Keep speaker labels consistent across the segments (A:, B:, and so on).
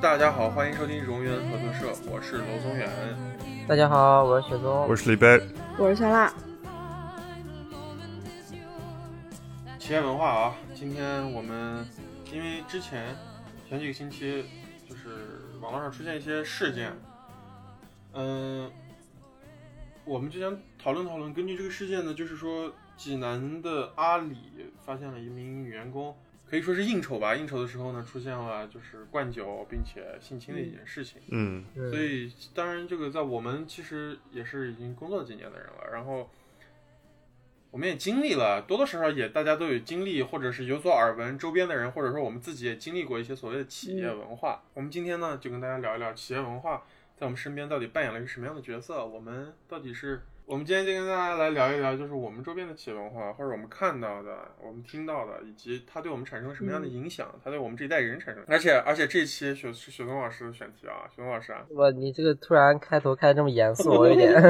A: 大家好，欢迎收听荣源合作社，我是娄松远。
B: 大家好，我是雪宗。
C: 我是李白，
D: 我是酸辣，
A: 企业文化啊，今天我们因为之前前几个星期就是网络上出现一些事件，嗯，我们就想讨论讨论，根据这个事件呢，就是说济南的阿里发现了一名女员工，可以说是应酬吧，应酬的时候呢出现了就是灌酒并且性侵的一件事情。
C: 嗯，
B: 嗯
A: 所以当然这个在我们其实也是已经工作几年的人了，然后我们也经历了，多多少少也大家都有经历，或者是有所耳闻，周边的人或者说我们自己也经历过一些所谓的企业文化。我们今天呢就跟大家聊一聊企业文化在我们身边到底扮演了一个什么样的角色，我们到底是。我们今天就跟大家来聊一聊，就是我们周边的企业文化，或者我们看到的、我们听到的，以及它对我们产生了什么样的影响，它对我们这一代人产生。而且，而且这一期雪是雪松老师的选题啊，雪松老师啊，
B: 我你这个突然开头开的这么 严肃，我有点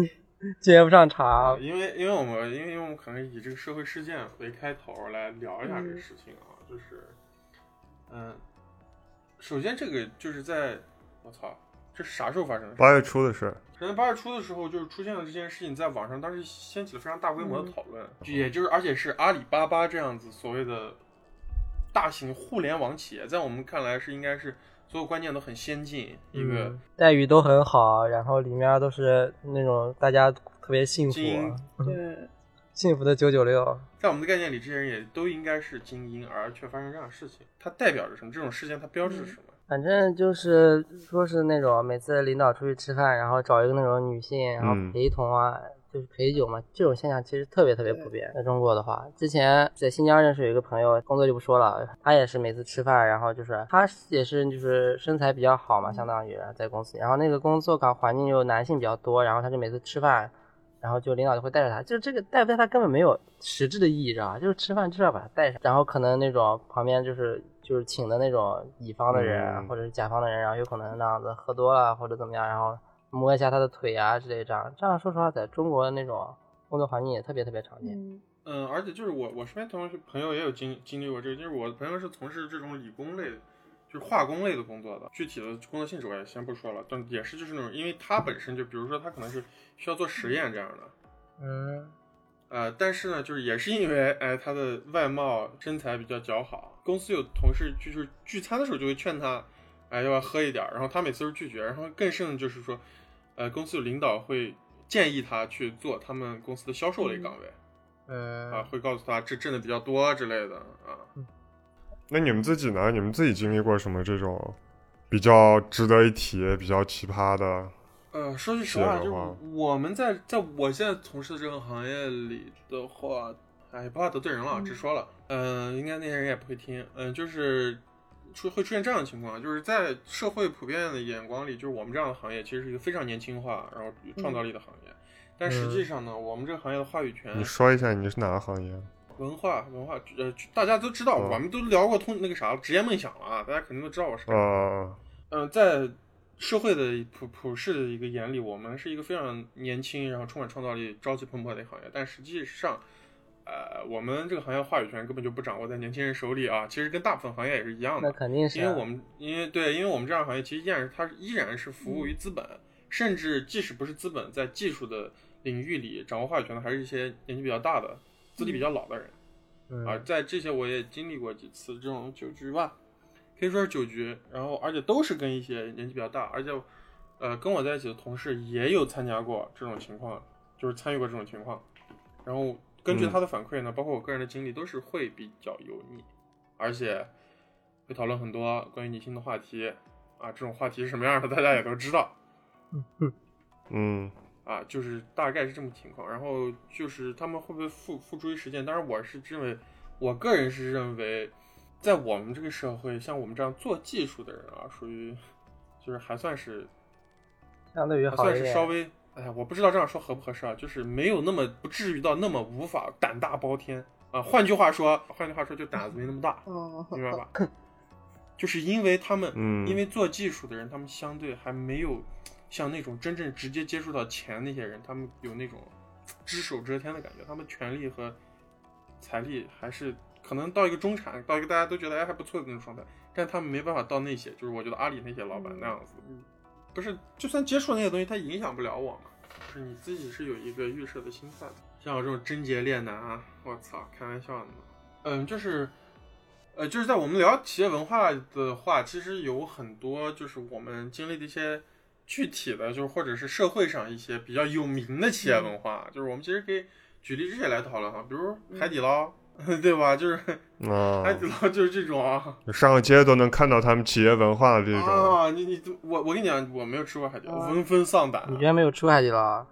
B: 接不上茬
A: 啊，。因为因为我们因为因为我们可能以这个社会事件为开头来聊一下这个事情啊，就是，嗯、首先这个就是在我操，这是啥时候发生的事？
C: 八月初的事儿，
A: 可能八月初的时候，就是出现了这件事情，在网上当时掀起了非常大规模的
D: 嗯
A: 讨论，也就是而且是阿里巴巴这样子所谓的大型互联网企业，在我们看来是应该是所有观念都很先进，一个、
B: 嗯，待遇都很好，然后里面都是那种大家特别幸福，
A: 精英
D: 对，
B: 幸福的九九六。
A: 在我们的概念里，这些人也都应该是精英，而却发生这样的事情，它代表着什么？这种事件它标志着什么？
B: 反正就是说是那种每次领导出去吃饭，然后找一个那种女性，然后
C: 嗯
B: 陪同啊，就是陪酒嘛，这种现象其实特别特别普遍。在中国的话，之前在新疆认识有一个朋友，工作就不说了，他也是每次吃饭，然后就是他也是就是身材比较好嘛，相当于在公司，然后那个工作岗环境又男性比较多，然后他就每次吃饭。然后就领导就会带着他，就是这个带不带他根本没有实质的意义，知道吧？就是吃饭就是要把他带上，然后可能那种旁边就是就是请的那种乙方的人、
C: 嗯
B: 或者是甲方的人，然后有可能那样子喝多了或者怎么样，然后摸一下他的腿啊之类这样，这样说实话，在中国那种工作环境也特别特别常见。
D: 嗯
A: 嗯，而且就是我我身边同学朋友也有经经历过这个，就是我的朋友是从事这种理工类，就是化工类的工作的，具体的工作性质我也先不说了，但也是就是那种，因为他本身就比如说他可能是需要做实验这样的，
B: 嗯，
A: 呃，但是呢，就是也是因为哎他的外貌身材比较姣好，公司有同事就是聚餐的时候就会劝他，哎要不要喝一点儿，然后他每次都拒绝，然后更甚的就是说，呃公司有领导会建议他去做他们公司的销售类岗位。啊，
B: 嗯，
A: 会告诉他这挣的比较多之类的啊。
C: 那你们自己呢？你们自己经历过什么这种比较值得一提、比较奇葩的？
A: 呃，说句实
C: 是
A: 话，
C: 的
A: 就是
C: 话
A: 我们在在我现在从事的这个行业里的话，哎，不怕得罪人了，
D: 嗯
A: 直说了。嗯、应该那些人也不会听。嗯、就是出会出现这样的情况，就是在社会普遍的眼光里，就是我们这样的行业其实是一个非常年轻化，然后有创造力的行业。但实际上呢，我们这个行业的话语权
C: 嗯你说一下你是哪个行业？
A: 文化文化，呃，大家都知道，
C: 嗯
A: 我们都聊过通那个啥职业梦想了啊，大家肯定都知道我是干嘛的
C: 呃，
A: 嗯，在社会的普普世的一个眼里，我们是一个非常年轻，然后充满创造力、朝气蓬勃的一个行业。但实际上，呃，我们这个行业话语权根本就不掌握在年轻人手里啊。其实跟大部分行业也是一样
B: 那
A: 的，
B: 肯定是
A: 因
B: 啊，
A: 为我们因为对，因为我们这样的行业其实依然是它依然是服务于资本，甚至即使不是资本，在技术的领域里掌握话语权的还是一些年纪比较大的、资历比较老的人。啊，
B: 嗯，
A: 在这些我也经历过几次这种酒局吧，可以说是酒局，然后而且都是跟一些年纪比较大，而且呃跟我在一起的同事也有参加过这种情况，就是参与过这种情况，然后根据
C: 嗯
A: 他的反馈呢，包括我个人的经历，都是会比较油腻，而且会讨论很多关于女性的话题啊，这种话题是什么样的大家也都知道，
C: 嗯，
A: 啊，就是大概是这么情况。然后就是他们会不会付付诸于实践？当然，我是认为，我个人是认为，在我们这个社会，像我们这样做技术的人啊，属于就是还算是
B: 相对于
A: 还
B: 好
A: 算
B: 一
A: 是稍
B: 点。
A: 微，哎呀，我不知道这样说合不合适啊，就是没有那么不至于到那么无法胆大包天啊。换句话说，换句话说，就胆子没那么大，
D: 哦，
A: 明白吧？就是因为他们，
C: 嗯
A: 因为做技术的人，他们相对还没有像那种真正直接接触到钱那些人，他们有那种只手遮天的感觉，他们权力和财力还是可能到一个中产，到一个大家都觉得哎还不错的那种状态，但他们没办法到那些，就是我觉得阿里那些老板那样子，不是，就算接触那些东西，它影响不了我嘛，就是你自己是有一个预设的心态的。像我这种贞洁恋男啊，我操，开玩笑呢。嗯，就是，呃，就是在我们聊企业文化的话，其实有很多就是我们经历的一些具体的，就是或者是社会上一些比较有名的企业文化，就是我们其实可以举例这些来讨论哈，比如海底捞， 对吧？就是
C: 啊
A: 海，底捞哎就是这种啊。
C: 上个街都能看到他们企业文化的这种，
A: 啊，你你我我跟你讲，我没有吃过海底捞，
B: 啊
A: 闻风丧胆
B: 你居然没有吃过海底捞啊？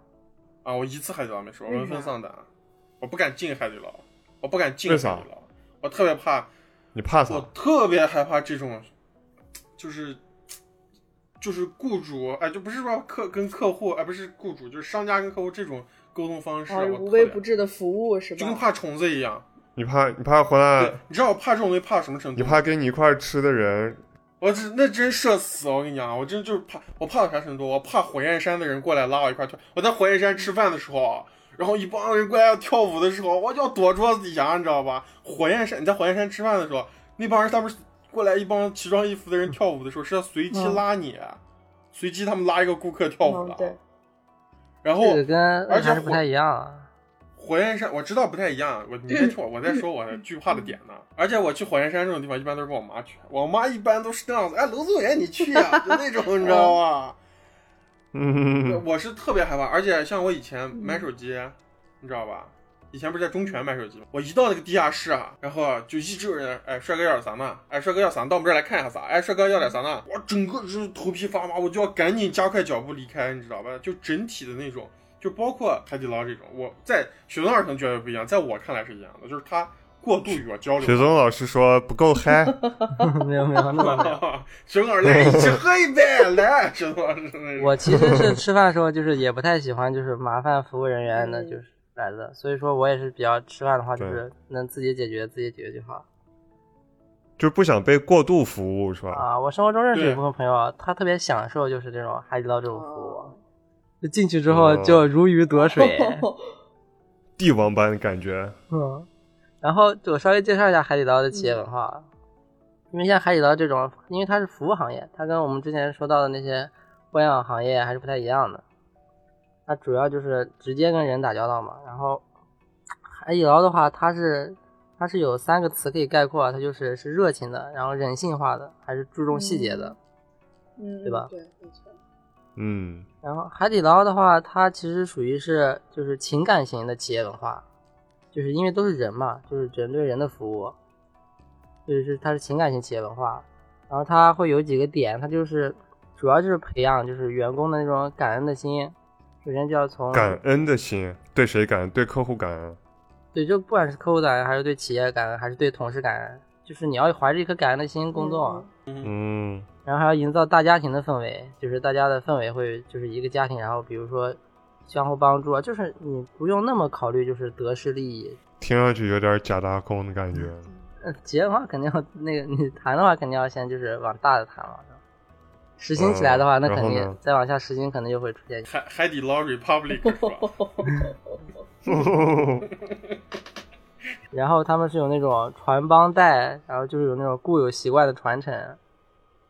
A: 啊！我一次海底捞没吃过，
D: 为啥
A: 闻风丧胆，我不敢进海底捞，我不敢进海
C: 为啥
A: 底捞，我特别怕，
C: 你怕啥
A: 我？特别害怕这种，就是就是雇主哎，就不是说客跟客户哎，不是雇主，就是商家跟客户这种沟通方式，
D: 啊，
A: 我
D: 无
A: 特
D: 微
A: 别
D: 不至的服务是
A: 就跟
D: 吧？
A: 怕虫子一样。
C: 你怕你怕
A: 对
C: 回来，，
A: 你知道我怕这种东西怕到什么程
C: 嗯你
A: 度？
C: 怕跟你一块儿吃的人，
A: 我这那真社死！我跟你讲，我真就是怕，我怕到啥程度？我怕火焰山的人过来拉我一块儿跳。我在火焰山吃饭的时候，啊然后一帮人过来要跳舞的时候，我就要躲桌子底下，你知道吧？火焰山，你在火焰山吃饭的时候，那帮人他们过来一帮奇装异服的人跳舞的时候，是要随机拉你，随机他们拉一个顾客跳舞
D: 嗯
A: 的。，啊
D: 对，
A: 然后
B: 这个跟
A: 哦而
B: 那
A: 且
B: 还是
A: 火
B: 不太一样啊。
A: 火焰山我知道不太一样，我你别 听我，我在说我的惧怕的点呢。而且我去火焰山这种地方，一般都是跟我妈去，我妈一般都是那样子，哎，楼宗元你去啊，就那种你知道吗？
C: 嗯，
A: 我是特别害怕，而且像我以前买手机，你知道吧？以前不是在中泉买手机吗，我一到那个地下室啊，然后啊就一直有人，哎，帅哥要点啥呢？哎，帅哥要啥呢？到我们这儿来看一下啥？哎，帅哥要点啥呢？
C: 嗯
A: 我整个就是头皮发麻，我就要赶紧加快脚步离开，你知道吧？就整体的那种，就包括海底捞这种，我在雪松二层觉得不一样，在我看来是一样的，就是他过度与我交流。
C: 雪松老师说不够嗨，
B: 没有没有，那倒没有。
A: 雪松老师来一起喝一杯，来，雪松老师那种。
B: 我其实是吃饭的时候，就是也不太喜欢就是麻烦服务人员的，
D: 嗯
B: 就是来的，所以说我也是比较吃饭的话，就是能自己解决自己解决就好
C: 就不想被过度服务是吧？
B: 啊。我生活中认识
A: 对
B: 一部分朋友，啊他特别享受就是这种海底捞这种服务啊
D: 哦，
B: 就进去之后
C: 哦
B: 就如鱼得 水。
D: 嗯
C: 帝王般的感觉，
B: 嗯，然后我稍微介绍一下海底捞的企业文化，啊，因为像海底捞这种，因为它是服务行业，它跟我们之前说到的那些互联网行业还是不太一样的。它主要就是直接跟人打交道嘛。然后海底捞的话，它是它是有三个词可以概括，它就是是热情的，然后人性化的，还是注重细节的。
D: 嗯，
B: 对吧
D: 对，没错。
C: 嗯，
B: 然后海底捞的话，它其实属于是就是情感型的企业文化，就是因为都是人嘛，就是人对人的服务，就是它是情感型企业文化。然后它会有几个点，它就是主要就是培养就是员工的那种感恩的心。首先就要从
C: 感恩的心，对谁感恩？对客户感恩，
B: 对，就不管是客户感恩，还是对企业感恩，还是对同事感恩，就是你要怀着一颗感恩的心工作。啊
D: 嗯
C: 嗯，
B: 然后还要营造大家庭的氛围，就是大家的氛围会就是一个家庭，然后比如说相互帮助啊，就是你不用那么考虑就是得失利益。
C: 听上去有点假大空的感觉，
B: 呃，企业文化肯定要那个你谈的话，肯定要先就是往大的谈嘛。是吧实行起来的话，
C: 嗯
B: 那肯
C: 然后
B: 定
C: 呢
B: 再往下实行，可能就会出现。
A: 海海底捞 Republic 是吧？
B: 嗯然后他们是有那种传帮带，然后就是有那种固有习惯的传承。
D: 然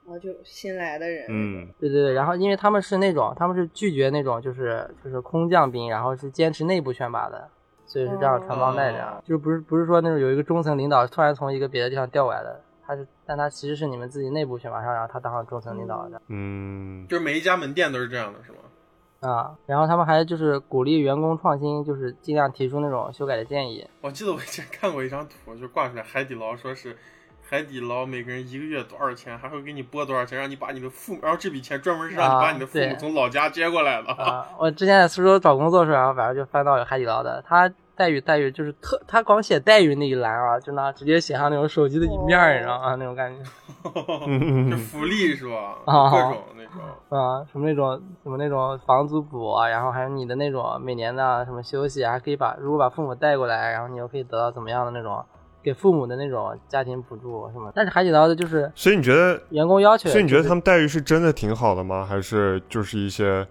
D: 后哦就新来的人，
C: 嗯，
B: 对对对，然后因为他们是那种，他们是拒绝那种就是就是空降兵，然后是坚持内部选拔的，所以是这样传帮带这样，
A: 哦
B: 就是不是不是说那种有一个中层领导突然从一个别的地方调过来的，他是但他其实是你们自己内部选拔上，然后他当上中层领导的
C: 嗯，
A: 就是每一家门店都是这样的，是吗？
B: 啊，然后他们还就是鼓励员工创新，就是尽量提出那种修改的建议，
A: 我记得我以前看过一张图，就挂出来海底捞，说是海底捞每个人一个月多少钱，还会给你拨多少钱，让你把你的父母，然后这笔钱专门是让你
B: 啊
A: 把你的父母
B: 对
A: 从老家接过来的。
B: 啊，我之前在苏州找工作的时候，然后反正就翻到有海底捞的，他待遇待遇就是特，他光写待遇那一栏啊，就拿直接写上那种手机的一面儿，你知道吗？那种感觉。
A: 就福利是吧？
B: 嗯啊
A: 各种那种。
B: 啊，什么那种什么那种房租补啊，然后还有你的那种每年的什么休息啊，还可以把如果把父母带过来，然后你又可以得到怎么样的那种给父母的那种家庭补助什么。但是海底捞的就是
C: 所以你觉得，
B: 员工要求，
C: 所以你觉得他
B: 们
C: 们待遇是真的挺好的吗？还是就是一些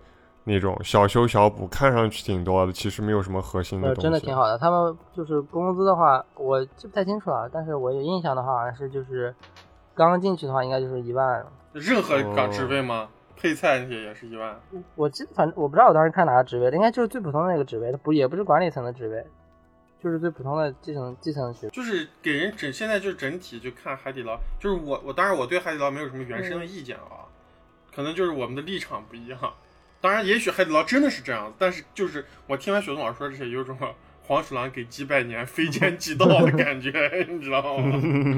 C: 那种小修小补，看上去挺多的，其实没有什么核心的
B: 呃
C: 东西？啊
B: 真的挺好的？他们就是工资的话，我记不太清楚了，但是我有印象的话，好像是就是刚进去的话，应该就是一万。
A: 任何岗
C: 哦
A: 职位吗？配菜也也是一万，
B: 我记得，反正我不知道我当时看哪个职位，应该就是最普通的那个职位，它不也不是管理层的职位，就是最普通的基层基层职位。
A: 就是给人整现在就整体就看海底捞，就是我我当然我对海底捞没有什么原生的意见啊，可能就是我们的立场不一样。当然，也许海底捞真的是这样，但是就是我听完雪松老师说这些，有种 黄鼠狼给鸡拜年，非奸即盗的感觉，你知道吗？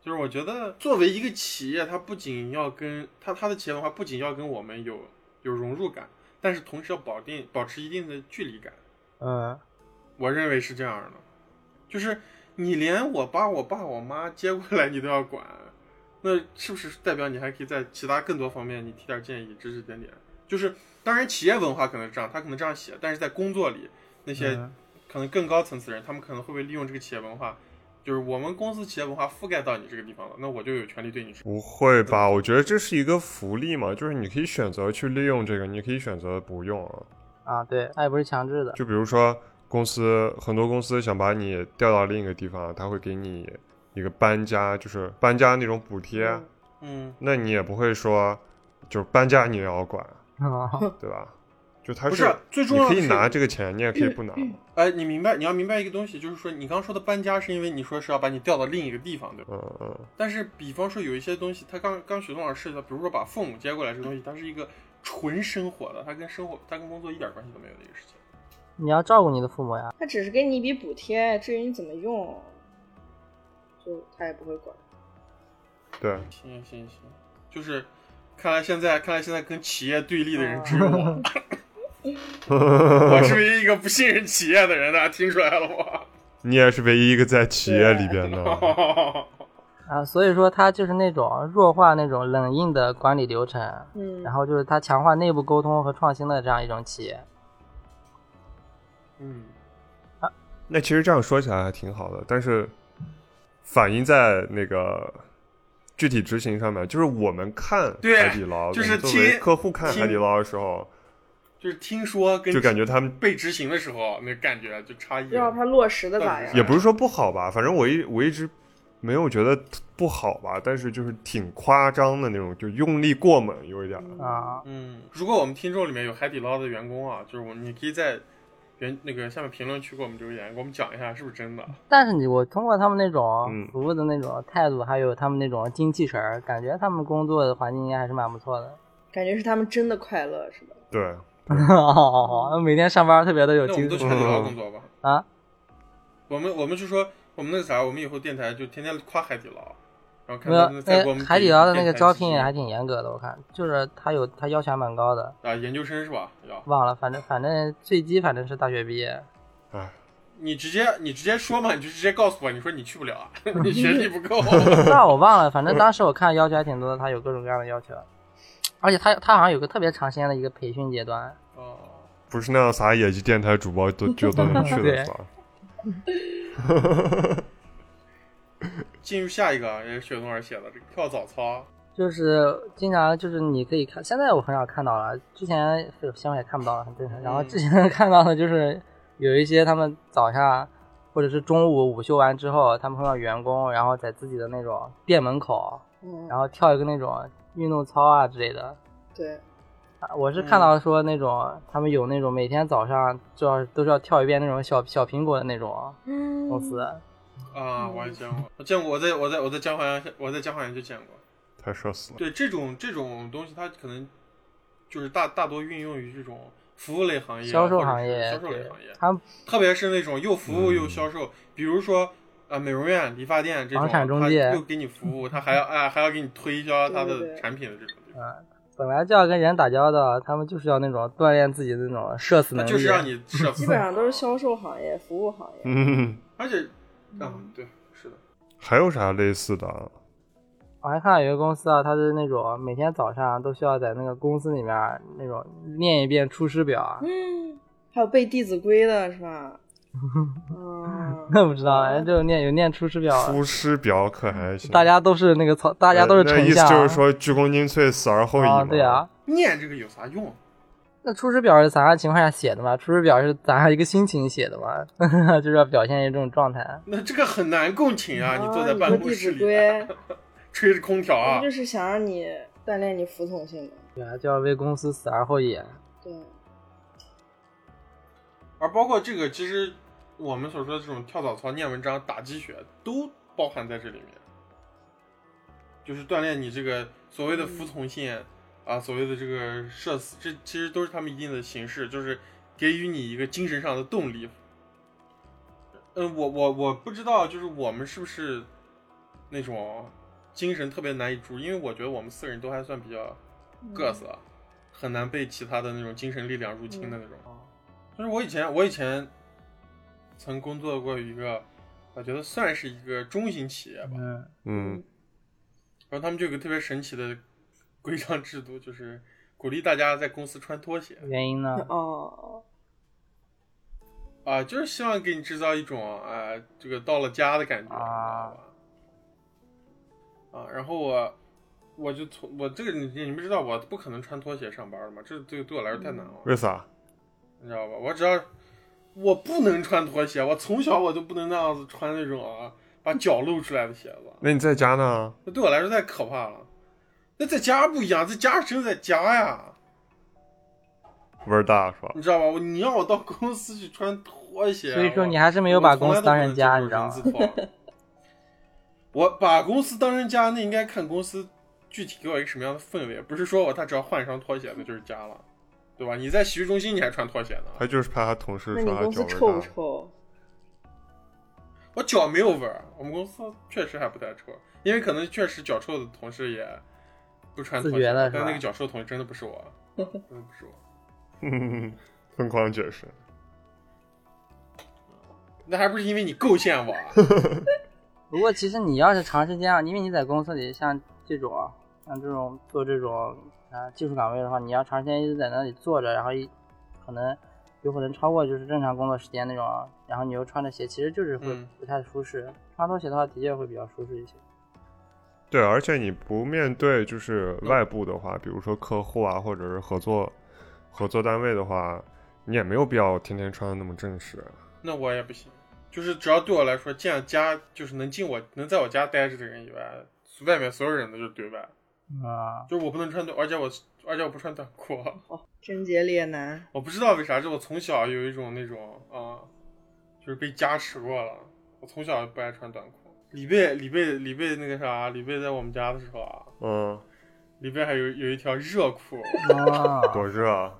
A: 就是我觉得，作为一个企业，它不仅要跟它它的企业文化不仅要跟我们有有融入感，但是同时要保定保持一定的距离感。
B: 嗯，
A: 我认为是这样的，就是你连我把我爸我妈接过来你都要管，那是不是代表你还可以在其他更多方面你提点建议、指指点点？就是当然企业文化可能是这样，他可能这样写，但是在工作里那些
B: 嗯
A: 可能更高层次的人，他们可能会不会利用这个企业文化，就是我们公司企业文化覆盖到你这个地方了，那我就有权利对你指。
C: 不会吧？我觉得这是一个福利嘛，就是你可以选择去利用这个，你可以选择不用啊。
B: 啊，对，它也不是强制的。
C: 就比如说公司很多公司想把你调到另一个地方，他会给你一个搬家，就是搬家那种补贴，啊
D: 嗯
A: 嗯，
C: 那你也不会说就是搬家你也要管，
B: 啊，
C: 对吧？就他
A: 不
C: 是
A: 是最重要
C: 你可
A: 的
C: 以
A: 是
C: 拿这个钱，你也可以不拿。
A: 哎，你明白你要明白一个东西，就是说你刚说的搬家是因为你说是要把你调到另一个地方，对吧？
C: 嗯嗯，
A: 但是，比方说有一些东西，他刚刚许东老师涉及到，比如说把父母接过来这个东西，它是一个纯生活的，它跟生活、它跟工作一点关系都没有的一个事情。
B: 你要照顾你的父母呀。
D: 他只是给你一笔补贴，至于你怎么用，就他也不会管。
C: 对，
A: 行行行，就是看来现在看来现在跟企业对立的
D: 啊
A: 人只有我，我是唯一一个不信任企业的人，大家听出来了
C: 你也是唯一一个在企业里 边的。
A: 吗？
B: 啊，所以说它就是那种弱化那种冷硬的管理流程，
D: 嗯，
B: 然后就是它强化内部沟通和创新的这样一种企业。
A: 嗯，
C: 那其实这样说起来还挺好的，但是反映在那个具体执行上面，就是我们看
A: 对
C: 海底捞，
A: 就是
C: 我们作为
A: 听
C: 客户看
A: 听
C: 海底捞的时候，
A: 就是听说跟
C: 就感觉他们
A: 被执行的时候那感觉就差异
D: 不知道他落实的咋
A: 到
D: 样
A: 底。
C: 也不是说不好吧，反正我一我一直没有觉得不好吧，但是就是挺夸张的那种，就用力过猛有一点。
B: 啊，
A: 嗯，如果我们听众里面有海底捞的员工啊，就是我，你可以在原那个下面评论区给我们留言，给我们讲一下是不是真的。
B: 但是你我通过他们那种
C: 嗯
B: 服务的那种态度，还有他们那种精气神儿，感觉他们工作的环境应该还是蛮不错的。
D: 感觉是他们真的快乐，是吧？
C: 对，
B: 哦，每天上班特别的有
A: 那我们
B: 精
A: 都去
B: 神
A: 海底捞工作吧。
B: 啊！
A: 我们我们就说我们那个啥，我们以后电台就天天夸海底捞，然后看
B: 没
A: 他
B: 有
A: 们，再给我
B: 那
A: 们
B: 海底捞的那个
A: 电台
B: 招
A: 基金
B: 聘还挺严格的，我看就是他有他要求还蛮高的，
A: 啊研究生是吧？要
B: 忘了，反正反正最低反正是大学毕业。
C: 哎，
A: 你直接你直接说嘛，你就直接告诉我，你说你去不了啊，你学历不够。啊
B: 那我忘了，反正当时我看要求还挺多的，他有各种各样的要求，而且他他好像有个特别长时间的一个培训阶段。
A: 哦，
C: 不是那样啥野鸡电台主 播都就都能去的
B: 对
C: 是吧？
A: 进入下一个啊也是雪松儿写的这个跳早操，
B: 就是经常就是你可以看，现在我很少看到了，之前新闻也看不到了，很正常。然后之前看到的就是有一些他们早上或者是中午午休完之后，他们会让员工然后在自己的那种店门口，
D: 嗯，
B: 然后跳一个那种运动操啊之类的。
D: 对，
B: 啊我是看到说那种他们有那种每天早上就要都是要跳一遍那种小小苹果的那种
D: 嗯
B: 公司。
A: 啊，
D: 嗯
A: 我也见过，我见过，我在我在我在江淮园，我在江淮园就见过。
C: 太社死了。
A: 对这种这种东西，它可能就是大大多运用于这种服务类行业、啊
B: 销售
A: 或嗯者是
B: 行业，
A: 销售类
B: 对
A: 行业，
B: 他们
A: 特别是那种又服务又
C: 嗯
A: 销售，比如说呃美容院、理发店这种，
B: 房产中介
A: 它又给你服务，它还 要哎还要给你推销它
D: 对
A: 的
D: 对对
A: 产品的这种地方，
B: 本来就要跟人打交道，他们就是要那种锻炼自己的那种社死
A: 它
B: 能力。
A: 就是让你 社
D: 基
A: 服
D: 本，上都是销售行业、服务行业。嗯
C: 嗯，
A: 而且啊对是的，
C: 还有啥类似的啊？
B: 我还看到有一个公司啊，它是那种每天早上都需要在那个公司里面儿那种念一遍《出师表》啊，
D: 嗯，还有背《弟子规》的 是吧？嗯，
B: 那 不知道，反正就念有念《出师表》啊，
C: 出师表可还行？
B: 大家都是那个曹，大
C: 大
B: 家都是丞
C: 那意思
B: 相啊，
C: 就是说鞠躬尽瘁，死而后已
B: 啊，
C: 嘛。
B: 对啊。
A: 念这个有啥用？
B: 那《出师表》是咋样情况下写的嘛？《出师表》是咋样一个心情写的嘛？ 就是要表现一种状态。
A: 那这个很难共情啊！
D: 啊
A: 你坐在
D: 哦你
A: 办
D: 说
A: 公
D: 弟
A: 室
D: 子
A: 里，
D: 规
A: 吹着空调
D: 他
A: 啊
D: 们就，是想让你锻炼你服从性嘛。
B: 对啊，就要为公司死而后已。啊
D: 对，
A: 而包括这个，其实我们所说的这种跳早操、念文章、打鸡血，都包含在这里面，就是锻炼你这个所谓的服从性、啊，所谓的这个社死，这其实都是他们一定的形式，就是给予你一个精神上的动力。嗯，我我我不知道，就是我们是不是那种精神特别难以注入，因为我觉得我们四个人都还算比较啊各色，很难被其他的那种精神力量入侵的那种。就是我以前，我以前曾工作过一个，我觉得算是一个中型企业吧。
B: 嗯，
C: 嗯
A: 然后他们就有个特别神奇的规章制度，就是鼓励大家在公司穿拖鞋
B: 原因呢？
D: 哦，
A: 啊、就是希望给你制造一种啊、这个到了家的感觉，
B: 啊
A: 你知道吧？啊，然后我我就从我这个你你们知道，我不可能穿拖鞋上班的嘛，这对对我来说太难了。
C: 为啥？
A: 你知道吧？我只要我不能穿拖鞋，我从小我就不能那样子穿那种啊，把脚露出来的鞋子，
C: 那你在家呢？
A: 那对我来说太可怕了。那在家不一样，在家只有在家呀，
C: 味儿大是吧？
A: 你知道吧？我你让我到公司去穿拖鞋，
B: 所以说你
A: 我
B: 还是没有把公司当成家，你知道吗？
A: 吗？我把公司当成家，那应该看公司具体给我一个什么样的氛围，不是说我他只要换一双拖鞋，那就是家了，对吧？你在洗浴中心你还穿拖鞋呢，
C: 他就是怕他同事
D: 那
C: 说
D: 你
C: 他
D: 公司
C: 脚
D: 臭
C: 味
D: 不
C: 儿大。
D: 臭？
A: 我脚没有味儿，我们公司确实还不太臭，因为可能确实脚臭的同事也不穿拖
B: 自
A: 鞋
B: 觉了，是吧
A: 但那个脚臭同事真的不是 我，真的不是我。
C: 疯狂解释，
A: 那还不是因为你构陷我啊？
B: 不过其实你要是长时间啊，因为你在公司里像这种啊，像这种做这种啊技术岗位的话，你要长时间一直在那里坐着，然后一可能有可能超过就是正常工作时间那种啊，然后你又穿着鞋，其实就是会
A: 嗯
B: 不太舒适。穿拖鞋的话，的确会比较舒适一些。
C: 对，而且你不面对就是外部的话，比如说客户啊，或者是合作合作单位的话，你也没有必要天天穿的那么正式。
A: 那我也不行，就是只要对我来说，见家就是能进我能在我家待着的人以外，外面所有人的就是对外，
B: 啊、
A: 就是我不能穿短，而且我而且我不穿短裤，
D: 贞洁烈男，
A: 我不知道为啥，这我从小有一种那种啊、就是被加持过了。我从小不爱穿短裤。李贝，李贝，李贝那个啥，李贝在我们家的时候啊，
C: 嗯，
A: 李贝还有有一条热裤，
B: 啊，
C: 多热 啊！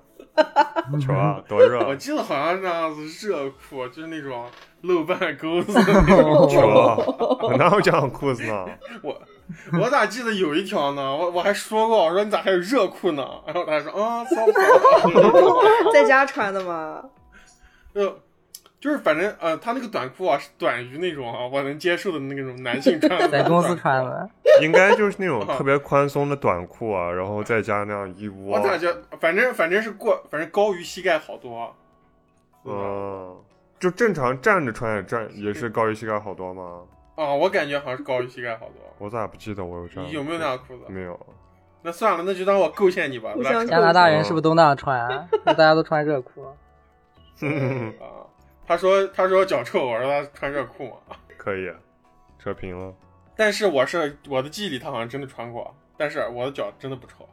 C: 球
D: 嗯
C: 啊，多热
A: 我
C: 啊！
A: 记得好像是那样子热裤，就是那种露半钩子的那种。
C: 球啊， 我哪有这样的裤子呢？
A: 我我咋记得有一条呢？我我还说过，我说你咋还有热裤呢？然后他说啊，骚操！
D: 在家穿的吗？
A: 就就是反正呃，他那个短裤啊是短于那种啊我能接受的那种男性穿的，
B: 在公司穿。的，
C: 应该就是那种特别宽松的短裤啊，然后再加那样啊一窝
A: 我。咋觉得反正反正是过，反正高于膝盖好多。啊嗯
C: 嗯，就正常站着穿也站也是高于膝盖好多吗？
A: 啊，我感觉好像是高于膝盖好多。啊
C: 我咋不记得我有这样？
A: 你有啊没有那？样裤子？
C: 没有。
A: 那算了，那就当我构陷你吧。
D: 互
A: 拉
D: 相
A: 扯
B: 加拿大人是不是都那样穿、啊？就大家都穿热裤。
A: 啊！他说他说脚臭，我说他穿热裤嘛。
C: 可以，扯平了。
A: 但是我是我的记忆里他好像真的穿过，但是我的脚真的不臭。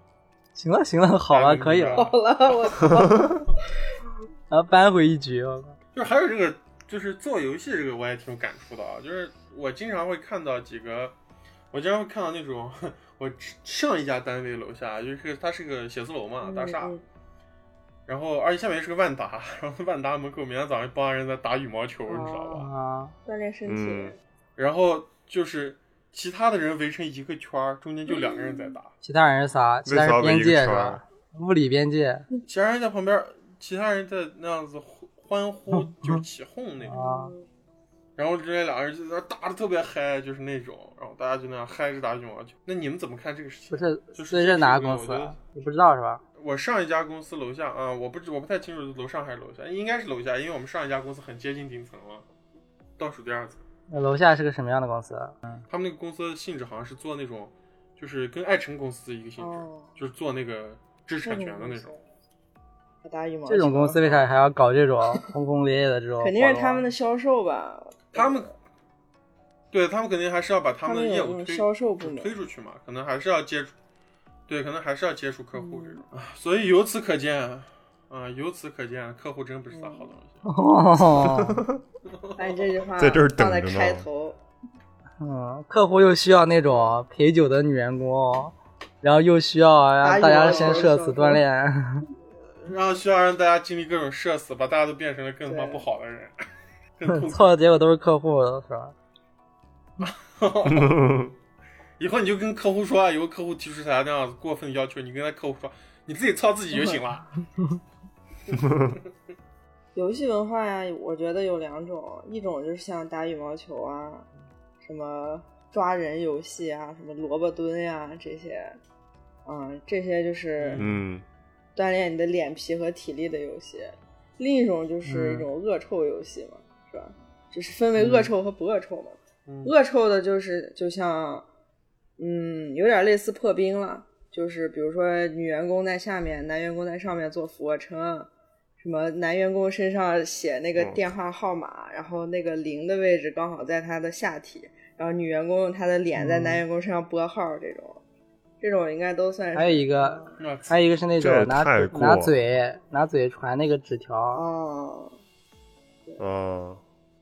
B: 行了行了，好了，
A: 哎
B: 可以
A: 明白
B: 了，
D: 好了，我
B: 然后扳回一局。我靠
A: 就是还有这个，就是做游戏这个我也挺有感触的啊。就是我经常会看到几个，我经常会看到那种， 我上一家单位楼下就是它是个写字楼嘛，啊大厦，
D: 嗯
A: 然后而且下面是个万达，然后万达门口每天早上一帮人在打羽毛球，
D: 哦
A: 你知道吧？
B: 啊，
D: 锻炼身体
C: 嗯，
A: 然后就是其他的人围成一个圈儿，中间就两个人在打，
B: 其他人是啥？其他
C: 为啥
B: 人
C: 围
B: 边
C: 一个
B: 界是
C: 圈儿
B: 吧？物理边界
A: 其他人在旁边儿，其他人在那样子呼欢呼，就是起哄那种。
B: 啊，
A: 然后之前俩人就在那打的特别嗨，就是那种，然后大家就那样嗨着打羽毛球。那你们怎么看这个事情？
B: 不是，
A: 就是
B: 所以这哪个
A: 我
B: 公司
A: 觉得
B: 啊？你不知道是吧？
A: 我上一家公司楼下啊、我不知我不太清楚楼上还是楼下，应该是楼下，因为我们上一家公司很接近顶层了，倒数第二层。
B: 那楼下是个什么样的公司？啊
A: 他们那个公司的性质好像是做那种，就是跟爱辰公司一个性质，
D: 哦
A: 就是做那个知识产权的那种。
D: 还打羽毛球
B: 这种公司为啥还 要搞这种轰轰烈烈的这种活动啊？
D: 肯定是他们的销售吧？
A: 他们对他们肯定还是要把他
D: 他
A: 们的
D: 们也
A: 业
D: 有
A: 务
D: 那种
A: 推
D: 销售部门
A: 推出去嘛，可能还是要接触，对，可能还是要接触客户这种。
D: 嗯
A: 啊所以由此可见，啊、由此可见，客户真不是啥好东西。
D: 嗯
B: 哦，
D: 哎，这句话
C: 在这儿等
D: 放在
C: 着呢
D: 开头，
B: 嗯，客户又需要那种陪酒的女员工，然后又需
A: 哎
B: 要让大家先社死锻炼。
A: 然后需要 让大家经历各种社死，把大家都变成了更他妈
D: 对
A: 不好的 人，更痛苦。
B: 错的结果都是客户，是吧？
A: 以后你就跟客户说啊，以后客户提出啥那样过分的要求，你跟他客户说，你自己操自己就行了。
D: 游戏文化呀，我觉得有两种，一种就是像打羽毛球啊，什么抓人游戏啊，什么萝卜蹲呀、这些，嗯，这些就是
C: 嗯，
D: 锻炼你的脸皮和体力的游戏。另一种
B: 嗯
D: 就是一种恶臭游戏嘛，是吧？就是分为恶臭和不恶臭嘛。
A: 嗯
D: 恶臭的就是就像，嗯，有点类似破冰了，就是比如说女员工在下面，男员工在上面做俯卧撑，什么男员工身上写那个
B: 哦
C: 嗯
D: 电话号码，然后那个零的位置刚好在他的下体，然后女员工用她的脸在
B: 嗯
D: 男员工身上拨号，这种，这种应该都算
A: 哎
D: 是。
B: 还有一个，
A: 那
B: 还有一个是那
C: 这也
B: 种拿
C: 太过
B: 拿嘴拿嘴传那个纸条，
D: 哦，
C: 啊，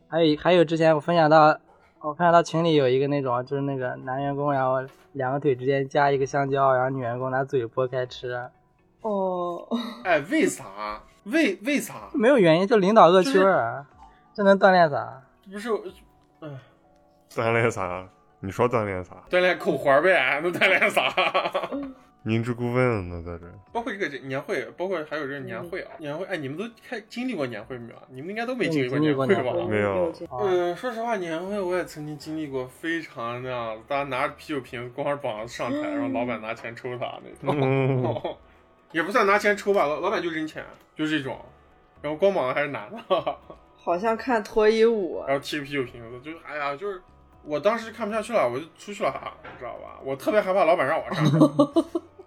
B: 还有一还有之前我分享到，我分享到群里有一个那种就是那个男员工，然后两个腿之间夹一个香蕉，然后女员工拿嘴剥开吃，
D: 哦，
A: 哎，为啥？为为啥？
B: 没有原因，就领导恶趣味儿，啊这能锻炼啥？
A: 不是，哎，
C: 锻炼啥？你说锻炼啥？
A: 锻炼口环儿呗，能锻炼啥？
C: 明知故问呢，在这儿
A: 包括这个这年会，包括还有这个年会啊，年会，哎，你们都开经历过年会没有啊？你们应该都没经历过年会
B: 经历过
A: 吧
B: 年？
C: 没有
D: 经
B: 啊
A: 嗯，说实话，年会我也曾经经历过，非常那样，大家拿着啤酒瓶光着膀子上台，然后老板拿钱抽他那种
C: 嗯，
A: 也不算拿钱抽吧，老老板就扔钱，就这种，然后光膀子还是男的，
D: 好像看脱 衣舞，
A: 然后踢着啤酒瓶子，就是哎呀，就是我当时看不下去了，我就出去了，知道吧？我特别害怕老板让我上去，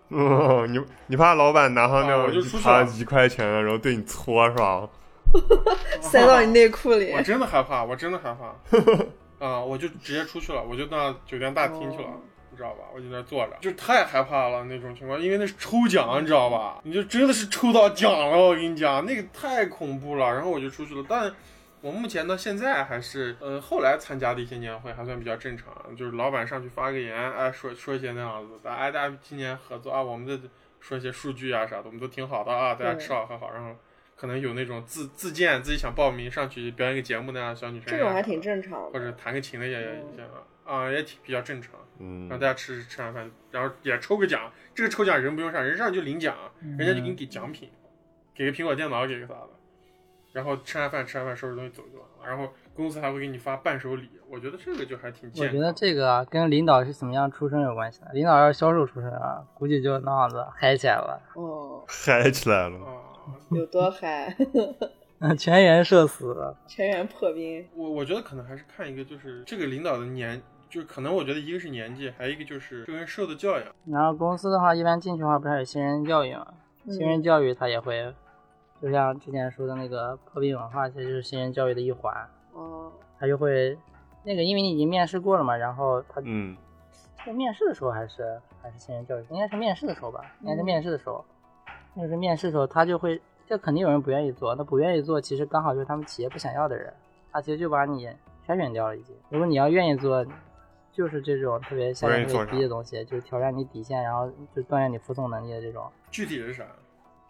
C: 嗯， 你你怕老板拿上那
A: 啊我
C: 种
A: 就
C: 一
A: 出去
C: 趴
A: 了
C: 一块钱，然后对你搓是吧？
D: 塞到你内裤里
A: 我。真的害怕，我真的害怕。 啊、我就直接出去了，我就到酒店大厅去了，
D: 哦
A: 你知道吧？我就在那坐着，就太害怕了那种情况，因为那是抽奖，你知道吧？你就真的是抽到奖了，我跟你讲，那个太恐怖了。然后我就出去了，但我目前到现在还是，呃，后来参加的一些年会还算比较正常，就是老板上去发个言，哎，说说一些那样子的，哎，大家今年合作啊，我们的说一些数据啊啥的，我们都挺好的啊，大家
D: 对
A: 吃好喝好，然后。可能有那种自自荐自己想报名上去表演个节目那样的小女生呀，
D: 这种还挺正常
A: 或
D: 的。
A: 者弹个琴的也也也啊、也挺比较正常。然
C: 嗯
A: 后，大家吃吃完饭，然后也抽个奖，这个抽奖人不用上，人上去就领奖，
D: 嗯
A: 人家就给你给奖品，给个苹果电脑，给个啥的。然后吃完饭，吃完饭收拾东西走就完了。然后公司还会给你发伴手礼，我觉得这个就还挺
B: 我
A: 健
B: 觉
A: 康。
B: 得这个啊跟领导是怎么样出身有关系的。领导要是销售出身啊，估计就那样子嗨起来了，
D: 哦，
C: 嗨起 来了。
A: 啊，
D: 有多嗨，
B: 全员社死。
D: 全员破冰。
A: 我我觉得可能还是看一个，就是这个领导的年，就是可能我觉得一个是年纪，还有一个就是这个人受的教养。
B: 然后公司的话，一般进去的话，不是还有新人教育嘛？
D: 嗯
B: 新人教育他也会，就像之前说的那个破壁文化，其实就是新人教育的一环。
D: 哦，
B: 他就会那个，因为你已经面试过了嘛，然后他
C: 嗯，
B: 在面试的时候还是还是新人教育，应该是面试的时候吧，应该是
D: 嗯
B: 面试的时候，就是面试的时候他就会，这肯定有人不愿意做，那不愿意做其实刚好就是他们企业不想要的人，他其实就把你筛选掉了已经。如果你要愿意做，就是这种特别下限特别低的东西，就是挑战你底线，然后就锻炼你服从能力的这种。
A: 具体是啥？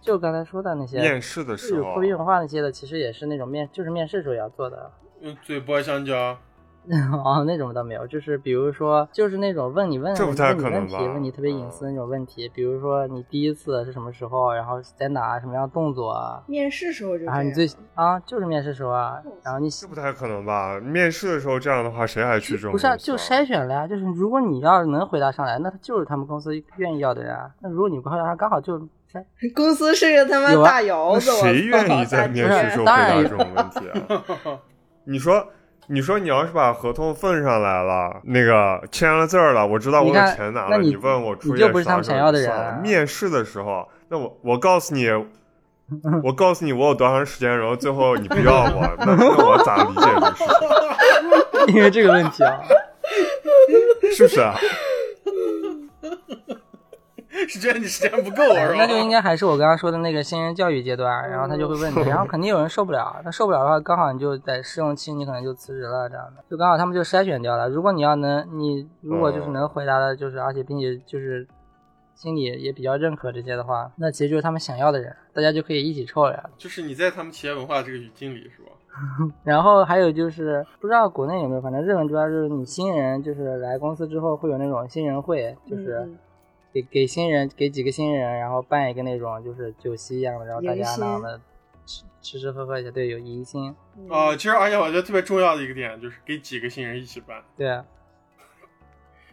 B: 就刚才说的那些，
C: 面试的
B: 就是
C: 时候
B: 破，壁文化那些的，其实也是那种面，就是面试时候要做的。
A: 用嘴剥香蕉。
B: 哦，那种倒没有，就是比如说，就是那种问你问
C: 这不太可
B: 问你问
C: 能
B: 题，
C: 吧嗯
B: 问你特别隐私的那种问题，比如说你第一次是什么时候，然后在哪，什么样的动作啊，
D: 面试时候就这
B: 然后
D: 样。
B: 你最啊就是面试时候啊，然后 你
C: 这不太可能吧？面试的时候这样的话，谁还去这种
B: 不
C: 公
B: 是
C: 司啊？
B: 啊就筛选了呀，就是如果你要是能回答上来，那他就是他们公司愿意要的人啊，那如果你不回答上，刚好就筛
D: 公司是个他妈
B: 有啊
D: 大窑
C: 那
D: 子，我
C: 谁愿意
D: 操
C: 在
D: 大
C: 面
D: 天
C: 试时候回
B: 当然
C: 答这种问题啊？ 你说，你说你要是把合同奉上来了，那个签了字儿了，我知道
B: 你
C: 我
B: 看
C: 把钱拿了，
B: 那你
C: 你问我出
B: 你
C: 业
B: 就不是他
C: 啥
B: 们
C: 时候
B: 想要的
C: 就算
B: 人啊
C: 了面试的时候，那我我告诉你。我告诉你，我有多长时间，然后最后你不要我，那那我咋理解这个事情？
B: 因为这个问题啊，
C: 是不是啊？
A: 是觉得你时间不够啊是吧？
B: 哎 那就应该还是我刚刚说的那个新人教育阶段，然后他就会问你，然后肯定有人受不了，他受不了的话，刚好你就在试用期，你可能就辞职了，这样的，就刚好他们就筛选掉了。如果你要能，你如果就是能回答的，就是而且并且就是心里也比较认可这些的话，那其实就是他们想要的人，大家就可以一起臭了呀。
A: 就是你在他们企业文化这个语境里是吧？
B: 然后还有就是，不知道国内有没有，反正日本这边就是你新人就是来公司之后会有那种新人会， 就是。
D: 嗯
B: 给给新人给几个新人，然后办一个那种就是酒席一样的，然后大家拿的吃吃吃喝喝一下，对，有迎新，
D: 嗯
A: 啊、其实而且我觉得特别重要的一个点就是给几个新人一起办，
B: 对啊，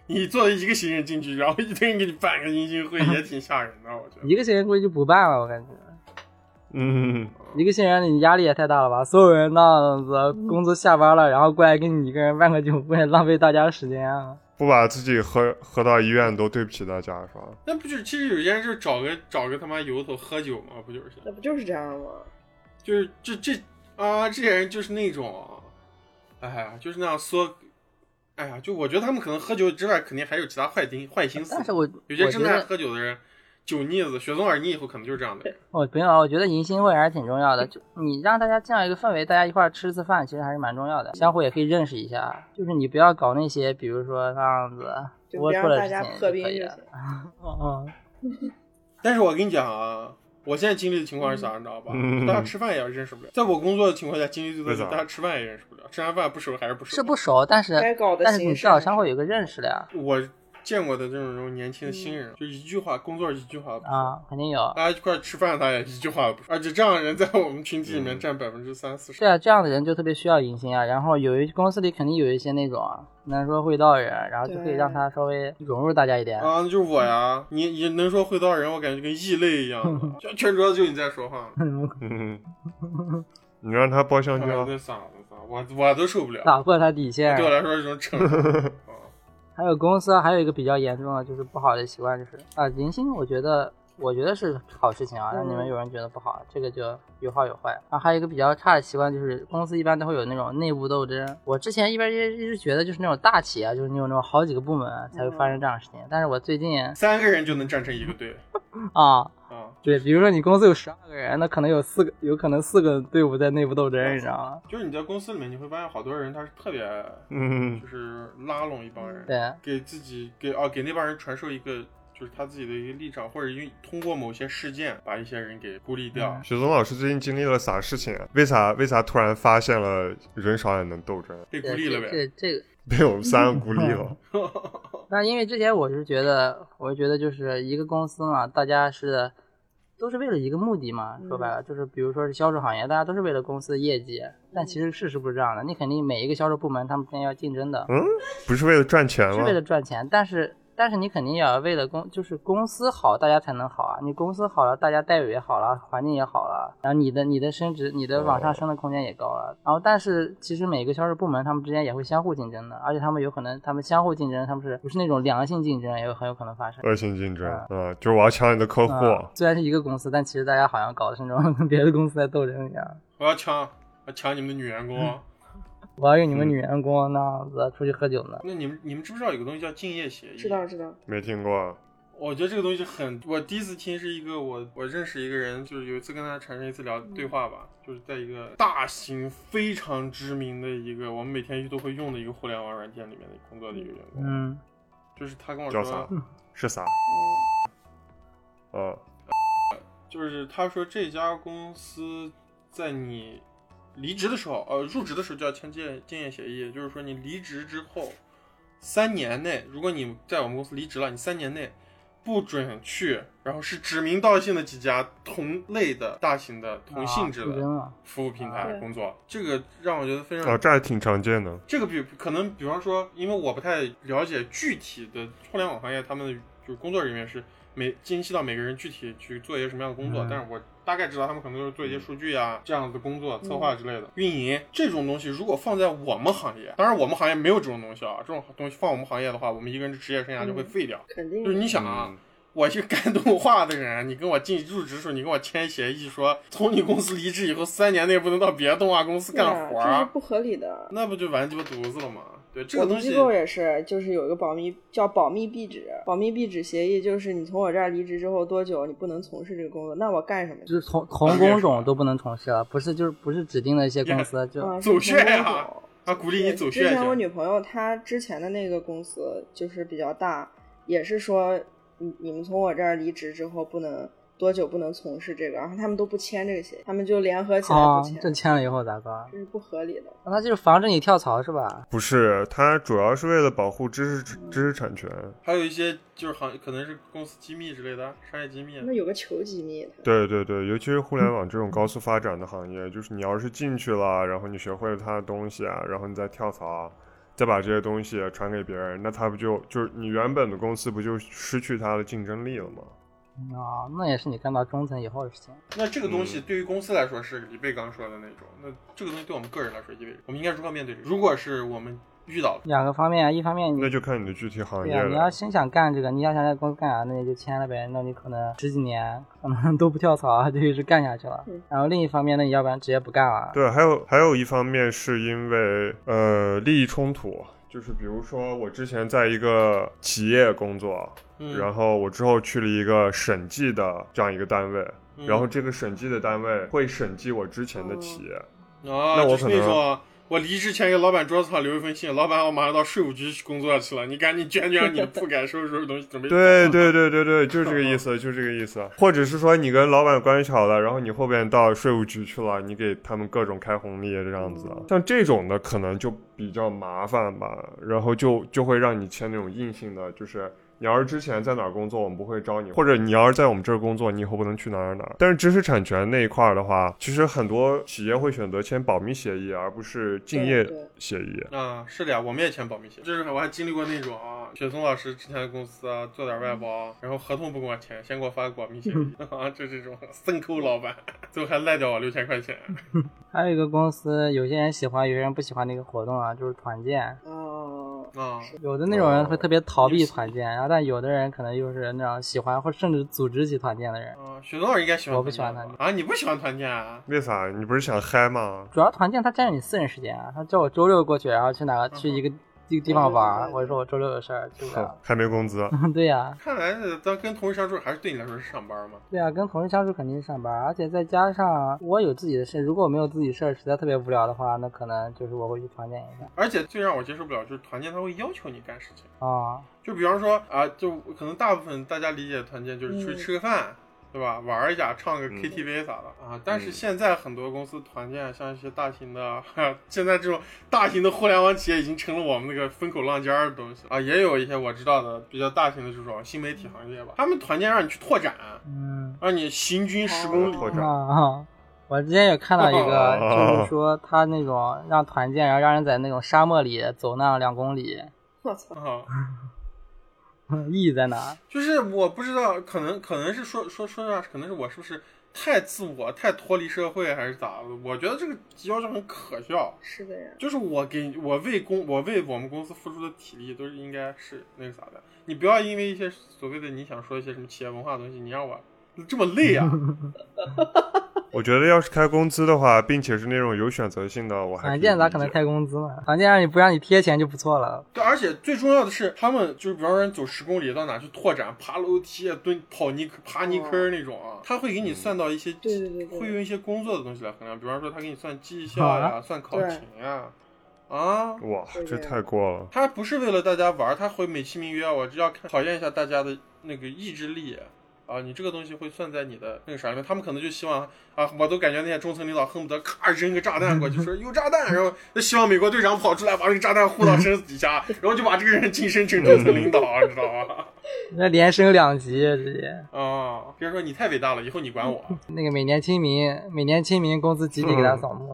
A: 你作为一个新人进去，然后一堆人给你办个迎新会，也挺吓人的，我觉 得。
B: 一个新人估计就不办了，我感觉
C: 嗯，
B: 一个新人你压力也太大了吧，所有人那样子
D: 嗯
B: 工作下班了，然后过来给你一个人办个酒会，浪费大家时间啊，
C: 不把自己喝喝到医院都对不起大家是吧？
A: 那不就是，其实有些人就是找个找个他妈由头喝酒嘛，不就是？
D: 那不就是这样吗？
A: 就是这这啊，这些人就是那种，哎呀，就是那样说，哎呀，就我觉得他们可能喝酒之外，肯定还有其他坏心坏心思
B: 但。是我
A: 嗯有些
B: 我
A: 真
B: 觉
A: 的爱
B: 得
A: 喝酒的人，酒腻子、雪松耳腻以后可能就是这样的人。
B: 我没有啊，我觉得迎新会还是挺重要的，就你让大家这样一个氛围，大家一块儿吃次饭，其实还是蛮重要的，相互也可以认识一下，就是你不要搞那些，比如说那样子。
D: 就
B: 龌
D: 别
B: 龊
D: 让
B: 的
D: 大
B: 事
D: 家
B: 情
D: 破
B: 就
D: 冰
B: 可以啊
D: 就
B: 了
D: 行。。
B: 嗯，
A: 但是我跟你讲啊，我现在经历的情况是啥，你知道吧？
C: 嗯
A: 大家吃饭也认识不了。在我工作的情况下，经历最多
C: 为
A: 的
C: 啥
A: 大家吃饭也认识不了，吃完饭不熟还是不熟。
B: 是不熟，但是
D: 该搞的
B: 但是你
D: 形
B: 至少
D: 式
B: 相互有个认识了呀。
A: 我见过的这种这种年轻的新人，就一句话，工作一句话不说。
B: 嗯啊，肯定有。
A: 大家一块儿吃饭，他也一句话不说，而且这样的人在我们群体里面占百分之三四十
B: 对。啊，这样的人就特别需要迎新啊。然后有一公司里肯定有一些那种啊能说会道的人，然后就可以让他稍微融入大家一点。
A: 啊，那就是我呀！你你能说会道的人，我感觉跟异类一样 的，就全桌子就你在说话，
C: 嗯，你让他包香
A: 哎呦
C: 蕉
A: 那，嗓子，我我都受不了。
B: 打破他底线
A: 对。我来说是一种惩罚。啊
B: 还有公司啊还有一个比较严重的就是不好的习惯，就是啊迎新，我觉得我觉得是好事情啊。让你们
D: 嗯
B: 有人觉得不好，这个就有好有坏。然后还有一个比较差的习惯就是公司一般都会有那种内部斗争。我之前一般一一直觉得就是那种大企业啊，就是你有那种好几个部门才会发生这样的事
A: 嗯
B: 情，但是我最近
A: 三个人就能站成一个队
B: 啊。
A: 啊！
B: 对，比如说你公司有十二个人，那可能有四个，有可能四个队伍在内部斗争，你知道吗？
A: 就是你在公司里面，你会发现好多人他是特别，
C: 嗯
A: 就，是拉拢一帮人，
B: 对，
A: 给自己给啊给那帮人传授一个就是他自己的一个立场，或者因为通过某些事件把一些人给孤立掉。
C: 雪松老师最近经历了啥事情啊？为啥为啥突然发现了人少也能斗争，
A: 被孤
B: 对
A: 立了
B: 这
A: 呗，
B: 这这个，
C: 被我们三 个孤立了？
B: 那因为之前我是觉得，我是觉得就是一个公司嘛，大家是都是为了一个目的嘛，说白了就是，比如说是销售行业，大家都是为了公司的业绩，但其实事实不是这样的，你肯定每一个销售部门他们之间要竞争的，
C: 嗯，不是为了赚钱
B: 是
C: 吗
B: 为？了赚钱，但是但是你肯定也要为了公，就是公司好，大家才能好啊。你公司好了，大家待遇也好了，环境也好了，然后你的你的升职、你的往上升的空间也高了。然后，但是其实每个销售部门他们之间也会相互竞争的，而且他们有可能他们相互竞争，他们是不是那种良性竞争，也有很有可能发生。
C: 恶性竞争，嗯，就是我要抢你的客户，
B: 嗯虽然是一个公司，但其实大家好像搞的是那种跟别的公司在斗争一样。
A: 我要抢，我要抢你们的女员工。
B: 我要用你们女员工啊那样子出去喝酒呢。
A: 那你们你们知不知道有个东西叫竞业协议？
D: 知道知哦道，
C: 没听过，
A: 我觉得这个东西很，我第一次听是一个我我认识一个人，就是有一次跟他产生一次聊
C: 嗯
A: 对话吧，就是在一个大型非常知名的一个我们每天都会用的一个互联网软件里面的工作的一个员工，
B: 嗯，
A: 就是他跟我
C: 叫啥
A: 说，？
C: 是啥？嗯，
A: 就是他说这家公司在你离职的时候，呃，入职的时候就要签建竞业协议，就是说你离职之后三年内，如果你在我们公司离职了，你三年内不准去，然后是指名道姓的几家同类的大型的同性质
B: 啊竞
A: 的
B: 争啊，
A: 服务平台
D: 对
A: 工作，这个让我觉得非
C: 啊，
A: 常。
C: 这还挺常见的，
A: 这个比可能，比方说，因为我不太了解具体的互联网行业，他们的就是工作人员是每精细到每个人具体去做一些什么样的工作，
B: 嗯
A: 但是我大概知道他们可能就是做一些
D: 嗯
A: 数据啊、这样的工作、策划之类的、运营这种东西。如果放在我们行业，当然我们行业
D: 嗯
A: 没有这种东西啊，这种东西放我们行业的话，我们一个人的职业生涯就会废掉。
D: 肯定
A: 就是你
D: 的
A: 想啊，我去干动画的人，你跟我进入职时，你跟我签协议说，从你公司离职以后三年内不能到别的动画公司
D: 对
A: 干
D: 啊，
A: 活
D: 这是
A: 儿，
D: 不合理的。
A: 那不就完鸡巴犊子了吗？对，这
D: 我
A: 个
D: 们
A: 东
D: 机
A: 西，
D: 构也是，就是有一个保密叫保密壁纸，保密壁纸协议就是你从我这儿离职之后多久你不能从事这个工作，那我干什么去？
B: 就是从同工种都不能从事了，不是就是不是指定的一些公司就
C: 嗯
D: 啊，
A: 走
D: 是
A: 穴
D: 同
A: 呀
D: 工种
A: 他鼓励你走
D: 之
A: 穴
D: 前我
A: 去。
D: 女朋友她之前的那个公司就是比较大，也是说你你们从我这儿离职之后不能多久不能从事这个，然后他们都不签这个协议，他们就联合起来
B: 啊
D: 不签，，
B: 这签了以后咋办？
D: 这是不合理的。
B: 那他就是防止你跳槽是吧？
C: 不是，它主要是为了保护知识知识产权。
A: 还有一些就是行，可能是公司机密之类的，啊商业机密。
D: 那有个求机密，
C: 对对对，尤其是互联网这种高速发展的行业，就是你要是进去了，然后你学会了它的东西啊，然后你再跳槽，啊再把这些东西传给别人，那它不就就是你原本的公司不就失去它的竞争力了吗？
B: 啊，那也是你干到中层以后的事情。
A: 那这个东
C: 嗯
A: 西对于公司来说是李贝刚说的那种，那这个东西对我们个人来说意味着，我们应该如何面对这个？如果是我们遇到了，
B: 两个方面啊，一方面你
C: 那就看你的具体行
B: 对
C: 业
B: 呀、你要
C: 了。
B: 真想干这个，你要想在公司干啥，那你就签了呗。那你可能十几年可能 都不跳槽啊，就一直干下去了
D: 嗯。
B: 然后另一方面呢，你要不然直接不干了。
C: 对，还有还有一方面是因为呃利益冲突，就是比如说我之前在一个企业工作，
A: 嗯，
C: 然后我之后去了一个审计的这样一个单位，
A: 嗯
C: 然后这个审计的单位会审计我之前的企
B: 哦
C: 业，
A: 啊，
C: 那我
A: 就是
C: 可
A: 那
C: 能
A: 种我离职前给老板桌子上留一封信，老板我马上到税务局去工作去了，你赶紧卷卷你的铺盖，收拾收拾东西，准备
C: 对对对对对，就是这 个意思，就是这个意思。或者是说你跟老板关系好了，然后你后边到税务局去了，你给他们各种开红利这样子
D: 嗯，
C: 像这种的可能就比较麻烦吧，然后就就会让你签那种硬性的，就是。你要是之前在哪儿工作，我们不会招你；或者你要是在我们这儿工作，你以后不能去哪儿哪儿。但是知识产权那一块儿的话，其实很多企业会选择签保密协议，而不是竞业
D: 对对
C: 协议。
A: 啊，是的呀，我们也签保密协议，就是我还经历过那种啊，雪松老师之前的公司啊，做点外包，然后合同不给我签，先给我发个保密协 议，啊，就这种森抠老板，最后还赖掉我六千块钱，
B: 还有一个公司，有些人喜欢，有些人不喜欢那个活动啊，就是团建。
D: 哦，
A: 啊，
B: 有的那种人会特别逃避
A: 哦
B: 团建，然后但有的人可能又是那种喜欢或甚至组织起团建的人。
A: 啊，雪松老师应该喜欢，
B: 我不喜欢
A: 吧啊，你不喜欢团建啊？
C: 为啥？你不是想嗨吗？
B: 主要团建它占用你私人时间啊，他叫我周六过去，然后去哪个去一个一个地方玩儿，
D: 嗯
B: 我说我周六有事儿 去不
D: 啊
B: 了。
C: 还没工资。啊
B: 对呀、
A: 看来呃当跟同事相处还是对你来说是上班嘛，
B: 对呀、跟同事相处肯定是上班，而且再加上我有自己的事，如果我没有自己事儿，实在特别无聊的话，那可能就是我会去团建一下
A: 而且最让我接受不了就是团建他会要求你干事情。
B: 啊、
A: 就比方说啊，就可能大部分大家理解团建就是出去吃个饭，对吧？玩儿一下，唱个
C: 嗯
A: KTV 啥的、啊。但是
C: 嗯
A: 现在很多公司团建，像一些大型的，哈，现在这种大型的互联网企业已经成了我们那个风口浪尖儿的东西啊。也有一些我知道的比较大型的这种新媒体行业吧，他们团建让你去拓展，
B: 嗯
A: 让你行军十
D: 哦
A: 公里。
C: 拓展
B: 啊啊。我之前也看到一个，就是说他那种让团建，然后让人在那种沙漠里走那样两公里，
D: 我操，
A: 啊，
B: 意义在哪？
A: 就是我不知道，可能可能是说说说实话，可能是我是不是太自我、太脱离社会，还是咋的？我觉得这个要求很可笑。
D: 是的呀，
A: 就是我给我为公我为我们公司付出的体力都是应该是那个啥的，你不要因为一些所谓的你想说一些什么企业文化的东西，你让我这么累 啊！
C: 我觉得要是开工资的话，并且是那种有选择性的，我还
B: 团
C: 以
B: 建咋
C: 理
B: 啊可能
C: 解
B: 开工资呢？团建让你不让你贴钱就不错了。
A: 对，而且最重要的是，他们就是比方说你走十公里到哪去拓展，爬楼梯、啊蹲跑泥坑爬泥坑那种啊，他会给你算到一些
D: 哦嗯对对对对
A: 会用一些工作的东西来衡量，比方说他给你算绩效呀、
B: 啊
A: 算考勤呀，啊，
C: 哇
D: 对，
C: 这
D: 对
C: 太过了。
A: 他不是为了大家玩儿，他会美其名曰我只要看考验一下大家的那个意志力啊，你这个东西会算在你的那个啥里面。他们可能就希望啊，我都感觉那些中层领导恨不得咔扔个炸弹过去，说有炸弹，然后就希望美国队长跑出来把这个炸弹护到身子底下，然后就把这个人晋升成中层领导，你知道吗？
B: 那连升两级直接。
A: 啊，别人说你太伟大了，以后你管我。
B: 那个每年清明，每年清明工资集体给他扫墓。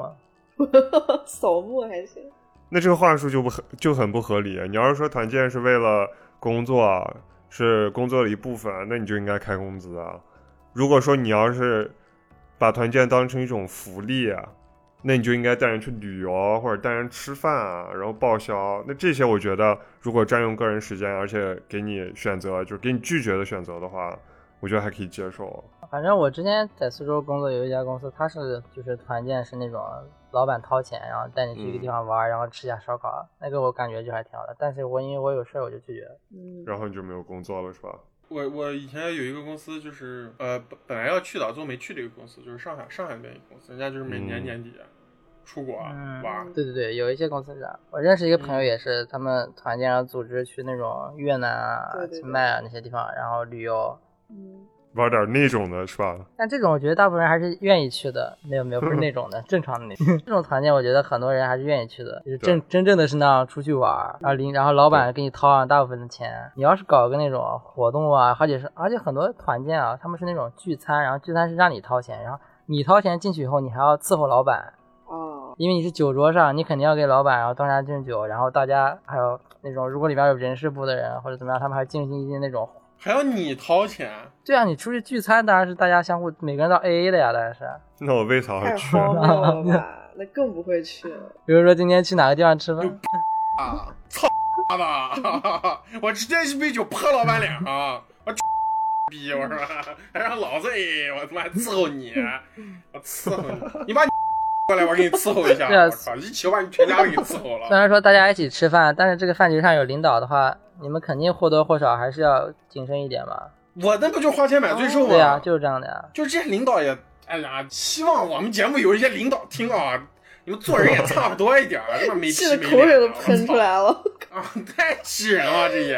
D: 扫墓还行，
C: 那这个话术就不合就很不合理。你要是说团建是为了工作，是工作的一部分，那你就应该开工资啊。如果说你要是把团建当成一种福利啊，那你就应该带人去旅游啊或者带人吃饭啊，然后报销。那这些我觉得，如果占用个人时间，而且给你选择，就是给你拒绝的选择的话，我觉得还可以接受。
B: 嗯反正我之前在苏州工作，有一家公司，它是就是团建，是那种老板掏钱，然后带你去一个地方玩儿，然后吃一下烧烤，那个我感觉就还挺好的。但是我因为我有事儿，我就拒绝了。
D: 嗯，
C: 然后你就没有工作了，是吧？
A: 我我以前有一个公司，就是呃本本来要去的，最后没去的一个公司，就是上海上海那边一个公司，人家就是每年
C: 嗯
A: 年底出国啊
B: 嗯
A: 玩儿，
B: 对对对，有一些公司是这样。我认识一个朋友
A: 嗯
B: 也是，他们团建然后组织去那种越南啊、
D: 对对
B: 清迈啊那些地方，然后旅游。
D: 嗯，
C: 玩点那种的是吧？
B: 但这种我觉得大部分人还是愿意去的，没有没有不是那种的，正常的那种。这种团建我觉得很多人还是愿意去的，就是真真正的是那样出去玩儿，然后领然后老板给你掏啊上大部分的钱。你要是搞个那种活动啊，而且是而且很多团建啊，他们是那种聚餐，然后聚餐是让你掏钱，然后你掏钱进去以后，你还要伺候老板，
D: 哦，
B: 因为你是酒桌上，你肯定要给老板然后端茶敬酒，然后大家还有那种如果里边有人事部的人或者怎么样，他们还进行一些那种。
A: 还要你掏钱，
B: 对啊，你出去聚餐当然是大家相互每个人都 A A 的呀，当然是。啊
C: 那我为啥要
D: 太
C: 去？
D: 荒谬了 吧？那更不会去了。
B: 比如说今天去哪个地方吃饭，
A: 啊，操他吧！ 我直接一杯酒泼老板脸上，我逼我说，还让老子 AA，我他妈还伺候你，我伺候你，你把你过来，我给你伺候一 下，
B: 对啊
A: 我操，一球把你全家给你伺候
B: 虽
A: 了。
B: 然说大家一起吃饭，但是这个饭局上有领导的话，你们肯定或多或少还是要谨慎一点嘛。
A: 我那不就花钱买罪受吗？啊
B: 对
D: 啊
B: 呀、就是这样的呀。
A: 就是这些领导也，哎呀，希望我们节目有一些领导听啊，你们做人也差不多一点儿，他妈没
D: 气
A: 皮没
D: 的口水
A: 脸
D: 都
A: 的
D: 喷出来了。
A: 啊，太气人了，这也，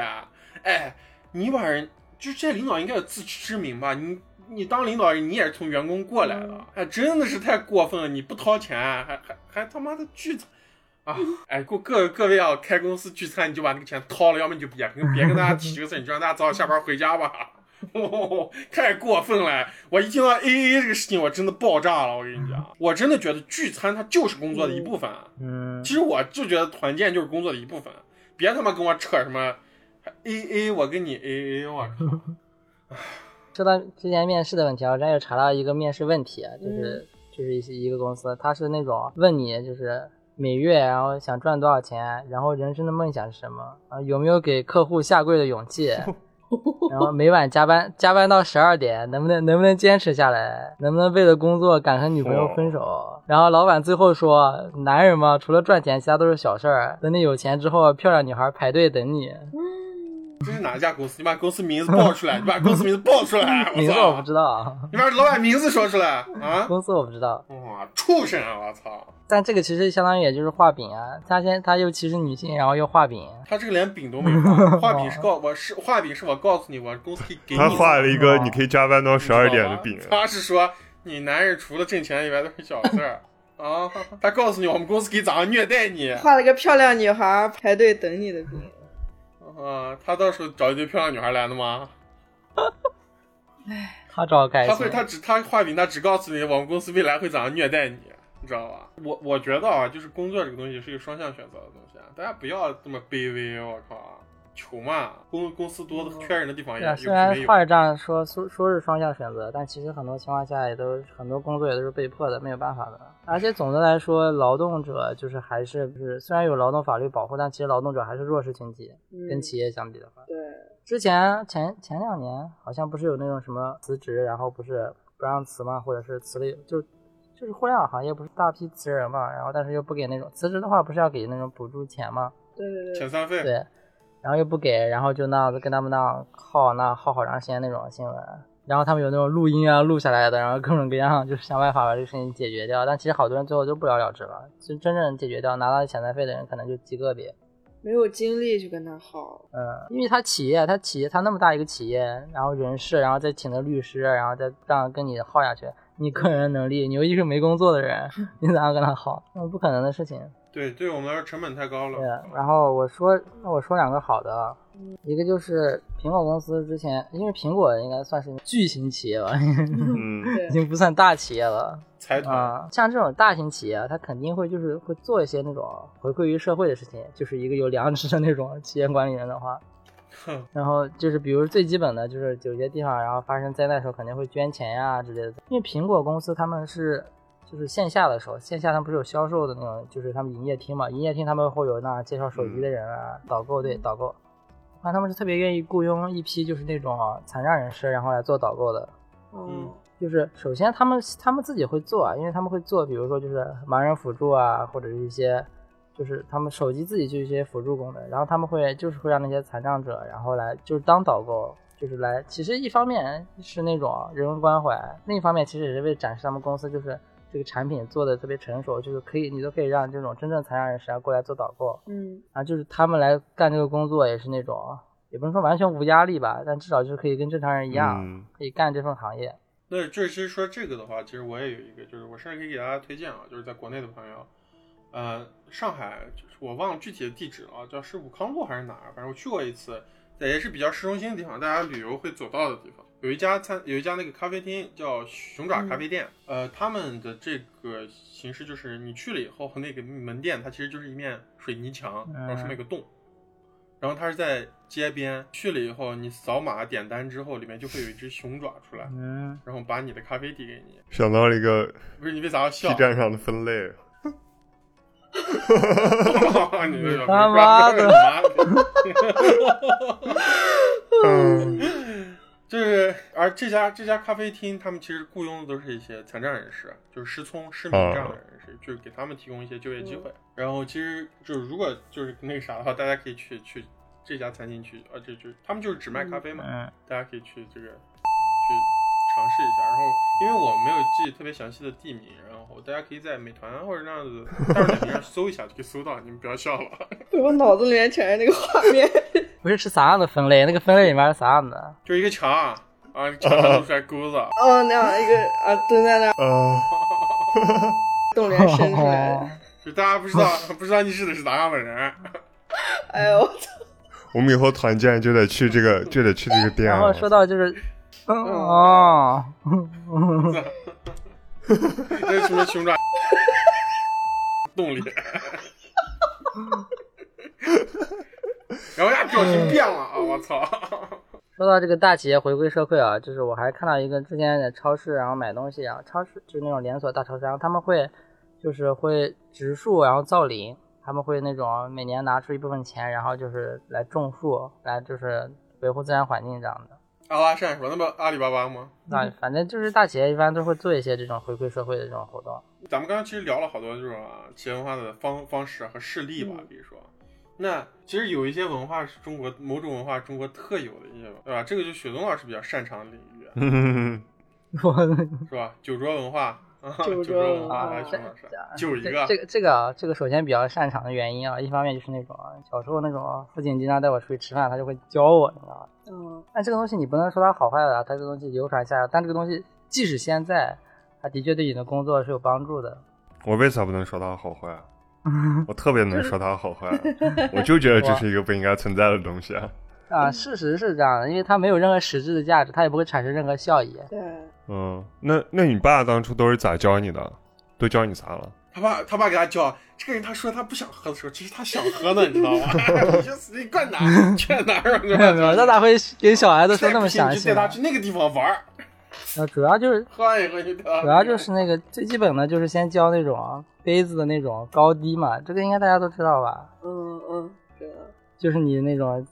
A: 哎，你把人，就这领导应该有自知之明吧？你你当领导，你也是从员工过来的，哎，真的是太过分了！你不掏钱，还还还他妈的聚餐啊！ 哎，各各各位啊，开公司聚餐你就把那个钱掏了，要么你就别跟别跟大家提这个事儿，你就让大家早点下班回家吧。 哦，太过分了！我一听到 A A 这个事情，我真的爆炸了。我跟你讲，我真的觉得聚餐它就是工作的一部分。啊
B: 嗯
A: 其，实我就觉得团建就是工作的一部分，别他妈跟我扯什么 A A，我跟你 A A，我靠！
B: 说到之前面试的问题啊，我之前有查到一个面试问题，啊就是、就是一些一个公司，它是那种问你就是每月然后想赚多少钱，然后人生的梦想是什么，然后有没有给客户下跪的勇 气，然后每晚加班加班到十二点，能不能能不能坚持下来，能不能为了工作敢和女朋友分手？然后老板最后说，男人嘛，除了赚钱，其他都是小事儿。等你有钱之后，漂亮女孩排队等你。
A: 这是哪家公司？你把公司名字报出来！你把公司名字报出来！
B: 名
A: 我
B: 字我不
A: 操！
B: 知道，啊，
A: 你把老板名字说出来啊！
B: 公司我不知道。
A: 哇，畜生啊！我操！
B: 但这个其实相当于也就是画饼啊，他先他又歧视女性，然后又画饼，
A: 他这个连饼都没画，画饼是告我是画饼是我告诉你，我公司可以给你
C: 他画了一个你可以加班到
A: 你啊
C: 十
A: 知道
C: 二
A: 吗
C: 点的饼，啊
A: 他是说你男人除了挣钱以外都是小事儿啊！他告诉你，我们公司可以咋样虐待你。
D: 画了个漂亮女孩排队等你的饼。
A: 啊，他到时候找一堆漂亮女孩来的吗？
B: 他找我开
A: 他
B: 心
A: 会，。他只他画饼，他只告诉你我们公司未来会怎样虐待你，你知道吧？我我觉得啊，就是工作这个东西是一个双向选择的东西啊，大家不要这么卑微，我靠啊，穷嘛，公公司多缺人的地方
B: 对
A: 也
B: 啊，
A: 有
B: 虽然
A: 没有
B: 话是这样说，说说是双向选择，但其实很多情况下也都很多工作也都是被迫的，没有办法的。而且总的来说，劳动者就是还是就是虽然有劳动法律保护，但其实劳动者还是弱势群体，跟
D: 嗯，
B: 企业相比的话。
D: 对，
B: 之前前前两年好像不是有那种什么辞职，然后不是不让辞嘛，或者是辞了有就就是互联网行业不是大批辞人嘛，然后但是又不给那种辞职的话不是要给那种补助钱嘛，
D: 对对对
A: 遣，散费，
B: 对，然后又不给，然后就那样子跟他们那样耗那耗好长时间那种新闻，然后他们有那种录音啊录下来的，然后各种各样就是想办法把这个事情解决掉，但其实好多人最后都不了了之了，就真正解决掉拿到遣散费的人可能就极个别，
D: 没有精力去跟他耗。
B: 嗯，因为他企业，他企业，他那么大一个企业，然后人事，然后再请的律师，然后再这样跟你耗下去，你个人能力，你又一个没工作的人，你咋样跟他耗？那不可能的事情。
A: 对，对我们来说成本太高
B: 对啊
A: 了。，
B: 然后我说，那我说两个好的啊，一个就是苹果公司之前，因为苹果应该算是巨型企业吧，
C: 嗯，
D: 对
B: 已，经不算大企业了。
A: 财团，
B: 啊、像这种大型企业，它肯定会就是会做一些那种回馈于社会的事情，就是一个有良知的那种企业管理人的话
A: 哼。
B: 然后就是，比如最基本的就是有些地方，然后发生灾难的时候肯定会捐钱呀、之类的。因为苹果公司他们是就是线下的时候，线下他们不是有销售的那种，就是他们营业厅嘛，营业厅他们会有那介绍手机的人啊，导购对导购，啊，他们是特别愿意雇佣一批就是那种、啊、残障人士，然后来做导购的。
D: 嗯
B: 就是首先他们他们自己会做啊，因为他们会做，比如说就是盲人辅助啊，或者是一些就是他们手机自己就一些辅助功能，然后他们会就是会让那些残障者，然后来就是当导购，就是来其实一方面是那种人文关怀，另一方面其实也是为展示他们公司就是这个产品做的特别成熟，就是可以你都可以让这种真正残障人士啊过来做导购，
D: 嗯
B: 啊，就是他们来干这个工作也是那种也不能说完全无压力吧，但至少就是可以跟正常人一样、
C: 嗯
B: 可以干这份行业，
A: 那这其实说这个的话，其实我也有一个，就是我甚至可以给大家推荐啊，就是在国内的朋友，呃，上海，就是我忘了具体的地址了啊，叫是武康路还是哪儿，反正我去过一次，也是比较市中心的地方，大家旅游会走到的地方。有一家餐，有一家那个咖啡厅叫熊爪咖啡店，呃，他们的这个形式就是你去了以后，那个门店它其实就是一面水泥墙，然后上面有个洞，然后它是在街边，去了以后你扫码点单之后，里面就会有一只熊爪出来，
B: 嗯。
A: 然后把你的咖啡递给你。
C: 想到了一个
A: 不是你啊为啥要
C: B
A: 笑？
C: 站上的分类，
A: 你这个
B: 他妈的
A: 你妈的！
C: 嗯，
A: 就是，而这家这家咖啡厅，他们其实雇佣的都是一些残障人士，就是失聪、失明
C: 啊
A: 这样的人士，就是给他们提供一些就业机会。
B: 嗯
A: 然后其实就是，如果就是那个啥的话，大家可以去去这家餐厅去，啊，这就他们就是只卖咖啡嘛，
B: 嗯
A: 大家可以去这个去尝试一下。然后，因为我没有记特别详细的地名，然后大家可以在美团啊或者那样子大众点评上搜一下，就可以搜到。你们不要笑了。
D: 对我脑子里面全是那个画面。
B: 不是是啥样的分类？那个分类里面是啥样的？
A: 就一个墙啊，啊，墙上露出来钩子，
D: 哦，那样一个啊，蹲在那儿，
C: 啊，
D: 动脸伸出
B: 哦
D: 来，
A: 就大家不知道不知道你指的是咋样的人，
D: 哎呦，
C: 我们以后团建就得去这个，就得去这个店
B: 然后。
C: 了
B: 说到就是，嗯哦，
A: 那什么熊掌动力， 然后呀表情变了啊，我操！
B: 说到这个大企业回归社会啊，就是我还看到一个之前在超市然后买东西啊，超市就是那种连锁大超商，他们会就是会植树然后造林，他们会那种每年拿出一部分钱，然后就是来种树，来就是维护自然环境这样的。
A: 阿拉善说：“那不阿里巴巴吗？
B: 那反正就是大企业一般都会做一些这种回馈社会的这种活动。
A: 咱们刚刚其实聊了好多这种啊企业文化的方方式和事例吧，比如说，那其实有一些文化是中国某种文化中国特有的一些，对吧？这个就雪冬老师比较擅长的领域，啊
C: 嗯，
B: 我
A: 是吧？酒桌文化，啊
D: 酒
A: 酒
D: 桌
A: 桌
D: 文
A: 文
D: 化
B: 嗯
A: 化，来，熊老师，就一
B: 啊这
A: 个
B: 这个这个啊这个首先比较擅长的原因啊，一方面就是那种啊小时候那种父亲经常带我出去吃饭，他就会教我，你知道吗？
D: 嗯，
B: 但这个东西你不能说它好坏了，它这个东西流传下来，但这个东西即使现在，它的确对你的工作是有 帮助的。
C: 我为啥不能说它好坏啊？
A: 嗯
C: 我特别能说它好坏，啊 我就觉得这是一个不应该存在的东西啊。
B: 啊，事实是这样的，因为它没有任何实质的价值，它也不会产生任何效 益。
D: 对，
C: 嗯，那那你爸当初都是咋教你的？都教你啥了？
A: 他爸他爸给他教这个人，他说他不想喝的时候，其实他想喝呢，你知道 吗？你就死你灌哪劝哪儿，
B: 没有没有，那咋会给小孩
A: 再
B: 子说那
A: 不
B: 么
A: 行
B: 详
A: 你就
B: 细
A: 带他
B: 呢？
A: 去那个地方玩儿，
B: 呃主 要就是
A: 喝完以后你就带他去
B: 主要就是那个最基本的就是先教那种杯子的那种高低嘛，这个应该大家都知道吧？
D: 嗯嗯，对的，
B: 就是你那种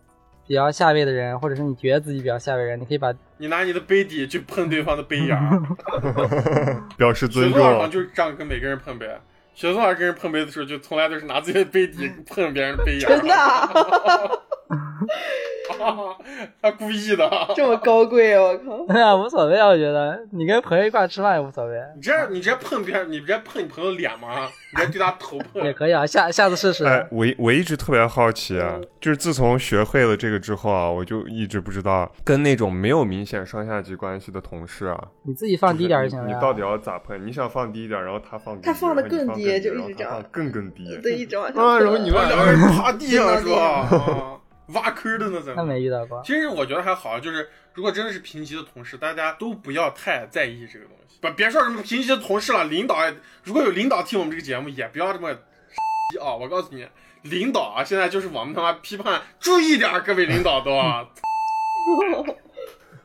B: 比较下位的人，或者是你觉得自己比较下位的人，你可以把
A: 你拿你的杯底去碰对方的杯眼儿，
C: 表示
A: 雪
C: 尊
A: 松老师
C: 重。
A: 就是这样跟每个人碰杯。雪松老师跟人碰杯的时候，就从来都是拿自己的杯 底碰别人的杯眼儿，
D: 真的啊
A: 他故意的。
D: 这么高贵，哦我 靠，
B: 对啊，无所谓啊，我觉得你跟朋友一块儿吃饭也无所谓，
A: 你这你直接碰别人，你直接碰你朋友脸吗？你直接对他头碰
B: 也可以啊，下下次试试。
C: 哎，我一我一直特别好奇啊
D: 嗯，
C: 就是自从学会了这个之后啊，我就一直不知道跟那种没有明显上下级关系的同事啊，
B: 你自己放低点儿就行啊
C: 就
B: 了
C: 是你
B: 呀。
C: 你到底要咋喷？你想放低一点，然后他放更低
D: 啊他放得
C: 然后你
D: 更
C: 放
D: 低
C: 更
D: 就
C: 然
D: 一
C: 后
D: 直
C: 他
D: 这样
C: 放更更低。
D: 对，一直往下
C: 啊，然后你
D: 走
A: 然后
C: 们
A: 两个人趴地 上是吧？
D: 真
A: 啊挖坑的那怎
B: 那
A: 么？
B: 没遇到过，
A: 其实我觉得还好，就是如果真的是平级的同事，大家都不要太在意这个东西。不，别说什么平级的同事了，领导也如果有领导听我们这个节目，也不要这么 啊！我告诉你，领导啊，现在就是我们他妈批判，注意点儿，各位领导都啊，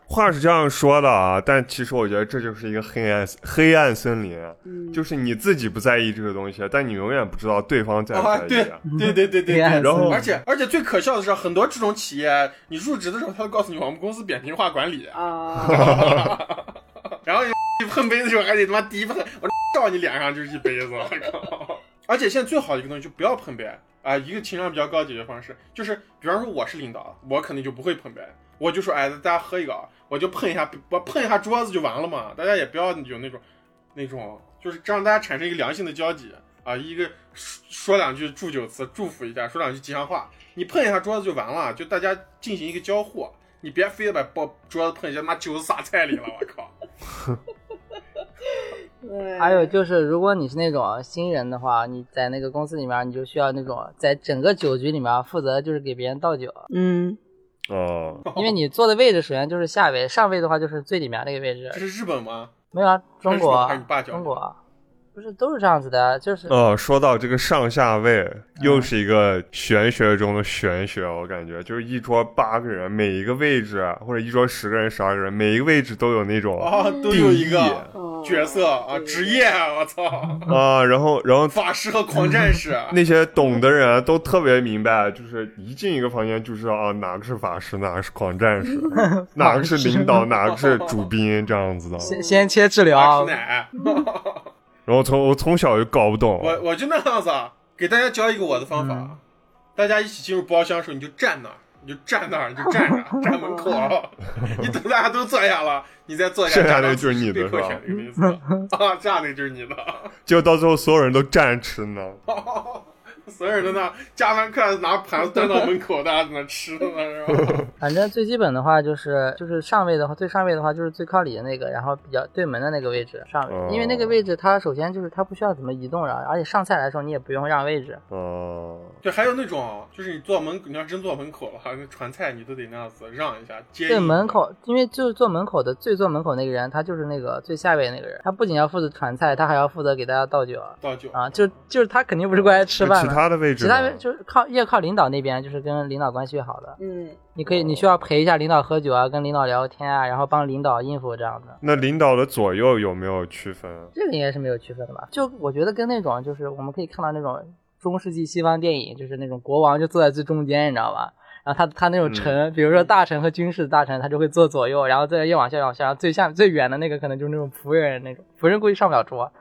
C: 话是这样说的啊，但其实我觉得这就是一个黑暗黑暗森林，
D: 嗯，
C: 就是你自己不在意这个东西，但你永远不知道对方在不
A: 啊，
C: 在意
A: 对
C: 啊。
D: 哦
A: 对对对对，对
B: 然
C: 后
A: 而且而且最可笑的是，很多这种企业，你入职的时候，他会告诉你我们公司扁平化管理，
D: 啊，
A: 然后你碰杯子的时候还得他妈第一碰，我照你脸上就是一杯子，我靠！而且现在最好的一个东西就不要碰杯啊，一个情商比较高的解决方式就是，比方说我是领导，我肯定就不会碰杯，我就说哎，大家喝一个啊，我就碰一下，我碰一下桌子就完了嘛，大家也不要有那种那种，就是这让大家产生一个良性的交集啊，一个说说两句祝酒词，祝福一下，说两句吉祥话，你碰一下桌子就完了，就大家进行一个交互。你别非得把包桌子碰一下，妈酒洒菜里了，我靠！
D: 对，
B: 还有就是，如果你是那种新人的话，你在那个公司里面，你就需要那种在整个酒局里面负责就是给别人倒酒，
D: 嗯，
C: 哦，
B: 因为你坐的位置首先就是下位，上位的话就是最里面那个位置
A: 这。是日本吗？
B: 没有啊，中国
A: 还是你爸
B: 啊，
A: 教的
B: 中国啊不是都是这样子的，就是
C: 哦，说到这个上下位，又
B: 嗯
C: 是一个玄学中的玄学，我感觉就是一桌八个人，每一个位置啊或者一桌十个人、十二个人，每一个位置都有那种
B: 哦
A: 啊，都
C: 定
A: 有一
C: 义
A: 个
D: 哦
A: 角色啊，
D: 对
A: 职业，我操，
C: 啊，然后然后
A: 法师和狂战士。啊
C: 那些懂的人啊都特别明白，就是一进一个房间就知道啊，哪个是法师，哪个是狂 战士，哪个是领导，哪个是主宾这样子的。
B: 先先切治
A: 法
B: 疗
A: 师，奶，
C: 然后从我从小就搞不懂，
A: 我我就那样子，啊，给大家教一个我的方法，
B: 嗯
A: 大家一起进入包厢的时候，你就站那儿，你就站那儿，你就站着，站门口，啊 你等大家都坐下了，你再坐下，
C: 剩下
A: 站到
C: 那就是你
A: 被
C: 的
A: 扣
C: 是吧
A: 选那个意思啊，这样那个就是你的，
C: 结果到最后所有人都站吃呢。
A: 所有人都那加完课拿盘子端到门口，大家在那吃呢，是吧？
B: 反正最基本的话就是就是上位的话，最上位的话就是最靠里的那个，然后比较对门的那个位置上
C: 哦
B: 位，因为那个位置它首先就是它不需要怎么移动了，而且上菜来的时候你也不用让位置，
C: 哦、
A: 对，还有那种就是你坐门，你要真坐门口了，哈，那传菜你都得那样子让一下，接
B: 对
A: 应
B: 门。口，因为就是坐门口的最坐门口那个人，他就是那个最下位那个人，他不仅要负责传菜，他还要负责给大家倒酒
A: 倒酒，
B: 啊，就就是他肯定不是过来吃饭
C: 其
B: 的。
C: 他的位置
B: 其
C: 呢，
B: 他人就是靠越靠领导那边，就是跟领导关系越好的，
D: 嗯，
B: 你可以你需要陪一下领导喝酒啊，跟领导聊天啊，然后帮领导应付这样的。
C: 那领导的左右有没有区分？啊
B: 这个应该是没有区分的吧？就我觉得跟那种就是我们可以看到那种中世纪西方电影，就是那种国王就坐在最中间，你知道吧？然后他他那种臣，比如说大臣和军事大臣，他就会坐左右，然后再越往下越往下，然后最下最远的那个可能就是那种仆人那种，仆人估计上不了桌。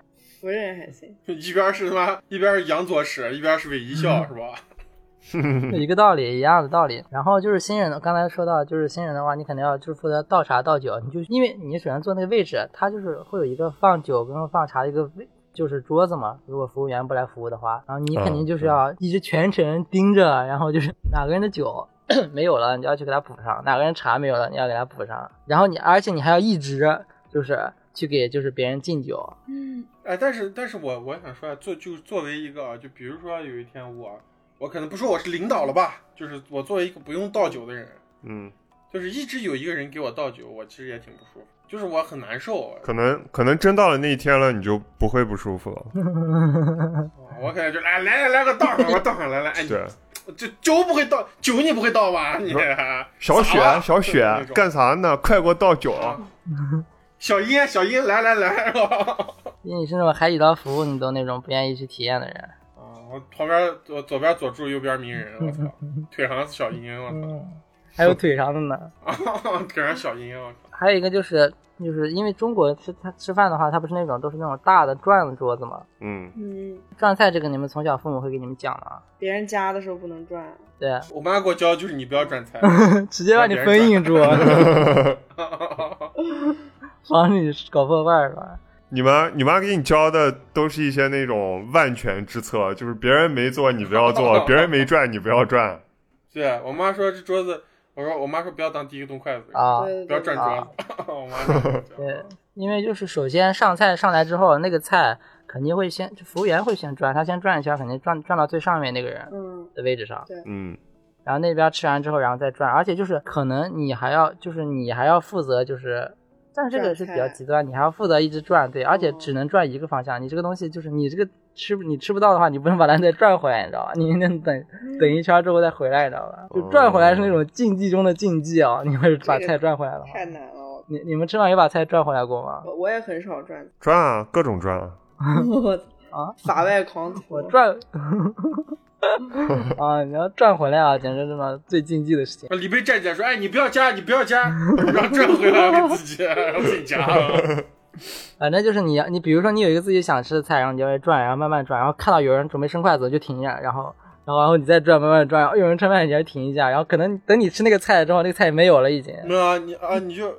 D: 夫人还行，
A: 一边是他妈，一边是杨左使，一边是韦一
B: 嗯
A: 笑，是吧？
B: 一个道理，一样的道理。然后就是新人的，刚才说到就是新人的话，你肯定要就是负责倒茶倒酒，你就因为你首先坐那个位置，它就是会有一个放酒跟放茶的一个位。就是桌子嘛，如果服务员不来服务的话，然后你肯定就是要一直全程盯着，然后就是 哪个人的酒 没有了，你就要去给他补上；哪个人茶没有了，你要给他补上。然后你，而且你还要一直就是去给就是别人敬酒，
A: 哎，但是但是我我想说啊，作就作为一个啊，就比如说有一天我我可能不说我是领导了吧，就是我作为一个不用倒酒的人，
C: 嗯，
A: 就是一直有一个人给我倒酒，我其实也挺不舒服，就是我很难受，啊
C: 可能可能真到了那一天了，你就不会不舒服
B: 嗯
C: 了。
A: 我可能就来来来来个倒上，我倒上来来，哎，
C: 对，
A: 你就酒不会倒，酒你不会倒吧？你
C: 不小
A: 咋
C: 雪
A: 了
C: 小
A: 就是
C: 雪
A: 那种
C: 干啥呢？快给我倒酒！
A: 啊小英小英来来来，
B: 因为你是那种海底捞服务你都那种不愿意去体验的人。
A: 啊，我旁边左左边左柱，右边鸣人，我操，腿上是小鹰，我
B: 嗯，还有腿上的呢。
A: 操， 腿上小鹰，我靠，
B: 还有一个就是，就是因为中国吃他吃饭的话，它不是那种都是那种大的转的桌子嘛。
C: 嗯，
D: 嗯，
B: 转菜这个你们从小父母会给你们讲的啊，
D: 别人家的时候不能转，
B: 对，
A: 我妈给我教就是你不要转菜，
B: 直接把你封印 住，防止你搞破坏是吧？
C: 你妈你妈给你教的都是一些那种万全之策，就是别人没做你不 要做，别人没转你不要转。
A: 对我妈说这桌子，我说我妈说不要当第一个动筷子，
B: 啊，
D: 对
A: 不要
D: 对
A: 转
D: 对，
A: 桌子， 我妈这样讲
B: 对，因为就是首先上菜上来之后，那个菜肯定会先，就服务员会先转，他先转一圈，肯定转转到最上面那个人
D: 嗯，
B: 的位置上，
C: 嗯，
B: 然后那边吃完之后，然后再转，而且就是可能你还要，就是你还要负责就是。但是这个是比较
D: 转菜
B: 极端，你还要负责一直转，对，而且
D: 哦
B: 只能转一个方向。你这个东西就是你这个吃不你吃不到的话，你不能把它再转回来，你知道吧？你得等
D: 嗯
B: 等一圈之后再回来，你知道吧？就转回来是那种竞技中的竞技啊、你会把菜转回来的话，
D: 太难了。
B: 你你们吃饭有把菜转回来过
A: 啊
B: 吗？
D: 我我也很 少转，
C: 转啊，各种转啊。
D: 我
B: 啊，
D: 法外狂徒，
B: 我转 啊，你要转回来啊，简直他妈最禁忌的事情。
A: 啊李贝站起来说：“哎，你不要加，你不要加，然后转回来给自己，让自己加。
B: 反正呃就是你要，你比如说你有一个自己想吃的菜，然后你就在转，然后慢慢转，然后看到有人准备伸筷子就停一下，然后，然后，然后你再转，慢慢转，然后有人吃饭你就停一下，然后可能等你吃那个菜了之后，那个菜也没有了已经。
A: 没有啊，你啊，你就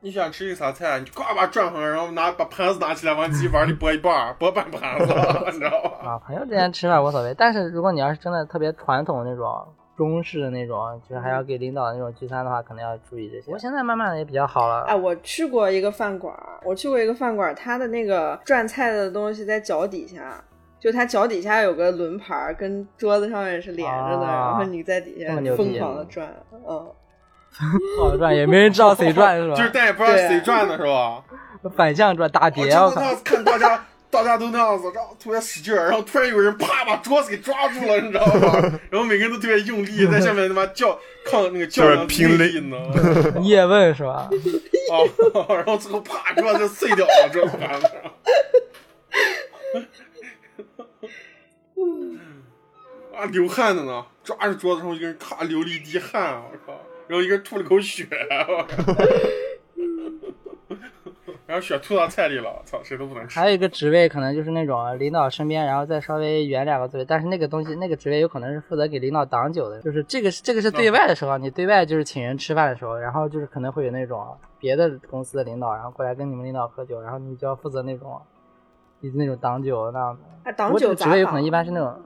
A: 你想吃一个啥菜，你就呱把转回来，然后拿把盘子拿起来往自己碗里拨一半儿，拨半盘子， 你知道吧？
B: 啊，朋友之间吃饭无所谓，但是如果你要是真的特别传统那种中式的那种，就是还要给领导那种聚餐的话，可能要注意这些。啊不过现在慢慢的也比较好了。
D: 哎，我去过一个饭馆儿，我去过一个饭馆儿，它的那个转菜的东西在脚底下，就它脚底下有个轮盘儿，跟桌子上面是连着的，
B: 啊
D: 然后你在底
B: 这
D: 下
B: 么牛逼
D: 疯狂
A: 啊
D: 的转，嗯，
B: 好转也没人知道谁转是吧？
A: 就是但也不知道谁转的是 吧？
B: 反向转打
A: 我
B: 碟
A: 真，的
B: 我靠
A: 那！样子看大家。大家都那样子，然后特别使劲儿，然后突然有人啪把桌子给抓住了，你知道吗？ 然后每个人都特别用力，在下面他妈叫抗那个较量
C: 就是拼
A: 力，
C: 力
A: 你知道吗？
B: 叶问是吧？
A: 哦，然后最后啪，桌子就碎掉了，桌子盘子。啊，流汗的呢，抓着桌子上一个人咔流了一滴汗，啊我靠，然后一个人吐了口血，啊我靠，然后血吐到菜里了，操，谁都不能吃
B: 还。有一个职位可能就是那种领导身边，然后再稍微远两个座位，但是那个东西那个职位有可能是负责给领导挡酒的，就是这个是这个是对外的时候，你对外就是请人吃饭的时候，然后就是可能会有那种别的公司的领导，然后过来跟你们领导喝酒，然后你就要负责那种，以及那种挡酒那样的。
D: 啊，
B: 不
D: 挡
B: 过这
D: 酒
B: 个职
D: 咋
B: 位有可能
D: 挡
B: 一？般是那种，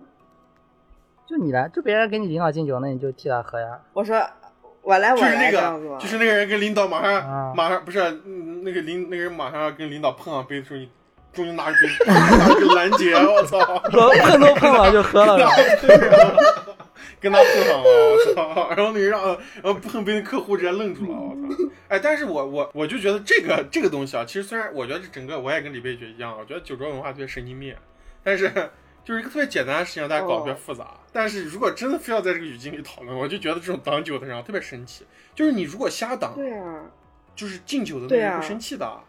B: 就你来，就别人给你领导敬酒，那你就替他喝 呀。
D: 我说我来我
A: 就是那
D: 来这样子
A: 个
D: 吗，？
A: 就是那个人跟领导马上、
B: 啊
A: 马上不是嗯那个领那个人马上要跟领导碰上杯的时候，你终于拿着杯拿着个拦截，我操！
B: 说碰都碰了就 喝了是吧，
A: 跟他碰上了，我操！然后那个让呃然后碰杯的客户直接愣住了，我操！哎，但是我我我就觉得这个这个东西啊，其实虽然我觉得这整个我也跟李贝觉一样，我觉得酒桌文化特别神经病，但是就是一个特别简单的事情，让大家搞得
D: 哦
A: 特别复杂。但是如果真的非要在这个语境里讨论，我就觉得这种挡酒的人啊特别生气，就是你如果瞎挡，
D: 对啊，
A: 就是敬酒的那
D: 对
A: 人
D: 啊
A: 会生气的啊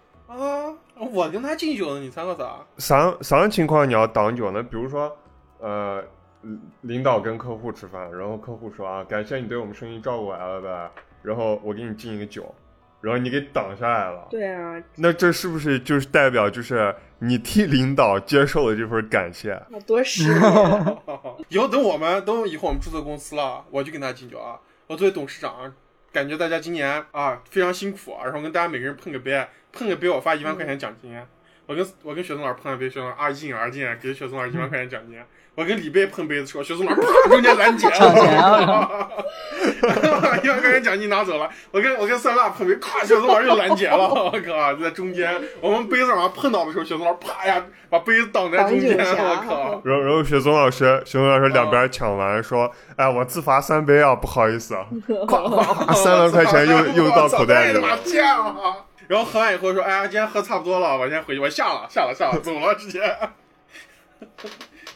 A: 我跟他敬酒呢，你参考啥？
C: 啥啥情况你要挡酒呢？比如说，呃，领领导跟客户吃饭，然后客户说啊，感谢你对我们生意照顾来了呗，然后我给你敬一个酒，然后你给挡下来了。
D: 对啊，
C: 那这是不是就是代表就是你替领导接受了这份感谢？
D: 啊多 失礼。
A: 以后等我们等以后我们注册公司了，我就跟大家敬酒啊。我作为董事长，感觉大家今年啊非常辛苦啊，然后跟大家每个人碰个杯，碰个杯我发一万块钱奖金。我跟我跟雪松老师碰了杯，雪松老师啊一饮而尽，给雪松老师一万块钱奖金。我跟李贝碰杯的时候，雪松老师啪中间拦截，
B: 抢钱
A: 一万块钱奖金拿走了。我跟我跟三辣碰杯，咔，雪松老师又拦截了，我靠，就在中间，我们杯子往上碰到的时候，雪松老师啪一下把杯子挡在中间，
D: 挡酒侠
A: 我靠。
C: 然后然后雪松老师，雪松老师两边抢完说，哎，我自罚三杯啊，不好意思啊， 啊三万块钱又又到口袋里
A: 了，妈
C: 了。
A: 贱啊！然后喝完以后说：“哎呀，今天喝差不多了，我先回去，我下了，下了，下了，走了，直接。”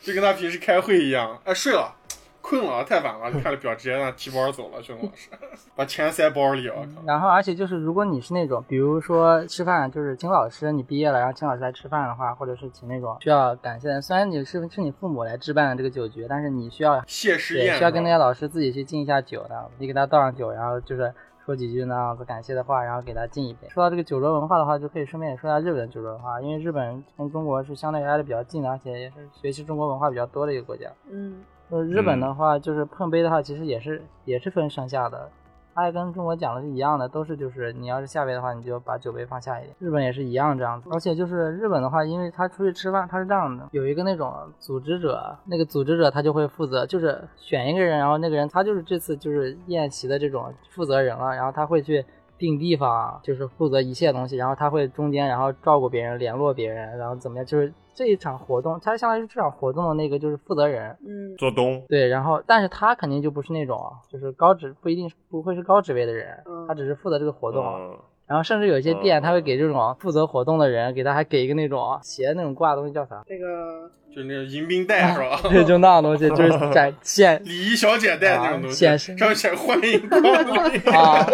A: 就跟他平时开会一样，哎，睡了，困了，太晚了，看了表，直接让提包走了，熊 老师把钱塞包里，我靠！
B: 嗯然后，而且就是，如果你是那种，比如说吃饭，就是请老师，你毕业了，然后请老师来吃饭的话，或者是请那种需要感谢的，虽然你是是你父母来置办的这个酒局，但是你需要
A: 谢师
B: 对
A: 宴
B: 需要跟那些老师自己去敬一下酒的，你给他倒上酒，然后就是说几句那样子感谢的话，然后给他敬一杯。说到这个酒桌文化的话，就可以顺便也说一下日本酒桌文化，因为日本跟中国是相对挨得比较近的，而且也是学习中国文化比较多的一个国家。
D: 嗯，
B: 就是呃日本的话，就是碰杯的话，其实也是也是分上下的，它也跟中国讲的是一样的，都是就是你要是下杯的话，你就把酒杯放下一点。日本也是一样这样子，而且就是日本的话，因为他出去吃饭，他是这样的，有一个那种组织者，那个组织者他就会负责，就是选一个人，然后那个人他就是这次就是宴席的这种负责人了，然后他会去。定地方啊就是负责一切东西，然后他会中间然后照顾别人、联络别人，然后怎么样？就是这一场活动，他相当于是这场活动的那个就是负责人，
D: 嗯，
C: 做东，
B: 对，然后但是啊他肯定就不是那种，就是高职不一定是不会是高职位的人，
D: 嗯？
B: 他只是负责这个活动。
C: 嗯，
B: 然后甚至有一些店，
C: 嗯
B: 他会给这种负责活动的人，给他还给一个那种啊鞋那种挂的东西叫啥
D: 这个
A: 就那个迎宾带是吧？
B: 对，就那种东西，就是展现
A: 礼仪小姐 带那种东西，
B: 啊显示
A: 上面写欢迎光临。
B: 啊，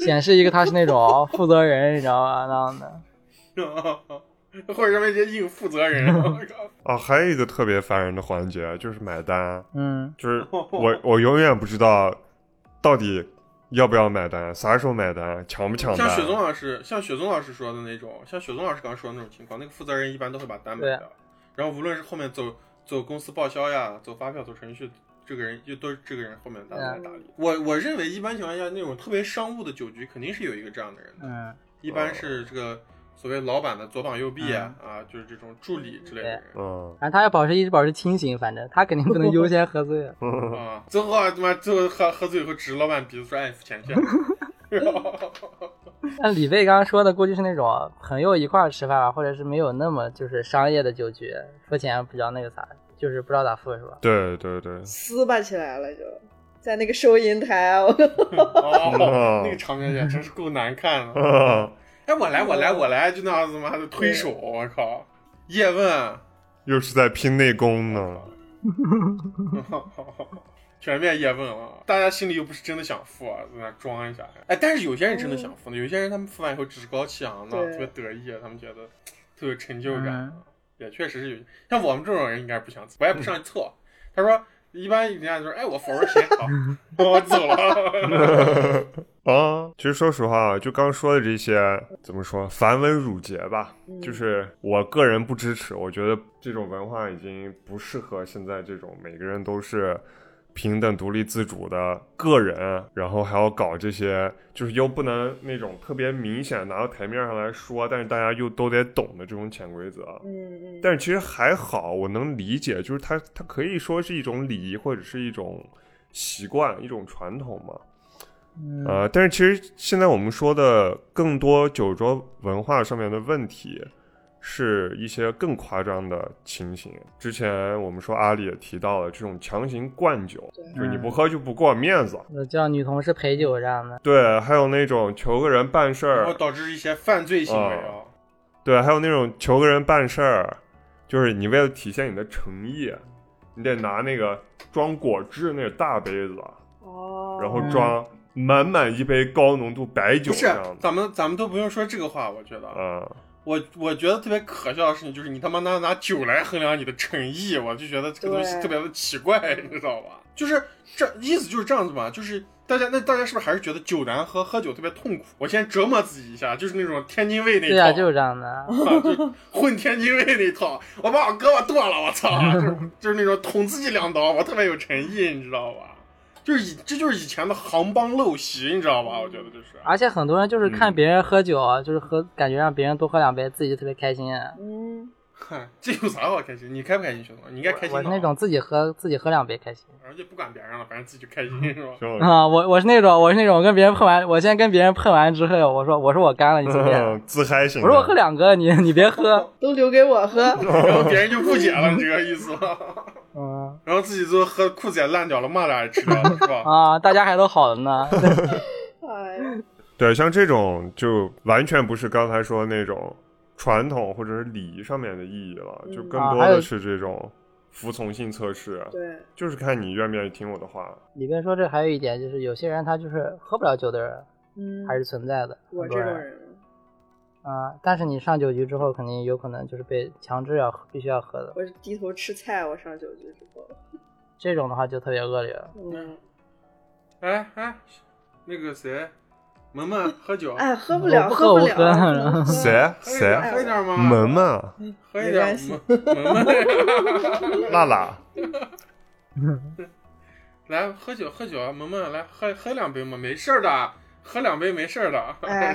B: 显示一个他是那种啊负责人，你知道吧？那样的，
A: 或者上面写应负责 人，我靠
C: 啊，还有一个特别烦人的环节就是买单，啊
B: 嗯，
C: 就是我我永远不知道到底要不要买单，啥时候买单，抢不抢单
A: 像。雪宗老师，像雪宗老师说的那种，像雪宗老师刚刚说的那种情况，那个负责人一般都会把单买
B: 对
A: 掉，然后无论是后面走走公司报销呀，走发票、走程序，这个人就都是这个人后面的单来打理。我我认为一般情况下，那种特别商务的酒局肯定是有一个这样的人的，
B: 嗯，
A: 一般是这个所谓老板的左膀右臂啊，啊，就是这种助理之类的人。
C: 嗯，
B: 反正他要保持一直保持清醒，反正他肯定不能优先喝醉。
A: 啊，最后啊他妈最后喝喝醉以后指着老板鼻子说：“哎，付钱去。”啊
B: 但李贝刚刚说的，估计是那种朋友一块儿吃饭啊吧，或者是没有那么就是商业的酒局，付钱比较那个啥，就是不知道咋付是吧？
C: 对对对，
D: 撕巴起来了就，在那个收银台，啊我
A: 哦，那个场面也真是够难 看的。
C: 啊，
A: 哎，我来，我来，我来，就那样子妈的推手，我靠！叶问，
C: 又是在拼内功呢。
A: 全面叶问啊！大家心里又不是真的想付啊，在那装一下。哎，但是有些人真的想付呢，有些人他们付完以后趾高气昂的，
D: 对
A: 特别得意，啊他们觉得特有成就感。也确实是有，像我们这种人应该不想走，我也不上去凑。他说，一般人家就说，哎，我否认谁好，我走
C: 嗯
A: 了。
C: 啊，其实说实话，就刚说的这些，怎么说，繁文缛节吧，就是我个人不支持，我觉得这种文化已经不适合现在这种每个人都是平等、独立、自主的个人，然后还要搞这些，就是又不能那种特别明显拿到台面上来说，但是大家又都得懂的这种潜规则。
D: 嗯嗯，
C: 但是其实还好，我能理解，就是它它可以说是一种礼仪或者是一种习惯、一种传统嘛。
B: 嗯，
C: 呃，但是其实现在我们说的更多酒桌文化上面的问题，是一些更夸张的情形。之前我们说阿里也提到了这种强行灌酒，就
A: 嗯
C: 你不喝就不给我面子。
B: 我呃叫女同事陪酒这样的，
C: 对，还有那种求个人办事
A: 然
C: 儿
A: 后，导致一些犯罪行为啊。
C: 对，还有那种求个人办事儿，就是你为了体现你的诚意，你得拿那个装果汁那个大杯子，
D: 哦，
C: 然后装满满一杯高浓度白酒
A: 不是
C: 这样的，。
A: 咱们咱们都不用说这个话，我觉得，
C: 啊、
A: 我我觉得特别可笑的事情就是你他妈拿拿酒来衡量你的诚意，我就觉得这个东西
D: 对
A: 特别的奇怪，你知道吧？就是这意思就是这样子嘛，就是大家那大家是不是还是觉得酒难喝，喝酒特别痛苦？我先折磨自己一下，就是那种天津卫那套，
B: 对呀、就是这样的。
A: 啊就混天津卫那套，我把我胳膊剁了，我操， 就是就是那种捅自己两刀，我特别有诚意，你知道吧？就是以这就是以前的行帮陋习，你知道吧？我觉得这是。
B: 而且很多人就是看
C: 嗯
B: 别人喝酒，啊就是喝，感觉让别人多喝两杯，自己就特别开心。啊
D: 嗯，
A: 嗨，这有啥好开心？你开不开心，兄弟？你应该开心
B: 我
A: 的
B: 是那种自己喝自己喝两杯开心
A: 而且不管别人了，反正自己就开心是吧？
C: 行
B: 啊、我我是那种我是那种跟别人碰完，我先跟别人碰完之后，我说我说我干了，你随便。
C: 自嗨型
B: 我
C: 的。
B: 说我喝两个，你你别喝。
D: 都留给我喝，
A: 然后别人就误解了你这个意思，
B: 嗯
A: 然后自己就喝裤子也烂掉了，蚂蚱也吃掉了，是 吧？
B: 啊，大家还都好着呢。
D: 哎呀，
C: 对，像这种就完全不是刚才说的那种传统或者是礼仪上面的意义了，
D: 嗯
C: 就更
B: 啊
C: 多
B: 还有
C: 的是这种服从性测试，
D: 对，
C: 就是看你愿不愿意听我的话。
B: 里边说这还有一点就是，有些人他就是喝不了酒的人
D: 嗯，
B: 还是存在的。
D: 我
B: 很
D: 这
B: 多
D: 种人，
B: 啊、但是你上酒局之后，肯定有可能就是被强制要喝必须要喝的，
D: 我是低头吃菜，我上酒局之后，
B: 这种的话就特别恶劣了。
D: 嗯，
A: 哎哎，那个谁，萌萌喝酒，
D: 哎，喝不了，
B: 哦我不
D: 喝
B: 喝
D: 不了，
B: 我喝
D: 不能喝
C: 谁啊
A: 喝一点，
C: 谁
A: 喝一点嘛，
C: 门，啊嘛，
A: 喝一
D: 没
A: 点
D: 关系，
A: 萌萌，
C: 辣辣，
A: 来喝酒喝酒，啊萌萌来喝喝两杯嘛，没事儿的，喝两杯没事儿的，
D: 哎，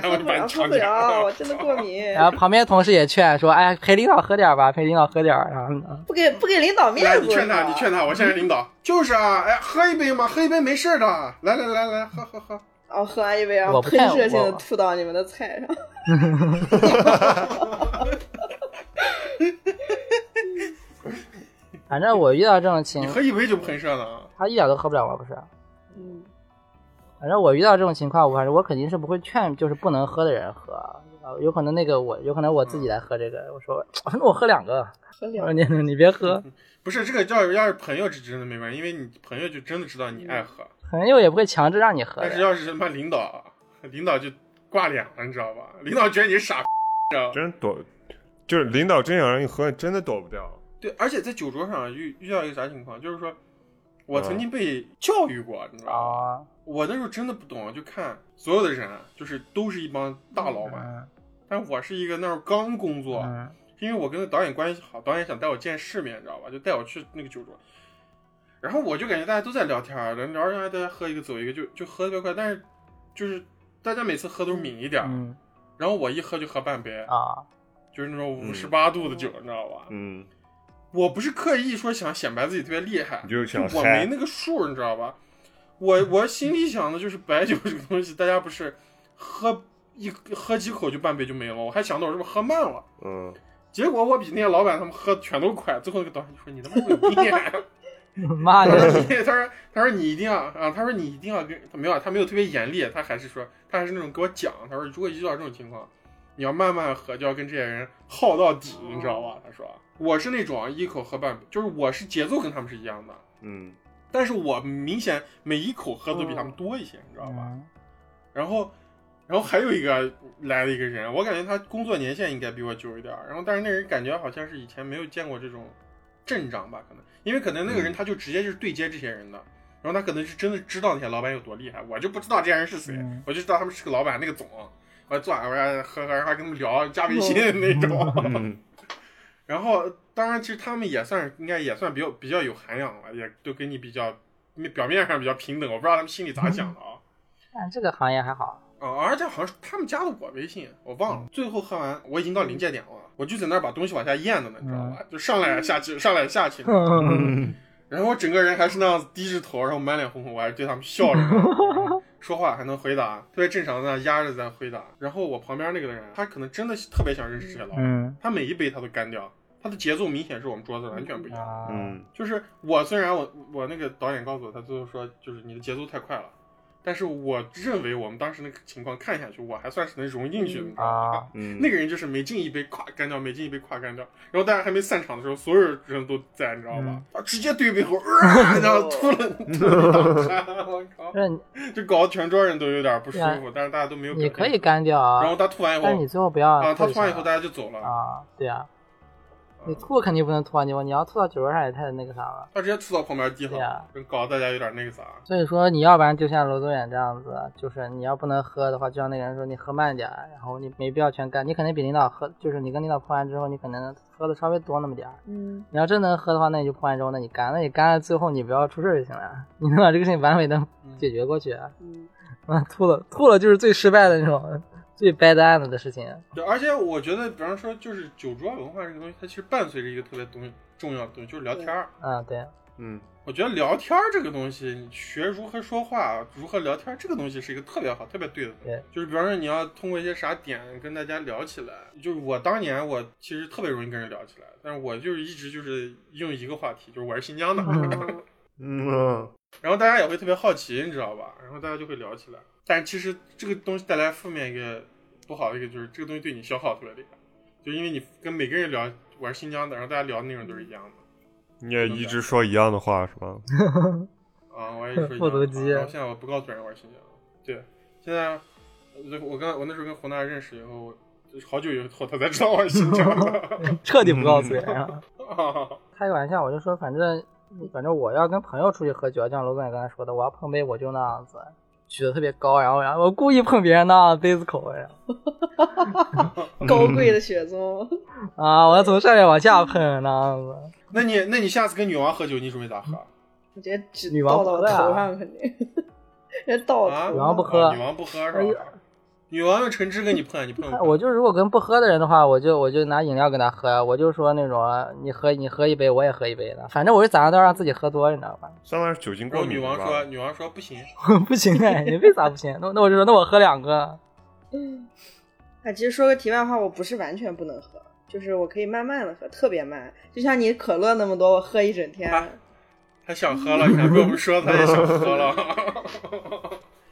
A: 然
D: 喝
A: 后就
D: 不
A: 把
D: 了，
A: 你
D: 喝
A: 抢
D: 不
A: 起
D: 了，
A: 来
D: 我真的过敏，
B: 然后旁边同事也劝说，哎，陪领导喝点儿吧，陪领导喝点儿。然后呢，
D: 不给不给领导面
A: 来，
D: 子，
A: 你劝他，你劝他，我现在是领导。 就是啊，哎，喝一杯嘛，喝一杯没事儿的。来来来来，喝喝喝。
D: 哦，喝完一杯，然后
B: 我不
D: 喷
B: 太
D: 射性
B: 我
D: 的吐到你们的菜上，
B: 反正我遇到这种情
A: 你，喝一杯就喷射了啊？
B: 他一点都喝不了，我不是。
D: 嗯，
B: 反正我遇到这种情况，我反正我肯定是不会劝，就是不能喝的人喝。啊，有可能那个我，有可能我自己来喝这个。我说，啊那我喝两个，
D: 喝
B: 我
D: 两
B: 说你你别 喝，
A: 不是这个要是要是朋友是真的没关系，因为你朋友就真的知道你爱喝，
B: 朋友也不会强制让你喝
A: 但是
B: 的。
A: 要是他妈领导，领导就挂脸了，你知道吧？领导觉得你是傻逼，你知道吧？
C: 真躲，就是领导真想让你喝，真的躲不掉。
A: 对，而且在酒桌上遇遇到一个啥情况，就是说，我
C: 嗯
A: 曾经被教育过，你知道吗？
B: 啊，
A: 我那时候真的不懂，就看所有的人啊就是都是一帮大老板，
B: 嗯
A: 但我是一个那时候刚工作，
B: 嗯
A: 因为我跟导演关系好，导演想带我见世面，你知道吧？就带我去那个酒桌，然后我就感觉大家都在聊天儿，聊聊着大家喝一个走一个，就就喝得快快，但是就是大家每次喝都抿一点儿，
B: 嗯
A: 然后我一喝就喝半杯，
B: 啊，
A: 就是那种五十八度的酒，你知道吧？
C: 嗯，
A: 我不是刻意说想显摆自己特别厉害
C: 你，就想
A: 我没
C: 嗨，
A: 那个数，你知道吧？我我心里想的就是白酒这个东西，大家不是喝一喝几口就半杯就没了，我还想着我是不是喝慢了。
C: 嗯，
A: 结果我比那些老板他们喝全都快，最后那个导演就说：“你他妈有病！”
B: 妈
A: 他
B: 的，
A: 说你：“他说他说你一定要啊，他说你一定要跟他没有，他没有特别严厉，他还是说他还是那种给我讲，他说如果遇到这种情况，你要慢慢喝，就要跟这些人耗到底，你知道吧？”他说：“我是那种一口喝半杯，就是我是节奏跟他们是一样的，
C: 嗯，
A: 但是我明显每一口喝都比他们多一些，你知道吧？
B: 嗯
A: 然后，然后还有一个来了一个人，我感觉他工作年限应该比我久一点儿，然后但是那人感觉好像是以前没有见过这种阵仗吧，可能因为可能那个人他就直接就是对接这些人的，然后他可能是真的知道那些老板有多厉害，我就不知道这些人是谁，
B: 嗯
A: 我就知道他们是个老板那个总，我坐俺我还喝喝，然后还跟他们聊加微信那种。
C: 嗯，
A: 然后，当然，其实他们也算是应该也算比较比较有涵养了，也都跟你比较表面上比较平等。我不知道他们心里咋想的啊。
B: 但这个行业还好，
A: 啊、而且好像是他们加的我微信，我忘了。最后喝完，我已经到临界点了，我就在那儿把东西往下咽的呢，你知道吧？就上来下去，上来下去。
C: 嗯
A: 然后我整个人还是那样子低着头，然后满脸通红，我还是对他们笑着呢，说话还能回答，特别正常的压着在回答。然后我旁边那个人，啊他可能真的特别想认识这些老板，
B: 嗯
A: 他每一杯他都干掉，他的节奏明显是我们桌子完全不一样。
B: 啊，
C: 嗯，
A: 就是我虽然我我那个导演告诉我，他最后说就是你的节奏太快了，但是我认为我们当时那个情况看下去，我还算是能融进去的，你知道吗？
B: 啊，
C: 嗯，
A: 那个人就是每进一杯咵干掉，每进一杯咵干掉，然后大家还没散场的时候，所有人都在，你知道吧？啊，直接对杯口，啊，然后吐了，吐了一大滩，我靠
B: 不，是你
A: 就搞得全桌人都有点不舒服，但是大家都没有。
B: 你可以。干掉啊
A: 然，后他吐完以
B: 但是你
A: 后，
B: 最后不要
A: 啊，他
B: 吐
A: 吐
B: 上
A: 完以后大嗯家就走了，
B: 啊，对啊，你吐肯定不能吐啊，你你要吐到酒桌上也太那个啥了。
A: 他直接吐到旁边地上
B: 对啊，
A: 搞得大家有点那个啥。
B: 所以说，你要不然就像罗宗远这样子，就是你要不能喝的话，就像那个人说，你喝慢点儿，然后你没必要全干，你肯定比领导喝，就是你跟领导碰完之后，你可能喝的稍微多那么点儿。
D: 嗯，
B: 你要真能喝的话，那你就碰完之后，那你干，那你干了最后你不要出事儿就行了，啊你能把这个事情完美的解决过去。
D: 嗯
B: 啊，吐了，吐了就是最失败的那种，最掰的案子的事情。啊
A: 对，而且我觉得，比方说，就是酒桌文化这个东西，它其实伴随着一个特别东西重要的东西，就是聊天儿。
B: 嗯，对，
C: 嗯，
A: 我觉得聊天儿这个东西，你学如何说话、如何聊天儿，这个东西是一个特别好、特别对的东西
B: 对。
A: 就是比方说，你要通过一些啥点跟大家聊起来。就是我当年我其实特别容易跟人聊起来，但是我就是一直就是用一个话题，就是我是新疆的，
D: 嗯
C: 嗯啊，
A: 然后大家也会特别好奇，你知道吧？然后大家就会聊起来。但其实这个东西带来负面一个不好的一个就是这个东西对你消耗特别厉害，就因为你跟每个人聊我是新疆的，然后大家聊的内容都是一样的
C: 你也一直说一样的话是吧？
A: 啊，我也说一样的
B: 复读机
A: 然后现在我不告诉别人我是新疆的，对，现在呃我跟我那时候跟胡娜认识以后，就是好久以后他才知道我是新疆 的，
B: 彻底不告诉人啊。
A: 啊
B: 开个玩笑，我就说反正反正我要跟朋友出去喝酒，就像罗总也刚才说的，我要碰杯我就那样子，举得特别高，然后然后我故意碰别人那样杯子口，啊然后
D: 高贵的雪 宗，
B: 啊，我要从上面往下碰那样子，
A: 那你那你下次跟女王喝酒，你准备咋喝？啊
D: 我直接只
B: 女王
D: 倒
B: 不
D: 到我
B: 喝呀
D: 头上肯定，人倒
A: 啊
D: 头
B: 哦女王不
D: 上
B: 喝哎
A: 啊女王不喝是吧？女王用橙汁跟你碰，啊你碰不碰？
B: 我就如果跟不喝的人的话，我就我就拿饮料跟他喝，我就说那种啊你喝你喝一杯，我也喝一杯的，反正我是咋样都要让自己喝多，你知道吧？
C: 相当于是酒精
A: 然
C: 过
A: 后
C: 敏
A: 女王
C: 吧
A: 说，女王说不行。
B: 不行哎，你为啥不行？那那我就说那我喝两个，
D: 啊，其实说个题外话，我不是完全不能喝，就是我可以慢慢的喝，特别慢，就像你可乐那么多，我喝一整天。
A: 他想喝了，你看被我们说他也想喝了。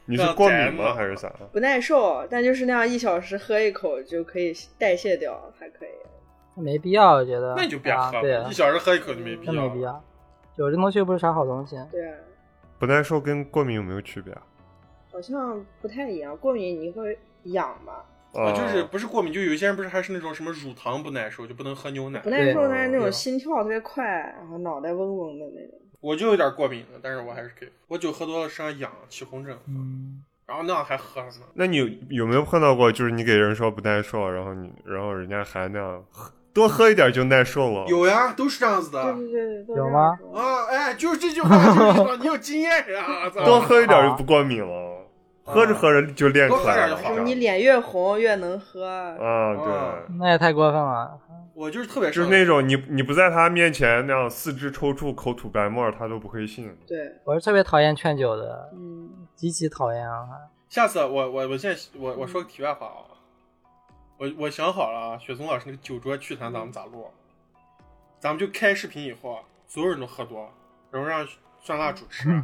C: 你是过敏吗？还是啥？
D: 不耐受，但就是那样一小时喝一口就可以代谢掉，还可以。
B: 没必要，我觉得。
A: 那你就别
B: 啊
A: 喝
B: 对啊
A: 了，一，小时喝一口就没必
B: 那
A: 要
B: 没必
A: 了。
B: 要。酒精头又不是啥好东西。
D: 对啊，
C: 不耐受跟过敏有没有区别啊？
D: 好像不太一样，过敏你会痒吧？
A: 啊，就是
C: 啊
A: 不是过敏，就有些人不是还是那种什么乳糖不耐受，就不能喝牛奶
D: 不。耐受，
C: 对
D: 但是那
A: 对
D: 种
A: 啊
D: 心跳特别快，然后脑袋嗡嗡的那种。
A: 我就有点过敏了，但是我还是可以。我酒喝多了身上痒，起红疹，
B: 嗯，
A: 然后那样还喝什么？
C: 那你有有没有碰到过，就是你给人说不耐受，然后你然后人家还那样喝多喝一点就耐受了？
A: 有呀，都是这样子的。
D: 对对对，都这
B: 有
D: 样
B: 吗
D: 说？
A: 啊，哎，就是这句话，就是说你有经验 呀、操
C: 多喝一点就不过敏了，
A: 啊
C: 喝着喝着就练出来
A: 多喝点就好
D: 什么
A: 了
D: 你脸越红越能喝？
C: 啊，
A: 啊
C: 对，
B: 那也太过分了。
A: 我就是特别
C: 就是那种你你不在他面前那样四肢抽搐、口吐白沫，他都不会信。
A: 啊
D: 对，
B: 我是特别讨厌劝酒的，
D: 嗯，
B: 极其讨厌啊！
A: 下次我我我现在我我
C: 嗯
A: 说个题外话啊，我我想好了啊，雪松老师那个酒桌趣谈
C: 嗯
A: 咱们咋录？咱们就开视频以后啊，所有人都喝多，然后让酸辣主持，啊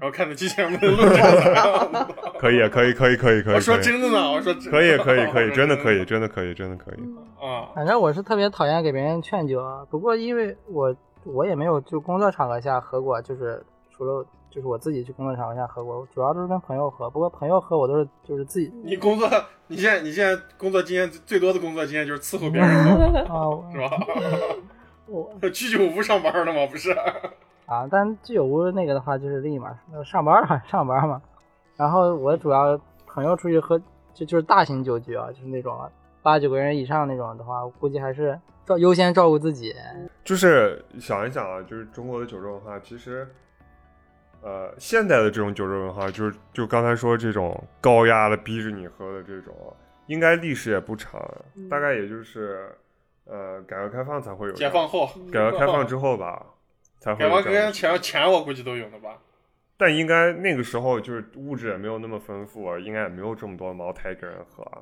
A: 然 后看着机器人们录成啥样子。
C: 可以，可以，可以，可以，可以。
A: 我说
C: 可以
A: 真的呢，我说真的
C: 可以，可以，可以，
A: 我说
C: 真的可以，真的可以，真的可以。
A: 啊。
B: 反正我是特别讨厌给别人劝酒啊。不过因为我我也没有就工作场合下喝过，就是除了就是我自己去工作场合下喝过，主要都是跟朋友喝。不过朋友喝我都是就是自己
A: 你工作，你现在你现在工作经验最多的工作经验就是伺候别人，
B: 啊
A: 是 吧？
B: 我
A: 居酒屋上班的吗？不是。
B: 啊，但居酒屋那个的话就是另一码事，那上班儿上班儿嘛。然后我主要朋友出去喝，就就是大型酒局啊，就是那种八九个人以上那种的话，我估计还是照优先照顾自己。
C: 就是想一想啊，就是中国的酒桌文化，其实，呃，现代的这种酒桌文化，就是就刚才说这种高压的逼着你喝的这种，应该历史也不长，
D: 嗯
C: 大概也就是，呃，改革开放才会有这
A: 解
C: 样，
A: 放后，
C: 改革开放之后吧，才会
A: 改
C: 有
A: 革
C: 这
A: 开
C: 样的
A: 放前前我估计都有了吧。
C: 但应该那个时候就是物质也没有那么丰富，应该也没有这么多茅台给人喝啊。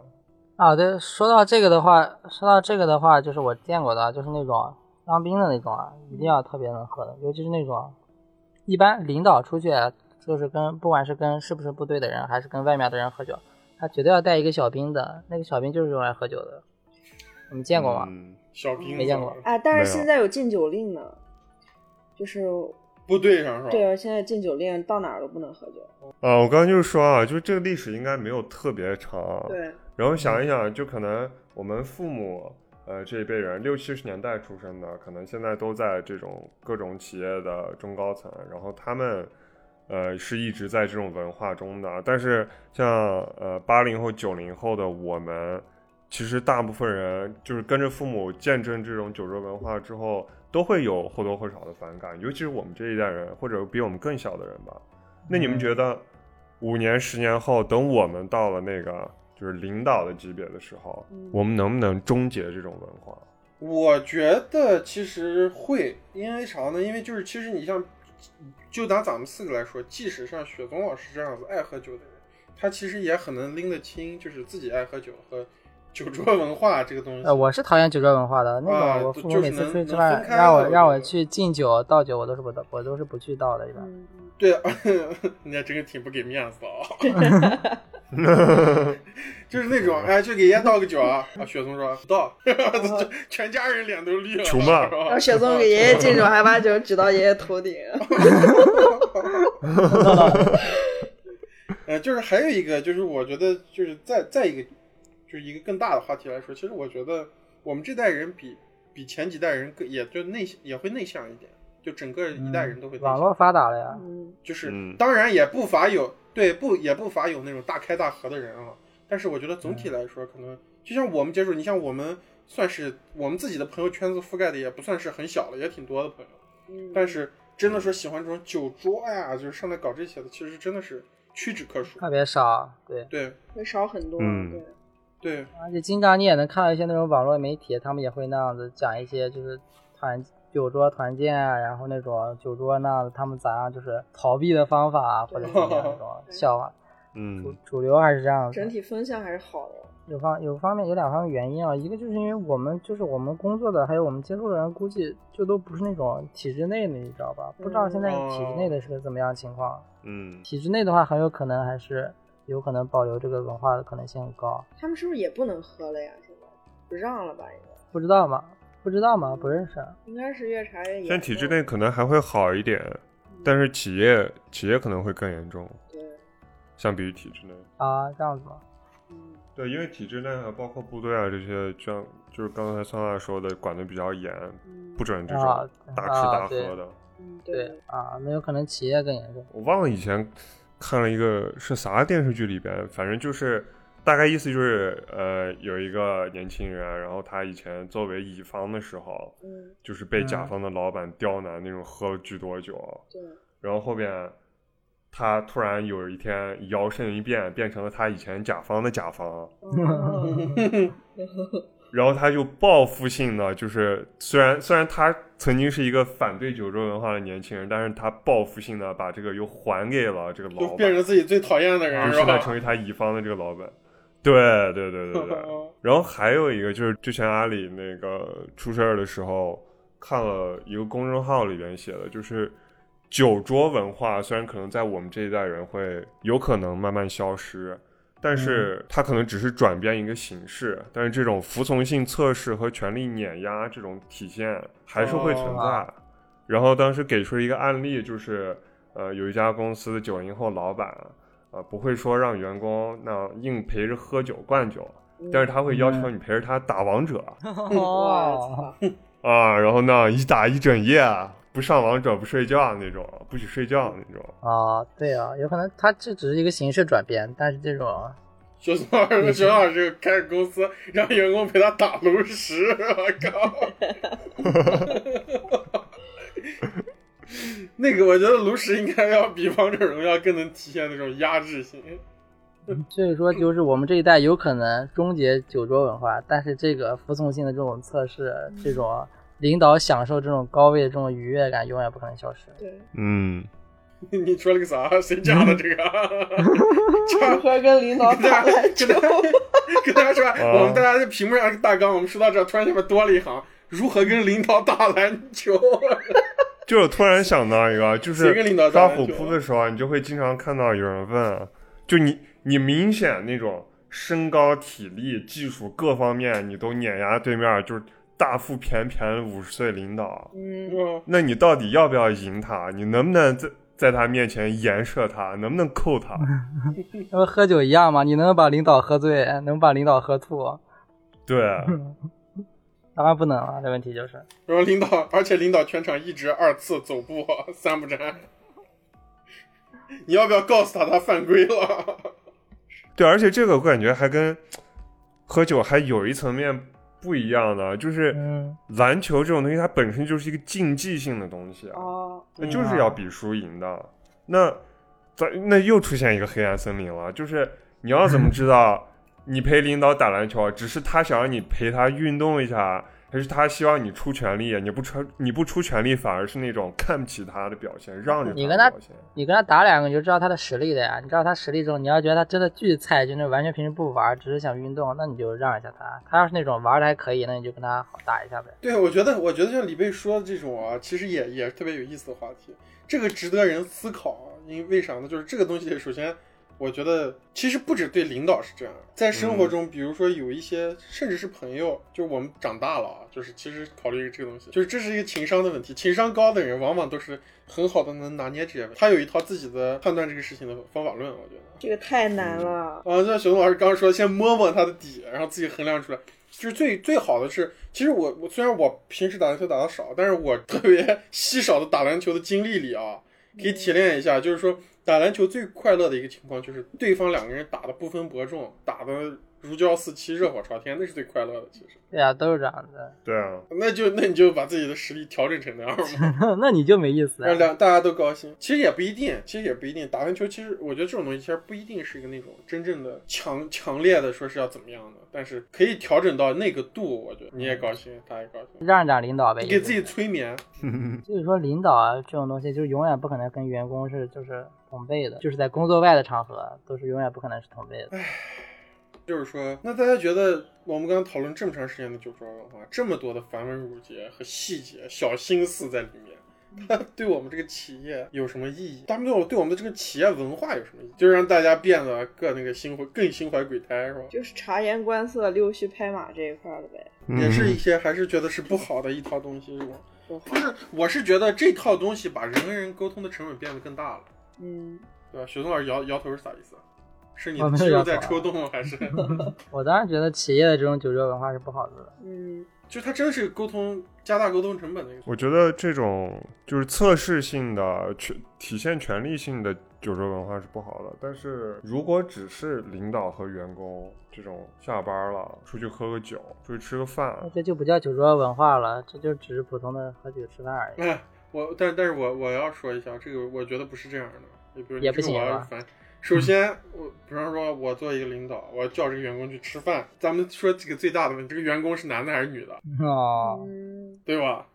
B: 啊，对，说到这个的话，说到这个的话，就是我见过的啊，就是那种当兵的那种啊，一定要特别能喝的，尤其是那种一般领导出去，啊就是跟不管是跟是不是部队的人，还是跟外面的人喝酒，他绝对要带一个小兵的，那个小兵就是用来喝酒的。你们见过吗？
C: 嗯
A: 小兵
B: 没见过
D: 哎，但
C: 没
D: 是
C: 有哦
D: 现在有禁酒令呢，就是
A: 部队上是吧？
D: 对，啊现在禁酒令到哪儿都不能喝酒。
C: 啊，我刚刚就是说啊，就是这个历史应该没有特别长。。
D: 对，
C: 然后想一想，就可能我们父母呃这一辈人六七十年代出生的，可能现在都在这种各种企业的中高层，然后他们呃是一直在这种文化中的。但是像呃八零后、九零后的我们，其实大部分人就是跟着父母见证这种酒桌文化之后，都会有或多或少的反感，尤其是我们这一代人，或者比我们更小的人吧。那你们觉得，五年、十年后，等我们到了那个就是领导的级别的时候，
D: 嗯
C: 我们能不能终结这种文化？
A: 我觉得其实会，因为啥呢？因为就是其实你像，就拿咱们四个来说，即使像雪松老师这样子爱喝酒的人，他其实也很能拎得清，就是自己爱喝酒和酒桌文化这个东西。
B: 呃，我是讨厌酒桌文化的，那
A: 啊
B: 种我父
A: 就
B: 母
A: 是
B: 每次
A: 能
B: 出去吃
A: 能
B: 饭
A: 分，开
B: 让我
A: 的这
B: 让我
A: 个
B: 去敬酒倒酒，我都是不我都是不去倒的，一般。
D: 嗯，
A: 对， 人家真的挺不给面子的啊、 就是那
B: 嗯
A: 种哎，去给人家倒个酒啊，啊雪松说不倒， 全家人脸都绿了，
C: 穷嘛
A: 是吧
D: 让雪松给爷爷敬酒，还把酒举到爷爷头顶。
A: 呃，就是还有一个，就是我觉得，就是再再一个，就是一个更大的话题来说，其实我觉得我们这代人比比前几代人更，也就内也会内向一点，就整个嗯一代人都会内
B: 嗯网
A: 向，
B: 络发达了呀，
D: 嗯，
A: 就是、
C: 嗯
A: 当然也不乏有对不也不乏有那种大开大合的人啊，但是我觉得总体来说，可能就像我们接触，你像我们算是我们自己的朋友圈子覆盖的也不算是很小了，也挺多的朋友，
D: 嗯
A: 但是真的说喜欢这种酒桌呀、就是上来搞这些的，其实真的是屈指可数。
C: 哎
B: 特别少。对，
A: 对
D: 会少很多。
C: 嗯
D: 对，
A: 对，
B: 而且经常你也能看到一些那种网络媒体，他们也会那样子讲一些就是团酒桌团建啊，然后那种酒桌那样子，他们咋样就是逃避的方法啊，或者怎么样那种笑话。主
C: 嗯，
B: 主流还是这样子。
D: 整体风向还是好的。
B: 有方有方面有两方面原因啊，一个就是因为我们就是我们工作的，还有我们接触的人，估计就都不是那种体制内的，你知
D: 嗯哦
B: 道吧？不知道现在体制内的是个怎么样情况。
C: 嗯，
B: 体制内的话，很有可能还是有可能保留这个文化的可能性很高。
D: 他们是不是也不能喝了呀？现在不让了吧？应该
B: 不知道嘛？不知道嘛？不认识啊。
D: 应该是越查越严。
C: 但体制内可能还会好一点，但是企业企业可能会更严重，
D: 对，
C: 相比于体制内。
B: 啊，这样子吗？
D: 嗯
C: 对，因为体制内还包括部队啊这些，这样就是刚才酸辣说的，管得比较严，
D: 嗯
C: 不准这种
B: 啊
C: 大吃大
B: 啊对
C: 喝的。
D: 嗯
B: 对啊，那有可能企业更严 重。
C: 我忘了以前看了一个是啥电视剧里边，反正就是大概意思就是，呃，有一个年轻人，啊然后他以前作为乙方的时候，
D: 嗯
C: 就是被甲
B: 嗯
C: 方的老板刁难那种，喝了巨多酒，
D: 对，
C: 然后后边他突然有一天摇身一变，变成了他以前甲方的甲方，
D: 哦
C: 然后他就报复性的，就是虽然虽然他曾经是一个反对酒桌文化的年轻人，但是他报复性的把这个又还给了这个老
A: 就
C: 板，
A: 变成自己最讨厌的
C: 就
A: 人，是
C: 现
A: 吧？
C: 在成为他乙方的这个老板。对对对对 对。然后还有一个就是之前阿里那个出事儿的时候，看了一个公众号里边写的，就是酒桌文化虽然可能在我们这一代人会有可能慢慢消失，但是它可能只是转变一个形式，但是这种服从性测试和权力碾压这种体现还是会存在。
B: 哦
C: 然后当时给出了一个案例，就是呃有一家公司的九零后老板。啊，不会说让员工那硬陪着喝酒灌酒，但是他会要求你陪着他打王者、
D: 我
B: 哦
D: 操，
C: 啊，然后呢一打一整夜，啊不上王者不睡觉那种，不许睡觉那种。
B: 啊，对啊，有可能它这只是一个形式转变，但是这种
A: 九松老师，九老师开始公司让员工陪他打炉石，我靠！那个我觉得炉石应该要比王者荣耀更能体现那种压制性。
B: 所以说，就是我们这一代有可能终结酒桌文化，但是这个服从性的这种测试，这种领导享受这种高位的这种愉悦感，永远不可能消失。
D: 对，
C: 嗯，
A: 你说了个啥？谁加的这个？
D: 如何跟领导
A: 跟大
D: 打
A: 家
D: 篮球
A: 跟？大家跟大家说，
C: 啊
A: 我们大家在屏幕上大纲，我们说到这儿，突然下面多了一行。如何跟领导打篮球？
C: 就是突然想到一个，就
A: 谁跟领导
C: 是
A: 打
C: 抓
A: 篮球啊
C: 虎扑的时候，啊你就会经常看到有人问，啊就你你明显那种身高、体力、技术各方面你都碾压对面，就是大腹便便五十岁领导，
D: 嗯，
A: 嗯
C: 那你到底要不要赢他？你能不能在在他面前颜射他？能不能扣他？
B: 那么喝酒一样嘛，你能把领导喝醉，能把领导喝吐，
C: 对，啊
B: 当然不能了。这问题就是，
A: 然后领导，而且领导全场一直二次走步，三不沾。你要不要告诉他他犯规了？
C: 对，而且这个我感觉还跟喝酒还有一层面不一样的，就是
B: 嗯，
C: 篮球这种东西，它本身就是一个竞技性的东西啊，
D: 哦，
C: 那就是要比输赢的。那咱那又出现一个黑暗森林了，就是你要怎么知道你陪领导打篮球，只是他想让你陪他运动一下，还是他希望你出全力？你不出你不出全力，反而是那种看不起他的表现，让着
B: 你
C: 的
B: 跟他
C: 表现。
B: 你跟他打两个，你就知道他的实力的呀。你知道他实力之后，你要觉得他真的巨菜，就那完全平时不玩，只是想运动，那你就让一下他。他要是那种玩的还可以，那你就跟他好打一下呗。
A: 对，我觉得，我觉得像李贝说的这种啊，其实也也特别有意思的话题，这个值得人思考啊。因为为啥呢？就是这个东西，首先，我觉得其实不止对领导是这样，在生活中，比如说有一些，甚至是朋友，就是我们长大了啊，就是其实考虑这个东西，就是这是一个情商的问题。情商高的人，往往都是很好的能拿捏这些问题，他有一套自己的判断这个事情的方法论，我觉得。
D: 这个太难了。
A: 啊，就像熊老师刚刚说，先摸摸它的底，然后自己衡量出来。就是最最好的是，其实我我虽然我平时打篮球打的少，但是我特别稀少的打篮球的经历里啊，可以提炼一下，就是说打篮球最快乐的一个情况，就是对方两个人打的不分伯仲，打的如胶似漆、热火朝天，那是最快乐的。其实，
B: 对呀、都是这样子。
C: 对啊，
A: 那就那你就把自己的实力调整成那样嘛。
B: 那你就没意思啊
A: 让
B: 了。
A: 两大家都高兴。其实也不一定，其实也不一定。打篮球，其实我觉得这种东西其实不一定是一个那种真正的强强烈的说是要怎么样的，但是可以调整到那个度。我觉得你也高兴，他也高兴，
B: 让着领导呗，
A: 你给自己催眠。
B: 所以说领导啊这种东西，就是永远不可能跟员工是就是同辈的，就是在工作外的场合都是永远不可能是同辈的。
A: 就是说，那大家觉得我们刚刚讨论这么长时间的酒桌文化，这么多的繁文缛节和细节、小心思在里面，它
B: 嗯
A: 对我们这个企业有什么意义？他们对我对我们的这个企业文化有什么意义？就是让大家变得更那个心怀更心怀鬼胎，是吧？
D: 就是察言观色、溜须拍马这一块儿的呗。
A: 也是一
C: 嗯
A: 些还是觉得是不好的一套东西，是吧？就
D: 说话，
A: 是我是觉得这套东西把人跟人沟通的成本变得更大了，
D: 嗯，
A: 对吧？雪松老师摇摇头是啥意思？啊是你
B: 我
A: 的
B: 没有
A: 肌肉
B: 摇头
A: 在
B: 啊
A: 抽动，还 是
B: 我当然觉得企业的这种酒桌文化是不好的。
D: 嗯，
A: 就它真是沟通加大沟通成本的一个？
C: 我觉得这种就是测试性的、权体现权力性的酒桌文化是不好的。但是如果只是领导和员工这种下班了出去喝个酒、出去吃个饭，
B: 那这就不叫酒桌文化了，这就只是普通的喝酒吃饭而已。
A: 哎，我但但是我我要说一下，这个我觉得不是这样的。你比如你
B: 也不
A: 这个
B: 行啊嗯
A: 我要
B: 吧
A: 烦。首先，我比方说，我作为一个领导，我要叫这个员工去吃饭。咱们说几个最大的问题，这个员工是男的还是女的？啊
B: 哦，
D: 嗯
A: 对吧？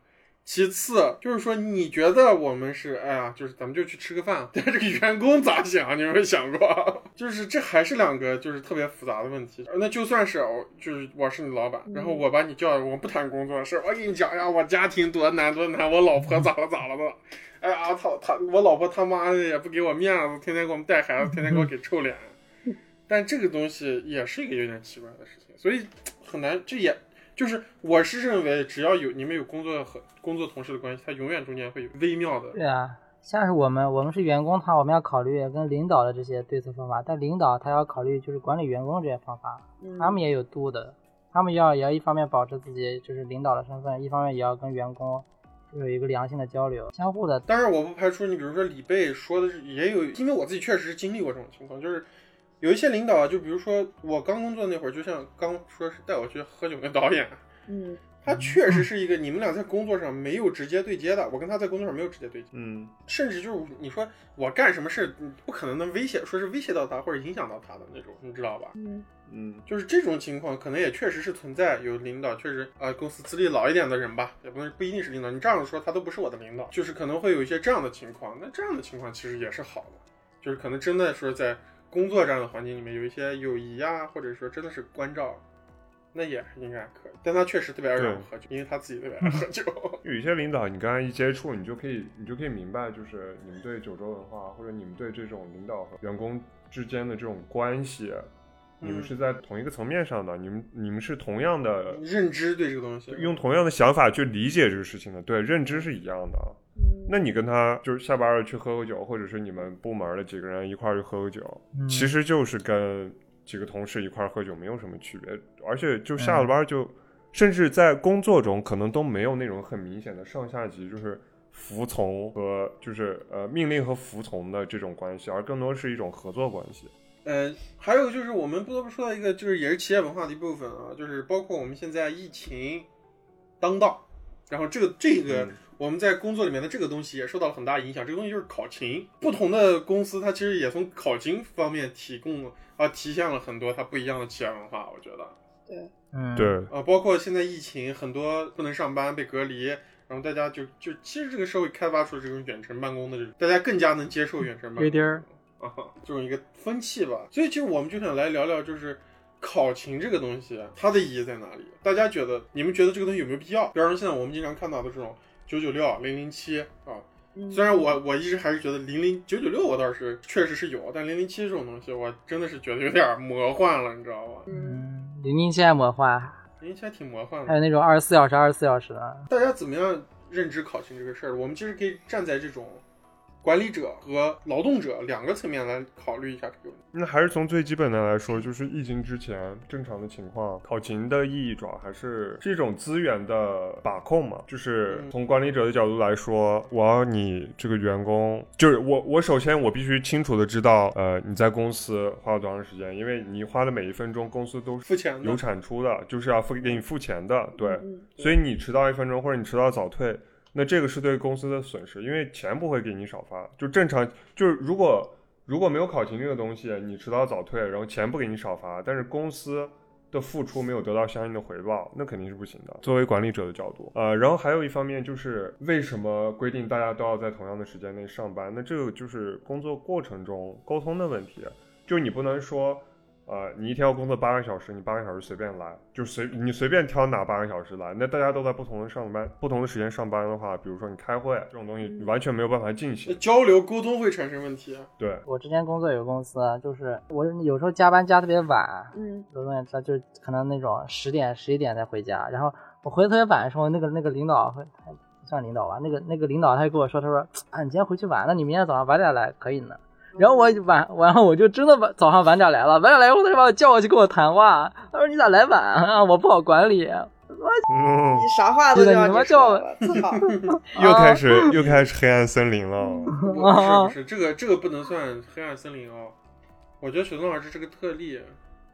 A: 其次就是说，你觉得我们是哎呀，就是咱们就去吃个饭， 但这个员工咋想？你有没有想过？ 就是这还是两个就是特别复杂的问题。呃那就算是我就是我是你老板，然后我把你叫来，我们不谈工作的事，我跟你讲呀，我家庭多难多难，我老婆咋了咋了的。哎呀，操他，我老婆他妈的也不给我面子，天天给我们带孩子，天天给我给臭脸。但这个东西也是一个有点奇怪的事情，所以很难，这也就是我是认为，只要有你们有工作和工作同事的关系，它永远中间会有微妙的
B: 对啊，像是我们，我们是员工的话，我们要考虑跟领导的这些对策方法，但领导他要考虑就是管理员工这些方法，
D: 嗯，
B: 他们也有度的，他们要也要一方面保持自己就是领导的身份，一方面也要跟员工就是有一个良性的交流，相互的。
A: 当然，我不排除你，比如说李贝说的是也有，因为我自己确实是经历过这种情况，就是有一些领导啊，就比如说我刚工作那会儿，就像刚说是带我去喝酒那导演，啊
D: 嗯
A: 他确实是一个你们俩在工作上没有直接对接的，我跟他在工作上没有直接对接，
C: 嗯，
A: 甚至就是你说我干什么事，你不可能能威胁，说是威胁到他或者影响到他的那种，你知道吧？
D: 嗯
C: 嗯，
A: 就是这种情况，可能也确实是存在，有领导确实啊、呃公司资历老一点的人吧，也不能不一定是领导，你这样说他都不是我的领导，就是可能会有一些这样的情况。那这样的情况其实也是好的，就是可能真的说在工作这样的环境里面有一些友谊啊，或者说真的是关照，那也应该可以。但他确实特别爱让我喝酒，因为他自己特别爱喝酒。
C: 有一些领导，你跟他一接触，你就可以，你就可以明白，就是你们对酒桌文化，或者你们对这种领导和员工之间的这种关系，你们
A: 嗯
C: 是在同一个层面上的，你们你们是同样的
A: 认知对这个东西，
C: 用同样的想法去理解这个事情的，对，认知是一样的。
D: 嗯，
C: 那你跟他就是下班了去喝个酒，或者是你们部门的几个人一块儿去喝个酒，
B: 嗯、
C: 其实就是跟几个同事一块儿喝酒没有什么区别，而且就下了
B: 嗯
C: 班就，甚至在工作中可能都没有那种很明显的上下级，就是服从和就是呃命令和服从的这种关系，而更多是一种合作关系。
A: 呃，还有就是我们不得不说到一个，就是也是企业文化的一部分啊，就是包括我们现在疫情当道，然后这个这个、
C: 嗯
A: 我们在工作里面的这个东西也受到了很大影响。这个东西就是考勤，不同的公司它其实也从考勤方面提供了啊，体现了很多它不一样的企业文化。我觉得
B: 嗯，
C: 对，
A: 啊，包括现在疫情，很多不能上班被隔离，然后大家就就其实这个社会开发出了这种远程办公的这种，大家更加能接受远程办公。
B: 有点儿
A: 啊， 这种一个风气吧。所以其实我们就想来聊聊，就是考勤这个东西，它的意义在哪里？大家觉得，你们觉得这个东西有没有必要？比方说现在我们经常看到的这种九九六、零零七啊，
D: 嗯
A: 虽然我我一直还是觉得零零九九六我倒是确实是有，但零零七这种东西，我真的是觉得有点魔幻了，你知道吧？
D: 嗯哎
B: 嗯，零零七还魔幻，
A: 零零七还挺魔幻
B: 还
A: 的。
B: 有那种二十四小时、二十四小时的，
A: 大家怎么样认知考勤这个事儿？我们其实可以站在这种。管理者和劳动者两个层面来考虑一下这个问题。
C: 那还是从最基本的来说，就是疫情之前正常的情况，考勤的意义主要还是是一种资源的把控嘛。就是
A: 嗯
C: 从管理者的角度来说，我要你这个员工，就是我我首先我必须清楚的知道，呃，你在公司花了多长时间，因为你花的每一分钟，公司都是
A: 付钱的
C: 有产出的，就是要付给你付钱的，对。
D: 嗯
C: 所以你迟到一分钟或者你迟到早退，那这个是对公司的损失，因为钱不会给你少发。就正常，就是如果如果没有考勤这个东西，你迟到早退，然后钱不给你少发，但是公司的付出没有得到相应的回报，那肯定是不行的。作为管理者的角度，呃，然后还有一方面就是为什么规定大家都要在同样的时间内上班？那这个就是工作过程中沟通的问题，就你不能说。呃，你一天要工作八个小时，你八个小时随便来，就随你随便挑哪八个小时来。那大家都在不同的上班、不同的时间上班的话，比如说你开会这种东西，你完全没有办法进行。
A: 交流沟通会产生问题。啊
C: 对，
B: 我之前工作有个公司，就是我有时候加班加特别晚，
D: 嗯，
B: 有时候也知道，就是可能那种十点十一点才回家，然后我回的特别晚的时候，那个那个领导会不算领导吧，那个那个领导他就跟我说，他说啊你今天回去晚，那你明天早上晚点来可以呢。
A: 嗯
B: 然后我晚晚上我就真的晚早上晚点来了，晚点来以后他就把我叫过去跟我谈话，他说你咋来晚啊， 我不好管理。
C: 嗯
D: 你，啥话都
B: 对的
D: 叫
B: 你他妈
D: 说
B: 叫
D: 了，操！
C: 又开始、又开始黑暗森林了。
A: 不是不是，这个这个不能算黑暗森林哦。我觉得雪松老师是个特例，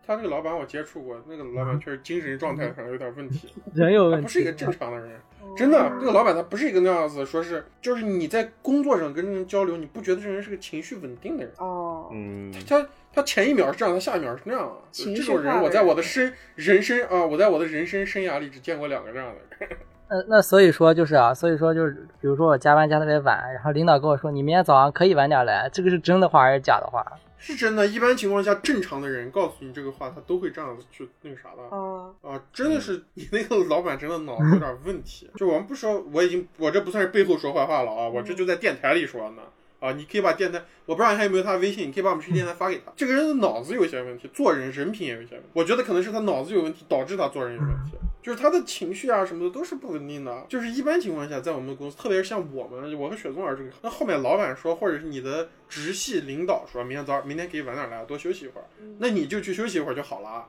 A: 他这个老板我接触过，那个老板确实精神状态上有点问题，
B: 人有
A: 他
B: 问题，啊
A: 不是一个正常的人。真的，
D: 嗯
A: 这个老板他不是一个那样子，说是就是你在工作上跟这个人交流，你不觉得这人是个情绪稳定的人？
D: 哦，
C: 嗯，
A: 他他前一秒是这样，他下一秒是那样的。
D: 情
A: 这
D: 绪化
A: 种
D: 的
A: 人，我在我的生人生啊、我在我的人生生涯里只见过两个这样的人。
B: 呃，那所以说就是啊，所以说就是，比如说我加班加特别晚，然后领导跟我说你明天早上可以晚点来，这个是真的话还是假的话？
A: 是真的，一般情况下，正常的人告诉你这个话，他都会这样子去那个啥的。
D: 哦，
A: 啊，真的是 你那个老板真的脑子有点问题。就我们不说，我已经我这不算是背后说坏话了啊，我这就在电台里说呢。啊，你可以把电台，我不知道你还有没有他微信，你可以把我们去电台发给他。这个人的脑子有一些问题，做人人品也有一些问题。我觉得可能是他脑子有问题，导致他做人有问题，就是他的情绪啊什么的都是不稳定的。啊就是一般情况下，在我们公司，特别是像我们，我和雪松老师这个，那后面老板说，或者是你的直系领导说，明天早明天可以晚点来，多休息一会儿，
D: 嗯
A: 那你就去休息一会儿就好了。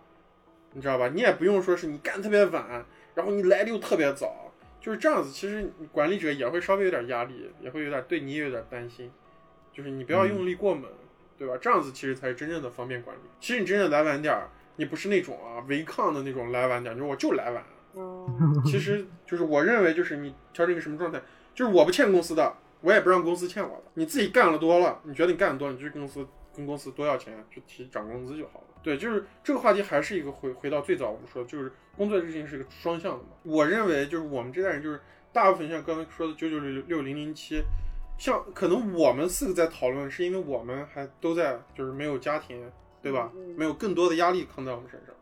A: 你知道吧？你也不用说是你干特别晚，然后你来的又特别早，就是这样子。其实管理者也会稍微有点压力，也会有点对你也有点担心，就是你不要用力过猛，对吧？这样子其实才是真正的方便管理。其实你真正来晚点儿，你不是那种啊违抗的那种来晚点儿，就是我就来晚。
D: 哦，
A: 其实就是我认为就是你调整一个什么状态，就是我不欠公司的，我也不让公司欠我的。你自己干了多了，你觉得你干的多，你就去公司跟公司多要钱，去提涨工资就好了。对，就是这个话题还是一个回回到最早我们说，就是工作这个事情是个双向的嘛。我认为就是我们这代人就是大部分像刚才说的九九六六零零七。像可能我们四个在讨论，是因为我们还都在就是没有家庭，对吧
D: 嗯？
A: 没有更多的压力扛在我们身上。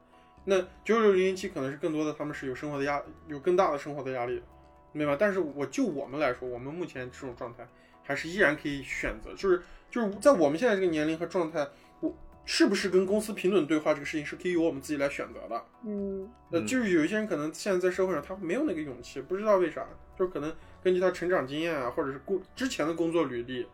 A: 那九九零零七可能是更多的，他们是有生活的压，有更大的生活的压力，明白？但是我就我们来说，我们目前这种状态还是依然可以选择，就是就是在我们现在这个年龄和状态，我是不是跟公司平等对话这个事情是可以由我们自己来选择的。
D: 嗯，
A: 呃，
C: 嗯
A: 就是有一些人可能现在在社会上他没有那个勇气，不知道为啥，就是可能根据他成长经验啊，或者是工之前的工作履历，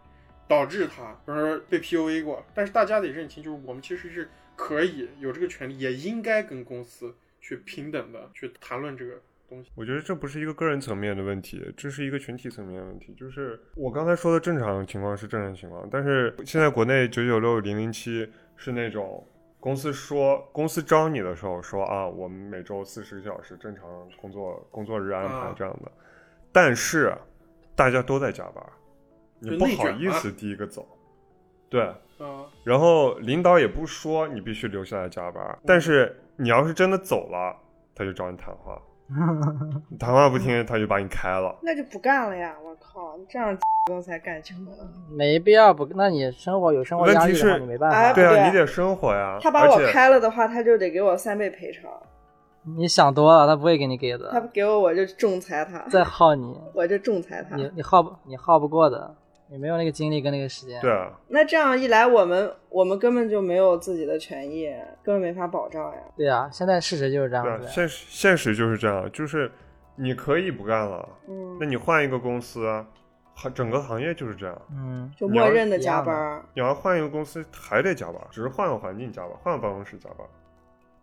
A: 导致他比如说被 PUA 过。但是大家得认清，就是我们其实是可以有这个权利，也应该跟公司去平等的去谈论这个东西。
C: 我觉得这不是一个个人层面的问题，这是一个群体层面的问题。就是我刚才说的正常情况是正常情况，但是现在国内九九六零零七是那种公司说公司招你的时候说啊，我们每周四十个小时正常工作工作日安排
A: 啊
C: 这样的，但是大家都在加班，你
A: 就
C: 不
A: 内
C: 好
A: 卷
C: 意
A: 嘛
C: 思第一个走，对。
A: 啊，
C: 然后领导也不说你必须留下来加班，但是你要是真的走了，他就找你谈话，你谈话不听，他就把你开了。
D: 那就不干了呀！我靠，这样公司还干什么？
B: 没必要不，那你生活有生活压力
C: 问题
B: 的话，
C: 是
B: 你没办
D: 哎
B: 法。
C: 对
D: 对
C: 啊，你得生活呀。
D: 他把我
C: 而且
D: 开了的话，他就得给我三倍赔偿。
B: 你想多了，他不会给你给
D: 他
B: 的，
D: 不给我，我就仲裁他，
B: 再耗你，
D: 我就仲裁他。
B: 你你耗不你耗不过的，你没有那个精力跟那个时间。
C: 对，啊，
D: 那这样一来，我们我们根本就没有自己的权益，根本没法保障呀。
B: 对啊，现在事实就是这
C: 对啊
B: 样，子。
C: 现实现实就是这样，就是你可以不干了，
D: 嗯
C: 那，你换一个公司啊，行整个行业就是这样。
B: 嗯，
D: 就默认的加班儿。
C: 你要换一个公司还得加班，只是换个环境加班，换个办公室加班。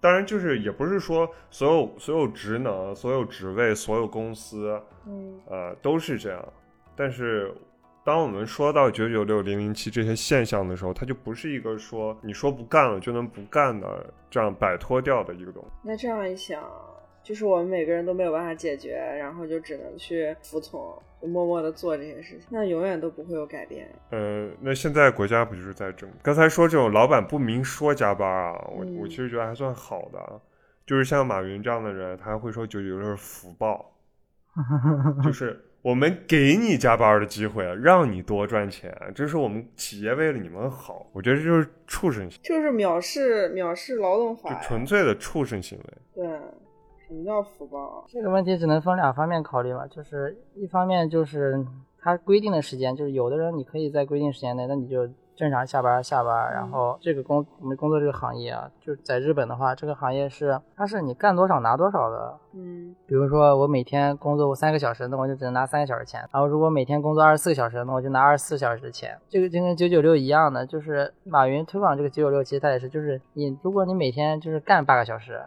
C: 当然，就是也不是说所有所有职能、所有职位、所有公司，
D: 嗯，
C: 呃，都是这样。但是，当我们说到九九六、零零七这些现象的时候，它就不是一个说你说不干了就能不干的这样摆脱掉的一个东西。
D: 那这样一想，就是我们每个人都没有办法解决，然后就只能去服从，就默默的做这些事情，那永远都不会有改变。
C: 呃，那现在国家不就是在整？刚才说这种老板不明说加班啊，我、
D: 嗯
C: 我其实觉得还算好的啊，就是像马云这样的人，他还会说九九六是福报，就是我们给你加班的机会，让你多赚钱，这是我们企业为了你们好。我觉得这就是畜生行，
D: 就是藐视藐视劳动法
C: 就
D: 呀，
C: 纯粹的畜生行为。
D: 对，什么叫福报？
B: 这个问题只能分两方面考虑嘛，就是一方面就是它规定的时间，就是有的人你可以在规定时间内，那你就正常下班下班。
D: 嗯
B: 然后这个工我们工作这个行业啊，就是在日本的话，这个行业是它是你干多少拿多少的。
D: 嗯
B: 比如说我每天工作三个小时，那我就只能拿三个小时钱；然后如果每天工作二十四个小时，那我就拿二十四小时的钱。这个就跟九九六一样的，就是马云推广这个九九六，其实它也是，就是你如果你每天就是干八个小时，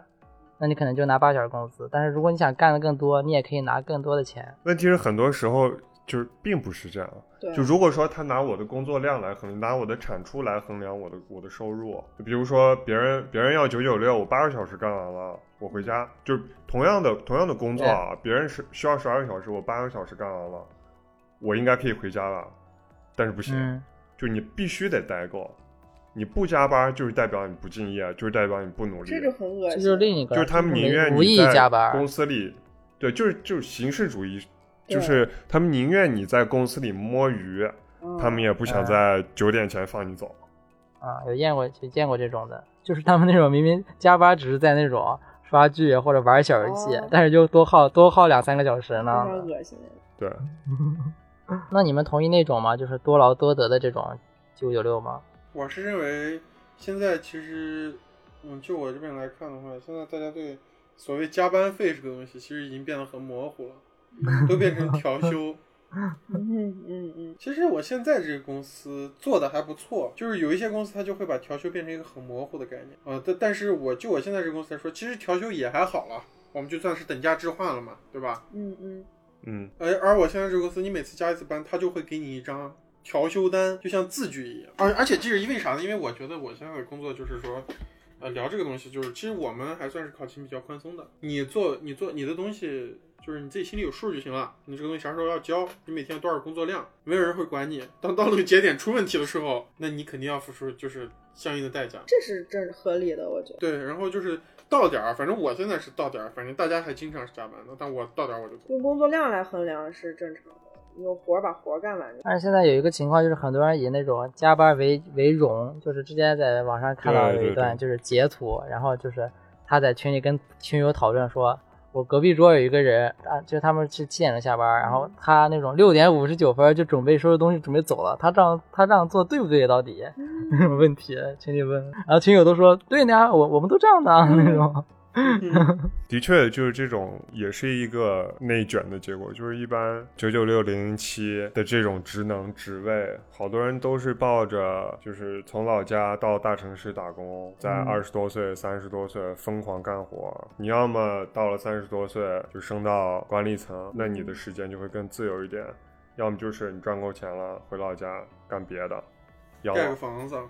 B: 那你可能就拿八小时工资；但是如果你想干的更多，你也可以拿更多的钱。
C: 问题是很多时候就是并不是这样。
D: 对，
C: 就如果说他拿我的工作量来衡量，拿我的产出来衡量我的我的收入，就比如说别人别人要九九六，我八个小时干完了，我回家，就是同样的同样的工作啊，别人是需要十二个小时，我八个小时干完了，我应该可以回家了，但是不行，
B: 嗯，
C: 就你必须得待够，你不加班就是代表你不敬业，就是代表你不努力，
D: 这就很恶
B: 这
D: 心，
B: 就是另一个，
C: 就是他们宁愿
B: 无意
C: 你在
B: 加班，
C: 公司里，对，就是就是形式主义，
D: 对
C: 就是他们宁愿你在公司里摸鱼。
D: 嗯
C: 他们也不想在九点前放你走。
B: 啊，有见过有见过这种的，就是他们那种明明加班只是在那种刷剧或者玩小游戏，
D: 哦
B: 但是就多耗多耗两三个小时
D: 非
B: 呢。
D: 常恶心。
C: 对，
B: 那你们同意那种吗？就是多劳多得的这种九九六吗？
A: 我是认为现在其实，嗯，就我这边来看的话，现在大家对所谓加班费这个东西，其实已经变得很模糊了，都变成调休。
D: 嗯嗯嗯，
A: 其实我现在这个公司做的还不错，就是有一些公司它就会把调休变成一个很模糊的概念啊、呃但但是我就我现在这个公司来说，其实调休也还好了，我们就算是等价置换了嘛，对吧？
D: 嗯嗯，
C: 嗯，
A: 而哎而我现在这个公司，你每次加一次班，他就会给你一张调休单，就像字据一样。而而且这是因为啥呢？因为我觉得我现在的工作就是说，呃，聊这个东西就是，其实我们还算是考勤比较宽松的。你做你做你的东西，就是你自己心里有数就行了。你这个东西啥时候要交，你每天有多少工作量，没有人会管你。当到那个节点出问题的时候，那你肯定要付出就是相应的代价。
D: 这是正合理的，我觉得。
A: 对，然后就是到点儿，反正我现在是到点儿，反正大家还经常是加班的，但我到点儿我就走。
D: 用工作量来衡量是正常的，用活儿把活儿干完就。
B: 但是现在有一个情况，就是很多人以那种加班为为荣，就是之前在网上看到有
C: 对对
B: 一段
C: 对
B: 就是截图，然后就是他在群里跟群友讨论说，我隔壁桌有一个人啊，就是他们是七点钟下班，然后他那种六点五十九分就准备收拾东西准备走了，他这样他这样做对不对到底？那种 问题群里问，然后群友都说对呢，我我们都这样的啊
C: 嗯
B: 那种，
C: 的确就是这种，也是一个内卷的结果。就是一般九九六零零七的这种职能职位，好多人都是抱着就是从老家到大城市打工，在
B: 嗯
C: 二十多岁、三十多岁疯狂干活。你要么到了三十多岁就升到管理层，那你的时间就会更自由一点；要么就是你赚够钱了回老家干别的，养
A: 盖
C: 老
A: 个，房子，啊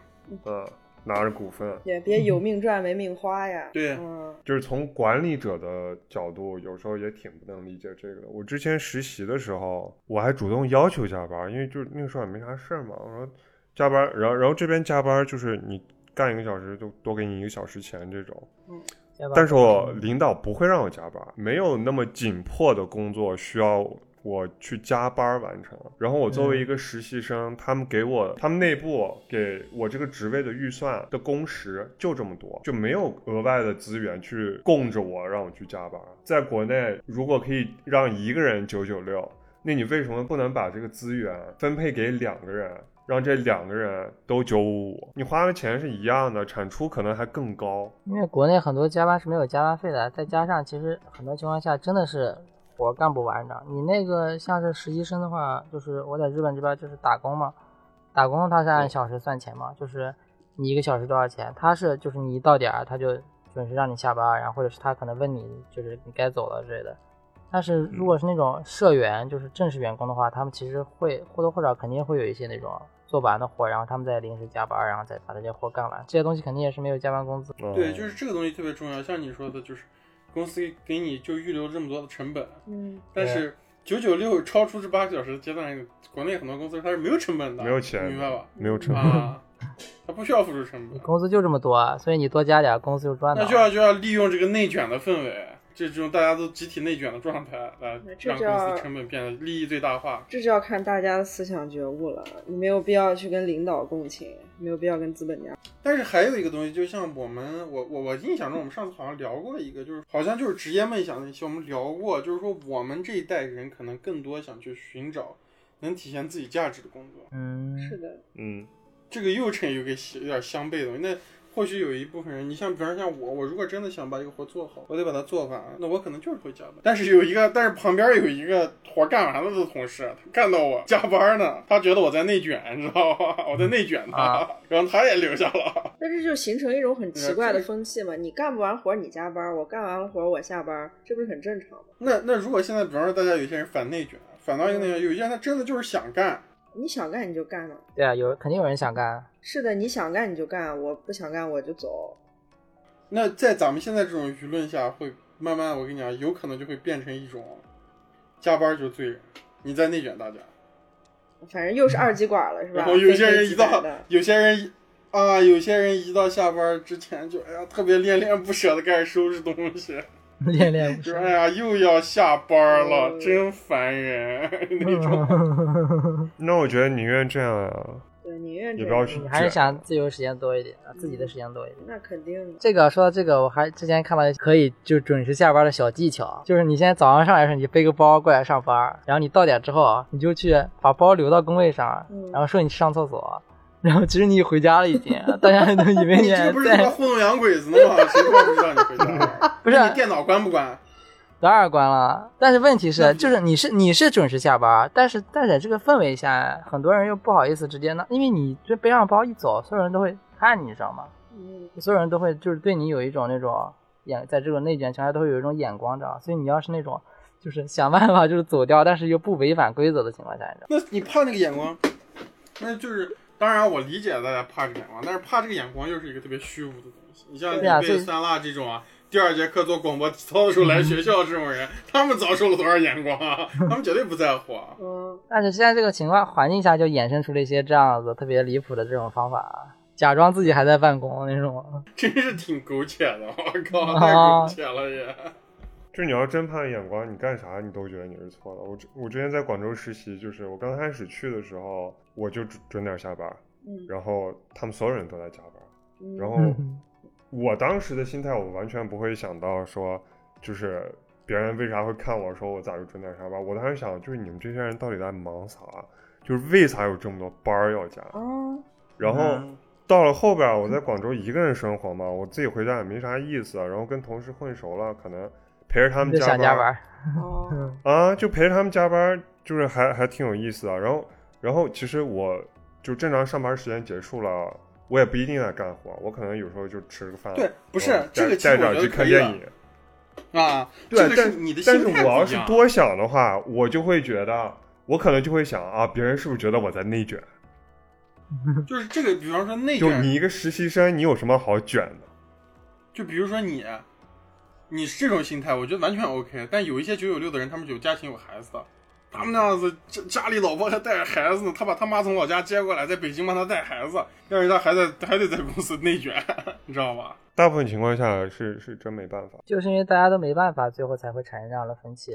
C: 嗯，拿着股份。
D: 也别有命赚没命花呀。
A: 对
D: 嗯，
C: 就是从管理者的角度，有时候也挺不能理解这个的。我之前实习的时候，我还主动要求加班，因为就是那个时候也没啥事儿嘛。我说加班，然后然后这边加班就是你干一个小时就多给你一个小时钱这种。
B: 对吧
C: 但是我领导不会让我加班，没有那么紧迫的工作需要我去加班完成。然后我作为一个实习生，他们给我他们内部给我这个职位的预算的工时就这么多，就没有额外的资源去供着我让我去加班。在国内，如果可以让一个人九九六，那你为什么不能把这个资源分配给两个人？让这两个人都九五五，你花的钱是一样的，产出可能还更高。
B: 因为国内很多加班是没有加班费的，再加上其实很多情况下真的是活干不完的。你那个像是实习生的话，就是我在日本这边就是打工嘛，打工他是按小时算钱嘛，就是你一个小时多少钱，他是就是你一到点儿他就准时让你下班，然后或者是他可能问你就是你该走了之类的。但是如果是那种社员，就是正式员工的话，他们其实会或多或少肯定会有一些那种做不完的活，然后他们再临时加班，然后再把这些活干完。这些东西肯定也是没有加班工资。
A: 对，
C: 嗯
A: 就是这个东西特别重要。像你说的，就是公司给你就预留这么多的成本，
D: 嗯，
A: 但是九九六超出这八个小时的阶段，国内很多公司它是没有成本的，
C: 没有钱
A: 你明白吧？
C: 没有成本。
A: 啊，它不需要付出成
B: 你
A: 本，
B: 工资就这么多，所以你多加点，公司就赚到
A: 那。就要就要利用这个内卷的氛围。这种大家都集体内卷的状态来
D: 这
A: 让
D: 叫
A: 公司成本变得利益最大化。
D: 这就要看大家的思想觉悟了。你没有必要去跟领导共情，没有必要跟资本家。
A: 但是还有一个东西，就像我们，我我我印象中，我们上次好像聊过一个，就是好像就是职业梦想那期，我们聊过，就是说我们这一代人可能更多想去寻找能体现自己价值的工作，
B: 嗯，
D: 是的，
C: 嗯，
A: 这个又成有个有点相悖的东西。那或许有一部分人，你像比方像我，我如果真的想把这个活做好，我得把它做完，那我可能就是会加班。但是有一个，但是旁边有一个活干完了的同事，他看到我加班呢，他觉得我在内卷，你知道吗？ 我在内卷他，
B: 啊
A: 然后他也留下了。
D: 但是就形成一种很
A: 对
D: 奇
A: 啊
D: 怪的
A: 这
D: 风气嘛。你干不完活儿你加班儿，我干完了活儿我下班儿，这不是很正常吗？
A: 那那如果现在，比方说大家有些人反内卷，啊反到一个内卷，有些人他真的就是想干，
D: 你想干你就干嘛。
B: 对啊，有肯定有人想干，
D: 是的，你想干你就干，我不想干我就走。
A: 那在咱们现在这种舆论下，会慢慢我跟你讲，有可能就会变成一种加班就是罪人，你在内卷大家，
D: 反正又是二极管了，是吧？
A: 嗯然后有些
D: 非
A: 人
D: 黑
A: 一
D: 即白
A: 到
D: 的，
A: 有些人一啊，有些人一到下班之前就哎呀特别恋恋不舍的开始收拾东西，
B: 恋恋不
A: 就
B: 舍
A: 是。 哎呀又要下班了，
D: 嗯
A: 真烦人那种。
B: 嗯
C: 那我觉得宁愿这样啊，
D: 对，宁愿
C: 也
D: 这
C: 不要
D: 样。
C: 去
B: 你还是想自由时间多一点，啊自己的时间多一点。
D: 那肯定的。
B: 这个说到这个，我还之前看到可以就准时下班的小技巧，就是你现在早上上来的时候，你背个包过来上班，然后你到点之后啊，你就去把包留到工位上
D: 嗯，
B: 然后说你去上厕所，然后其实你回家了已经，大家都以 为
A: 你
B: 你
A: 这
B: 还
A: 不是他妈
B: 在，
A: 糊弄洋鬼子呢吗？谁他妈不知道你回家了？
B: 不是
A: 那你电脑关不关？
B: 当然关了。但是问题是，就是你是你是准时下班，但是但是在这个氛围下，很多人又不好意思直接呢，因为你这背上包一走，所有人都会看你，你知道吗？
D: 嗯，
B: 所有人都会就是对你有一种那种眼，在这种内卷情况下都会有一种眼光，知道吧？所以你要是那种就是想办法就是走掉，但是又不违反规则的情况下，你知道吗？
A: 那你怕那个眼光，那就是当然我理解大家怕这个眼光，但是怕这个眼光又是一个特别虚无的东西。你像你
B: 对啊所
A: 被
B: 以
A: 三辣这种啊，第二节课做广播体操的时候
C: 嗯
A: 来学校这种人，他们遭受了多少眼光啊？他们绝对不在乎啊。
D: 嗯，
B: 但是现在这个情况环境下，就衍生出了一些这样子特别离谱的这种方法，假装自己还在办公那种。
A: 真是挺苟且的，我靠，
B: 啊
A: 太苟且了也。
C: 就你要真盼眼光，你干啥你都觉得你是错的。我之我之前在广州实习，就是我刚开始去的时候，我就准准点下班，
D: 嗯
C: 然后他们所有人都在加班，
D: 嗯
C: 然后
B: 嗯，
C: 我当时的心态，我完全不会想到说，就是别人为啥会看我说我咋就准点上班。我当时想，就是你们这些人到底在忙啥？就是为啥有这么多班儿要加？
B: 嗯
D: 啊，
C: 然后到了后边儿，我在广州一个人生活嘛，我自己回家也没啥意思，啊然后跟同事混熟了，可能陪着他们
B: 就
C: 加
B: 想
C: 班
B: 加班，
D: 哦，
C: 啊，就陪着他们加班，就是还还挺有意思的。啊然后，然后其实我就正常上班时间结束了，我也不一定在干活，我可能有时候就吃个饭。
A: 对不是
C: 然后
A: 这个其实
C: 带带
A: 我觉
C: 着
A: 得
C: 去
A: 可
C: 看
A: 以
C: 电
A: 的
C: 影。
A: 啊，
C: 对，
A: 这个
C: 但
A: 是你的心
C: 但
A: 态
C: 是
A: 不一样
C: 我要是多想的话，我就会觉得，我可能就会想啊，别人是不是觉得我在内卷？
A: 就是这个，比方说内
C: 就
A: 卷，
C: 你一个实习生，你有什么好卷的？
A: 就比如说你，你是这种心态，我觉得完全 OK。但有一些九九六的人，他们有家庭有孩子的，他们那样子家家里老婆还带着孩子呢，他把他妈从老家接过来，在北京帮他带孩子，但是他还在还得在公司内卷， 你知道吧？
C: 大部分情况下是是真没办法。
B: 就是因为大家都没办法，最后才会产生这样的分歧。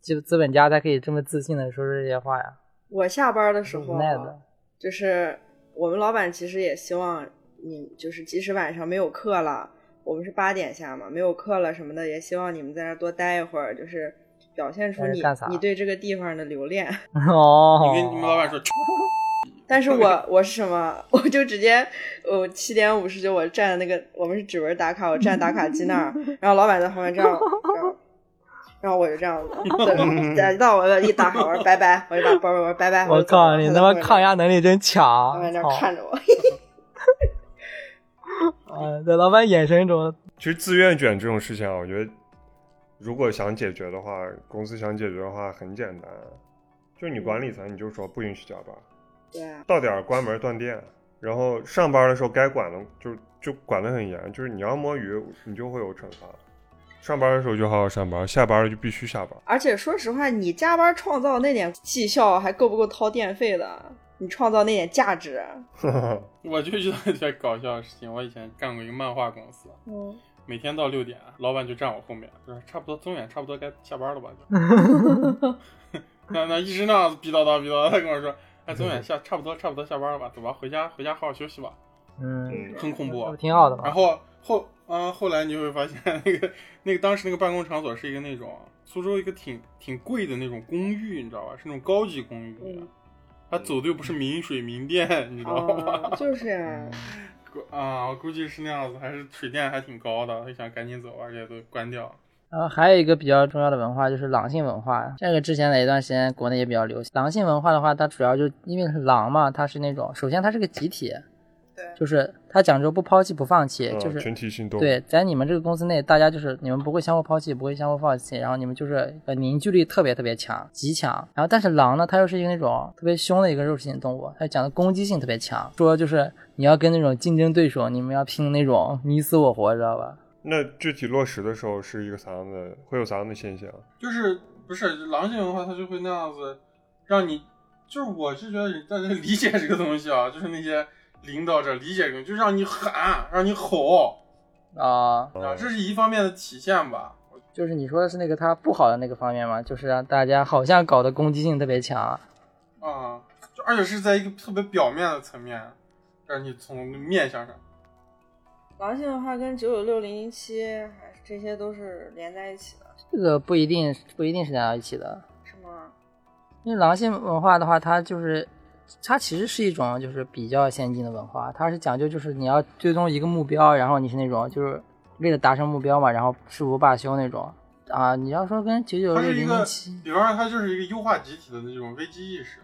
B: 就资本家才可以这么自信的说出这些话呀，
D: 我下班的时候
B: 无奈嗯的
D: 啊，。就是我们老板其实也希望你，就是即使晚上没有课了，我们是八点下嘛，没有课了什么的，也希望你们在那儿多待一会儿，就是表现出
B: 在这
D: 你
B: 干啥
D: 你对这个地方的留恋。
B: 哦，
A: 你跟你们老板说，
D: 但 是我我是什么？ 我就直接，我七点五十九，我站那个我们是指纹打卡，我站打卡机 那儿，然后老板在旁边这样，这样然后我就 这样，等等到我了一打卡，我说拜拜，我就把包我说拜拜，
B: 我
D: 就走了
B: 靠，你他妈抗，压能力真强！
D: 他在那
B: 操
D: 看着我，
B: 啊，在老板眼神中，
C: 其实自愿卷这种事情啊，我觉得如果想解决的话，公司想解决的话很简单，啊就是你管理层你就说不允许加班，
D: 对啊，
C: 到点儿关门断电，然后上班的时候该管的就就管得很严，就是你要摸鱼你就会有惩罚。上班的时候就好好上班，下班了就必须下班。
D: 而且说实话，你加班创造那点绩效还够不够掏电费的？你创造那点价值，啊
A: 我就遇到一件搞笑的事情。我以前干过一个漫画公司，
D: 嗯，
A: 每天到六点，老板就站我后面，就是差不多总远差不多该下班了吧？就那那一直那样子逼叨叨逼叨叨，他跟我说，哎，总远下差不多差不多下班了吧？走吧，回家回家好好休息吧，
B: 嗯，
A: 很恐怖
B: 那。不挺好的
A: 然
B: 吗？
A: 后后啊、后来你就会发现，那个那个当时那个办公场所是一个那种苏州一个挺挺贵的那种公寓，你知道吧？是那种高级公寓，
D: 嗯
A: 它走的又不是民水民电，你知道
D: 啊，
A: 吗？
D: 就是
B: 嗯
D: 呀，
A: 啊，我 估计是那样子，还是水电还挺高的，他想赶紧走，而且都关掉。
B: 然后呃还有一个比较重要的文化就是狼性文化，这个之前哪一段时间国内也比较流行。狼性文化的话，它主要就因为是狼嘛，它是那种首先它是个集体，
D: 对
B: 就是它讲究不抛弃不放弃，
C: 啊
B: 就是
C: 群体行动，
B: 对，在你们这个公司内，大家就是你们不会相互抛弃，不会相互放弃，然后你们就是呃凝聚力特别特别强，极强。然后但是狼呢，它又是一个那种特别凶的一个肉食性动物，它讲的攻击性特别强，说就是你要跟那种竞争对手，你们要拼那种你死我活，知道吧？
C: 那具体落实的时候是一个啥样的，会有啥样的现象？
A: 就是不是狼性文化，它就会那样子，让你就是我是觉得大家理解这个东西啊，就是那些领导者理解这个，就是让你喊，让你吼，
B: 啊、
A: 啊，这是一方面的体现吧。
B: 就是你说的是那个它不好的那个方面嘛，就是让大家好像搞得攻击性特别强，
A: 啊，就而且是在一个特别表面的层面，让你从面相上。
D: 狼性文化跟九九六零零七还是这些都是连在一起的，
B: 这个不一定不一定是连到一起的。
D: 是吗？
B: 因为狼性文化的话，它就是它其实是一种就是比较先进的文化，它是讲究就是你要追踪一个目标，然后你是那种就是为了达成目标嘛，然后誓不罢休那种啊。你要说跟九九
A: 它
B: 六
A: 是一
B: 零
A: 个
B: 零七，
A: 比方说它就是一个优化集体的那种危机意识，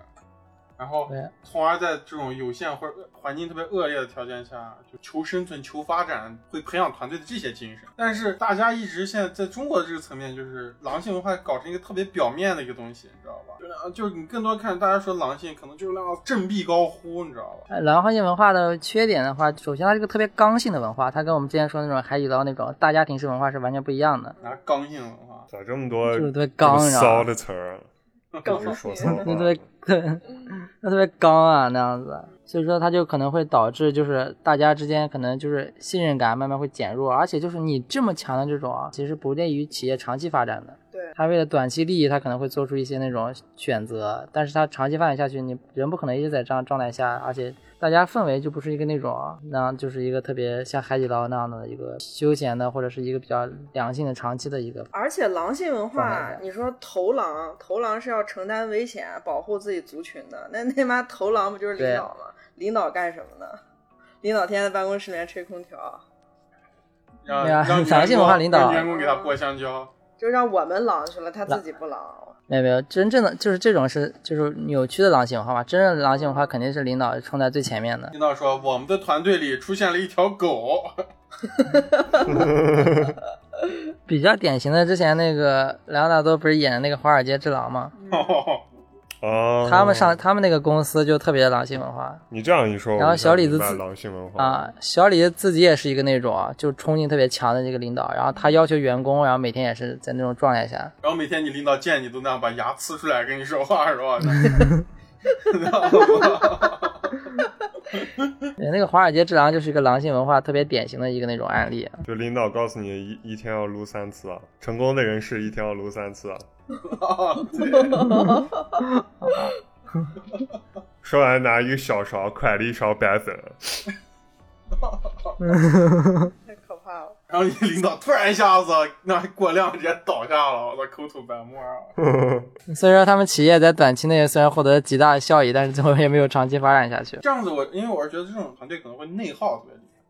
A: 然后
B: 对
A: 从而在这种有限或者环境特别恶劣的条件下，就求生存、求发展，会培养团队的这些精神。但是大家一直现在在中国这个层面，就是狼性文化搞成一个特别表面的一个东西，你知道吧？就是啊就是你更多看大家说狼性，可能就是那样振臂高呼，你知道吧？
B: 呃狼性文化的缺点的话，首先它是个特别刚性的文化，它跟我们之前说的那种海底捞那种大家庭式文化是完全不一样的，
A: 拿刚性文 化，
C: 咋这么多
B: 呃就是特别
C: 这么
B: 刚，然后
C: 骚的词儿啊？
D: 刚
C: 一直说骚话
B: 那特别，那特别刚啊，那样子，所以说它就可能会导致就是大家之间可能就是信任感慢慢会减弱，而且就是你这么强的这种啊，其实不利于企业长期发展的。
D: 对，
B: 它为了短期利益，它可能会做出一些那种选择，但是它长期发展下去，你人不可能一直在这样状态下，而且大家氛围就不是一个那种啊那样就是一个特别像海底捞那样的一个休闲的或者是一个比较良性的长期的一个
D: 而且狼性文
B: 放在
D: 化
B: 这，
D: 你说头狼，头狼是要承担危险、保护自己族群的，那那妈头狼不就是领导吗？领导干什么呢？领导天天在办公室里面吹空调，
A: 让
B: 对啊
A: 让
B: 狼性文化
A: 员工
B: 领导
A: 让员工给他剥香蕉。
D: 就让我们狼去了，他自己不狼。
B: 没有没有，真正的就是这种是就是扭曲的狼性文化嘛，真正的狼性文化肯定是领导冲在最前面的。
A: 听到说我们的团队里出现了一条狗，
B: 比较典型的，之前那个莱昂纳多不是演的那个《华尔街之狼》吗？
C: 啊，
B: 他们上他们那个公司就特别狼性文化
C: 你这样一说，
B: 然后
C: 我就
B: 小李子
C: 明白
B: 自
C: 狼性文化，
B: 啊。小李自己也是一个那种啊，就冲劲特别强的这个领导，然后他要求员工，然后每天也是在那种状态下，
A: 然后每天你领导见你都那样把牙呲出来跟你说话是吧？
B: 对那个《华尔街之狼》就是一个狼性文化特别典型的一个那种案例。啊
C: 就领导告诉你一一天要撸三次啊，成功的人是一天要撸三次啊。说完拿一个小勺蒯了一勺白粉，
D: 太可怕了！
A: 然后你领导突然一下子那过量直接倒下了，我操，口吐白沫啊！
B: 所以说，他们企业在短期内虽然获得极大的效益，但是最后也没有长期发展下去。
A: 这样子我因为我是觉得这种团队可能会内耗特别厉害，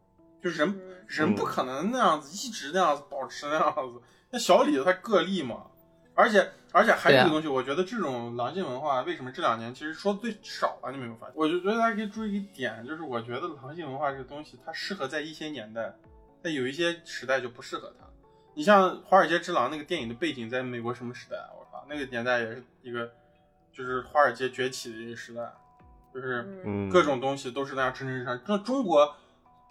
A: 就是人
D: 嗯
A: 人不可能那样子一直那样子保持那样子。那小李子他个例嘛，而且而且还有一个
B: 对啊
A: 东西，我觉得这种狼性文化为什么这两年其实说的最少了？你没有发现？我就觉得大家可以注意一点，就是我觉得狼性文化这个东西，它适合在一些年代，但有一些时代就不适合它。你像《华尔街之狼》那个电影的背景在美国什么时代啊？我靠，那个年代也是一个就是华尔街崛起的一个时代，就是。
C: 嗯，
D: 嗯，
A: 各种东西都是那样真真实实。那中国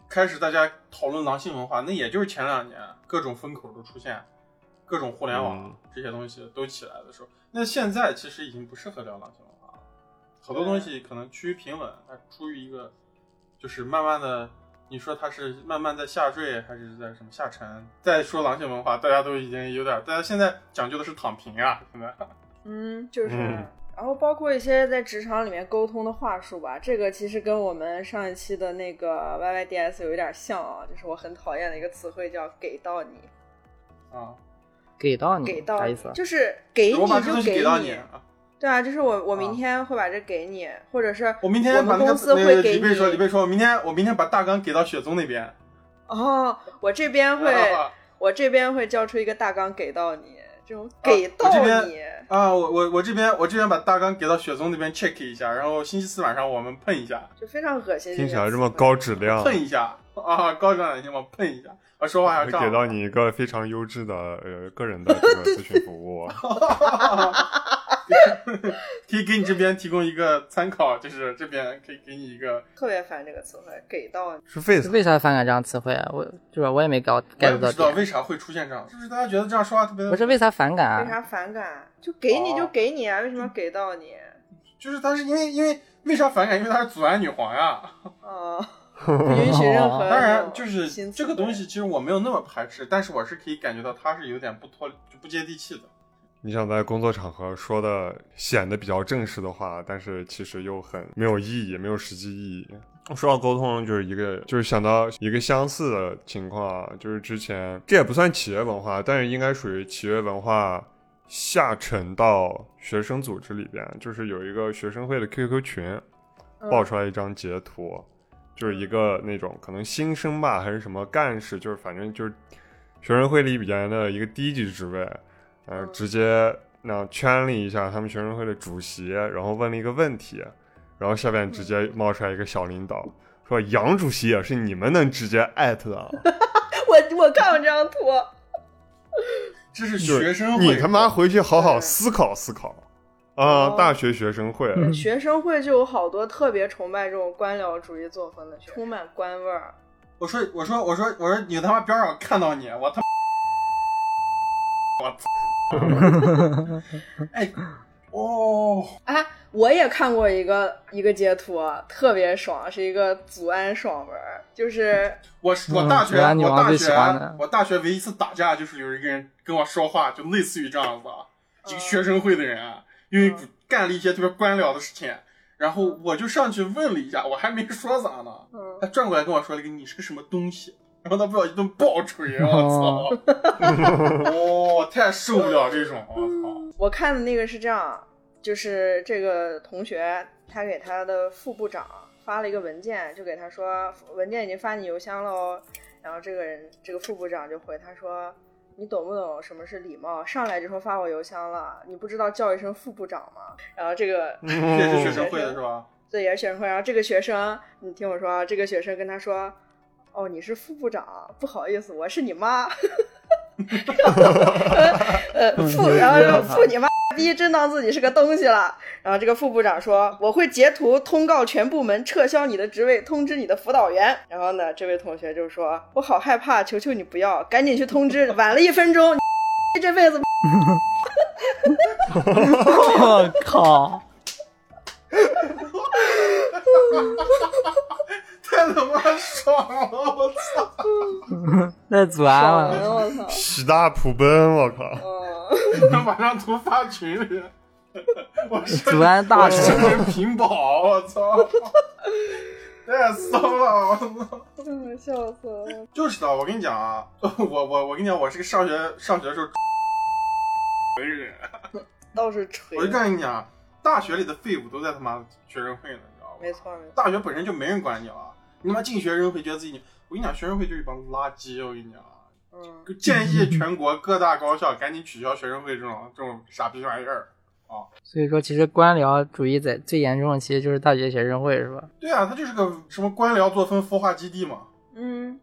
A: 开始大家讨论狼性文化，那也就是前两年各种风口都出现，各种互联网、
C: 嗯
A: 这些东西都起来的时候，那现在其实已经不适合聊狼性文化了，好多东西可能趋于平稳，它出于一个就是慢慢的。你说它是慢慢在下坠，还是在什么下沉？再说狼性文化，大家都已经有点，大家现在讲究的是躺平啊，现在。
D: 嗯，就是。
C: 嗯
D: 然后包括一些在职场里面沟通的话术吧，这个其实跟我们上一期的那个 YYDS 有一点像啊，就是我很讨厌的一个词汇叫“给到你
A: 啊，
B: 给到”，你
D: 给到
B: 啥
D: 你
B: 意思啊？
D: 就是给你
A: 我把这
D: 就
A: 东西
D: 给
A: 到
D: 你
A: 你，
D: 对啊，就是我我
B: 啊
D: 明天会把这给你，或者是
A: 我明天把
D: 们
A: 那
D: 公司
A: 个那
D: 会
A: 个
D: 给
A: 李贝
D: 你
A: 说，李贝说，我明天我明天把大纲给到雪宗那边。
D: 哦，我这边会
A: 啊
D: 我这边会交出一个大纲给到你，这种给到
A: 啊我这边
D: 你，
A: 啊，我我我这边我这边把大纲给到雪宗那边 check 一下，然后星期四晚上我们碰一下，
D: 就非常恶心。
C: 听起来这么高质量，
A: 碰一下啊，高质量行吗？碰一下，啊，说话还要
C: 会
A: 这样。
C: 给到你一个非常优质的呃个人的这个咨询服务。啊
A: 可以给你这边提供一个参考，就是这边可以给你一个，
D: 特别烦这个词汇，给到你。
C: 是 face
B: 为啥反感这样词汇啊？我就是吧我也没搞
A: 我也
B: get
A: 不
B: 到
A: 知道
B: 点，
A: 为啥会出现这样，就是大家觉得这样说话特别，
B: 不是为啥反感
D: 为
B: 啊？
D: 啥反感？就给你
A: 哦
D: 就给你啊，为什么要给到你？
A: 就是他是因为因为为啥反感？因为他是阻拦女皇呀、
D: 啊， 不允许任何。
A: 当然，就是这个东西，，其实我没有那么排斥，但是我是可以感觉到它是有点不脱就不接地气的。
C: 你想在工作场合说的显得比较正式的话，但是其实又很没有意义，没有实际意义。说到沟通，就是一个就是想到一个相似的情况啊，就是之前这也不算企业文化，但是应该属于企业文化下沉到学生组织里边，就是有一个学生会的 QQ 群，爆出来一张截图，就是一个那种可能新生吧，还是什么干事，就是反正就是学生会里边的一个低级职位，呃，
D: 嗯
C: 直接那圈了一下他们学生会的主席，然后问了一个问题，然后下面
D: 嗯
C: 直接冒出来一个小领导。说杨主席也啊是你们能直接艾特的啊，
D: 我我看过这张图，
A: 这是
C: 就是
A: 学生会，
C: 你他妈回去好好
D: 对
C: 思考思考啊！
D: 嗯哦嗯
C: 大学学生会，
D: 学生会就有好多特别崇拜这种官僚主义作风的学生，充满官味儿。
A: 我说我说我说我说你他妈边上看到你，我他妈，我操！ 哎，哦，
D: 哎，我也看过一个一个截图，特别爽，是一个祖安爽文儿，就是
A: 我是我
B: 嗯
A: 大学、
B: 主要女
A: 我
B: 王
A: 大
B: 最喜欢
A: 学啊
B: 的
A: 我大学唯一一次打架就是有一个人跟我说话，就类似于这样子，啊，
D: 呃
A: 几个学生会的人啊，因为
D: 嗯
A: 干了一些特别官僚的事情，然后我就上去问了一下，我还没说啥呢，
D: 嗯
A: 他，转过来跟我说了一个你是个什么东西，然后他被我一顿暴锤，我操！ 哦，太受不了这种，我
D: 我看的那个是这样，就是这个同学他给他的副部长发了一个文件，就给他说文件已经发你邮箱了哦。然后这个人这个副部长就回他说。你懂不懂什么是礼貌？上来就说发我邮箱了，你不知道叫一声副部长吗？然后这个
A: 操！这也是
C: 嗯
A: 学生会的是吧？
D: 这也是学生会。然后这个学生，你听我说，啊，这个学生跟他说：“哦，你是副部长，不好意思，我是你妈。” 呃，副，然后说副你妈逼，真当自己是个东西了。然后这个副部长说：“我会截图通告全部门，撤销你的职位，通知你的辅导员。”然后呢，这位同学就说：“我好害怕，求求你不要，赶紧去通知，晚了一分钟，你这辈子
B: 我靠！
A: 太他妈爽了，我 操！
B: 那啊祖安
D: 完
B: 了，
D: 了，我操！”
C: 喜大普奔，我靠！
D: 嗯。
A: 马上图发群里，我
B: 祖
A: 是
B: 安大
A: 我
B: 神
A: 是。人屏保，我 操！太骚了，我操！
D: 嗯笑死我了！
A: 就是的，我跟你讲啊， 我我我跟你讲，我是个上学上学的时候的人，
D: 倒是锤
A: 我就，跟你讲，大学里的废物都在他妈的学生会呢，你知道吗？
D: 没错没错。
A: 大学本身就没人管你了，你他妈进学生会觉得自己，我跟你讲，学生会就是一帮垃圾，我跟你讲，啊
D: 嗯，
A: 建议全国各大高校赶紧取消学生会这种这种傻逼玩意儿。
B: 所以说，其实官僚主义在最严重的其实就是大学学生会，是吧？
A: 对啊，他就是个什么官僚作风孵化基地嘛。
D: 嗯，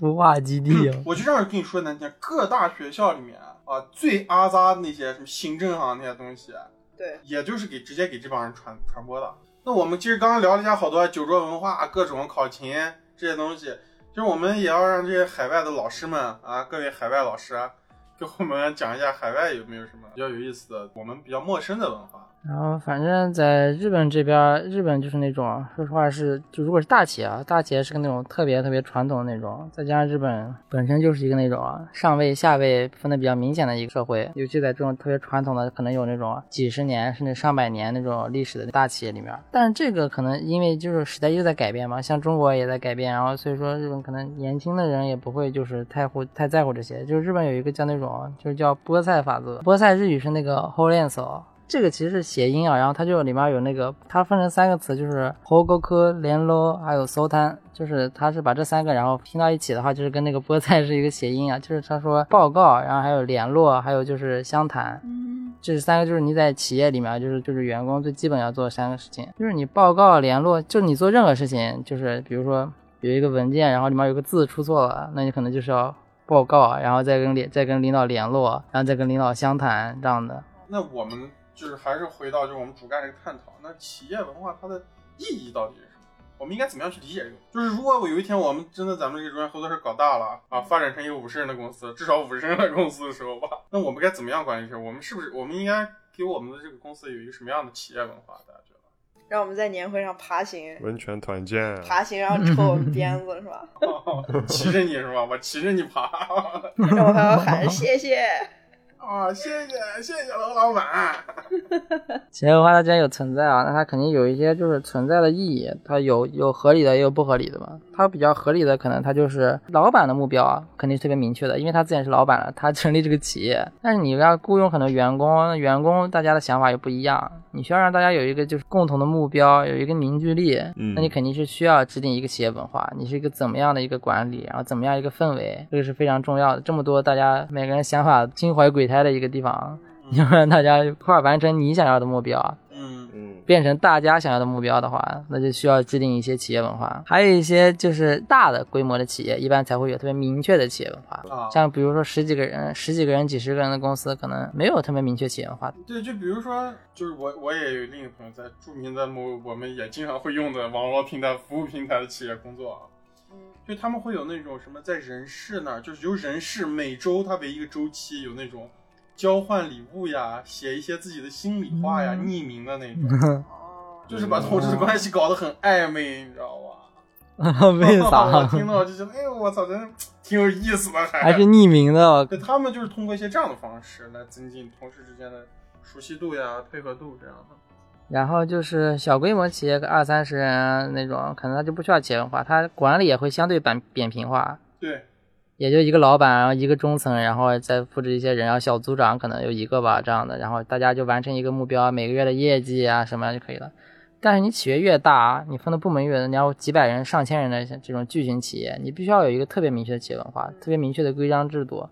B: 孵化基地啊。
A: 我就这样跟你说难听，各大学校里面啊，最阿扎的那些什么行政行那些东西，啊
D: 对，
A: 也就是给直接给这帮人传传播的。那我们其实刚刚聊了一下好多酒桌文化、各种考勤这些东西，就是我们也要让这些海外的老师们啊，各位海外老师啊，给我们讲一下海外有没有什么比较有意思的、我们比较陌生的文化。
B: 然后反正在日本这边，日本就是那种，说实话是，就如果是大企业啊，大企业是个那种特别特别传统的那种，再加上日本本身就是一个那种啊上位下位分的比较明显的一个社会，尤其在这种特别传统的，可能有那种几十年甚至上百年那种历史的大企业里面，但是这个可能因为就是时代又在改变嘛，像中国也在改变，然后所以说日本可能年轻的人也不会就是太乎太在乎这些，就是日本有一个叫那种就是叫菠菜法则，菠菜日语是那个 h o l e n s o 这个其实是谐音啊，然后它就里面有那个，它分成三个词，就是猴沟科、连喽，还有搜滩，就是它是把这三个然后拼到一起的话，就是跟那个菠菜是一个谐音啊，就是他说报告，然后还有联络，还有就是相谈，
D: 嗯，
B: 这三个就是你在企业里面，就是就是员工最基本要做的三个事情，就是你报告、联络，就是你做任何事情，就是比如说有一个文件，然后里面有个字出错了，那你可能就是要报告，然后再跟领再跟领导联络，然后再跟领导相谈这样的。
A: 那我们就是还是回到就是我们主干这个探讨，那企业文化它的意义到底是什么？我们应该怎么样去理解这个？就是如果我有一天我们真的咱们这个中间合作社搞大了啊，发展成一个五十人的公司，至少五十人的公司的时候吧，那我们该怎么样管理这个？我们是不是我们应该给我们的这个公司有一个什么样的企业文化？大家觉得？
D: 让我们在年会上爬行，
C: 温泉团建啊，
D: 爬行然后抽我们鞭子是吧？
A: 骑着你是吧？我骑着你爬
D: 然后还要喊谢谢。
A: 啊！谢谢谢谢楼老板。
B: 企业文化它既然有存在啊，那它肯定有一些就是存在的意义，它有有合理的，也有不合理的嘛。它比较合理的，可能它就是老板的目标啊，肯定是特别明确的，因为他自己是老板了，他成立这个企业。但是你要雇佣很多员工，那员工大家的想法也不一样，你需要让大家有一个就是共同的目标，有一个凝聚力，
C: 嗯
B: 那你肯定是需要制定一个企业文化，你是一个怎么样的一个管理，然后怎么样一个氛围，这个是非常重要的。这么多大家每个人想法心怀鬼胎的一个地方，你要让大家一块儿完成你想要的目标，
A: 嗯，
C: 嗯，
B: 变成大家想要的目标的话，那就需要制定一些企业文化。还有一些就是大的规模的企业，一般才会有特别明确的企业文
A: 啊
B: 化。像比如说十几个人、十几个人、几十个人的公司，可能没有特别明确企业 文化。
A: 对，就比如说，就是我我也有另一个朋友在著名的某我们也经常会用的网络平台服务平台的企业工作啊，就他们会有那种什么在人事那儿，就是由人事每周他为一个周期有那种交换礼物呀，写一些自己的心里话呀，
B: 嗯
A: 匿名的那种，
D: 哦，
A: 就是把同事的关系搞得很暧昧，你知道吧？
B: 为
A: 我
B: 啥？
A: 听到就觉得，哎呦我操，真挺有意思的，
B: 还是匿名的哦？
A: 对，他们就是通过一些这样的方式来增进同事之间的熟悉度呀、配合度这样的。
B: 然后就是小规模企业，个二三十人啊那种，可能他就不需要企业文化，他管理也会相对扁扁平化。
A: 对，
B: 也就一个老板，然后一个中层，然后再布置一些人，然后小组长可能有一个吧，这样的，然后大家就完成一个目标，每个月的业绩啊什么样就可以了。但是你企业越大，你分的部门越多，你要几百人、上千人的这种巨型企业，你必须要有一个特别明确的企业文化，特别明确的规章制度。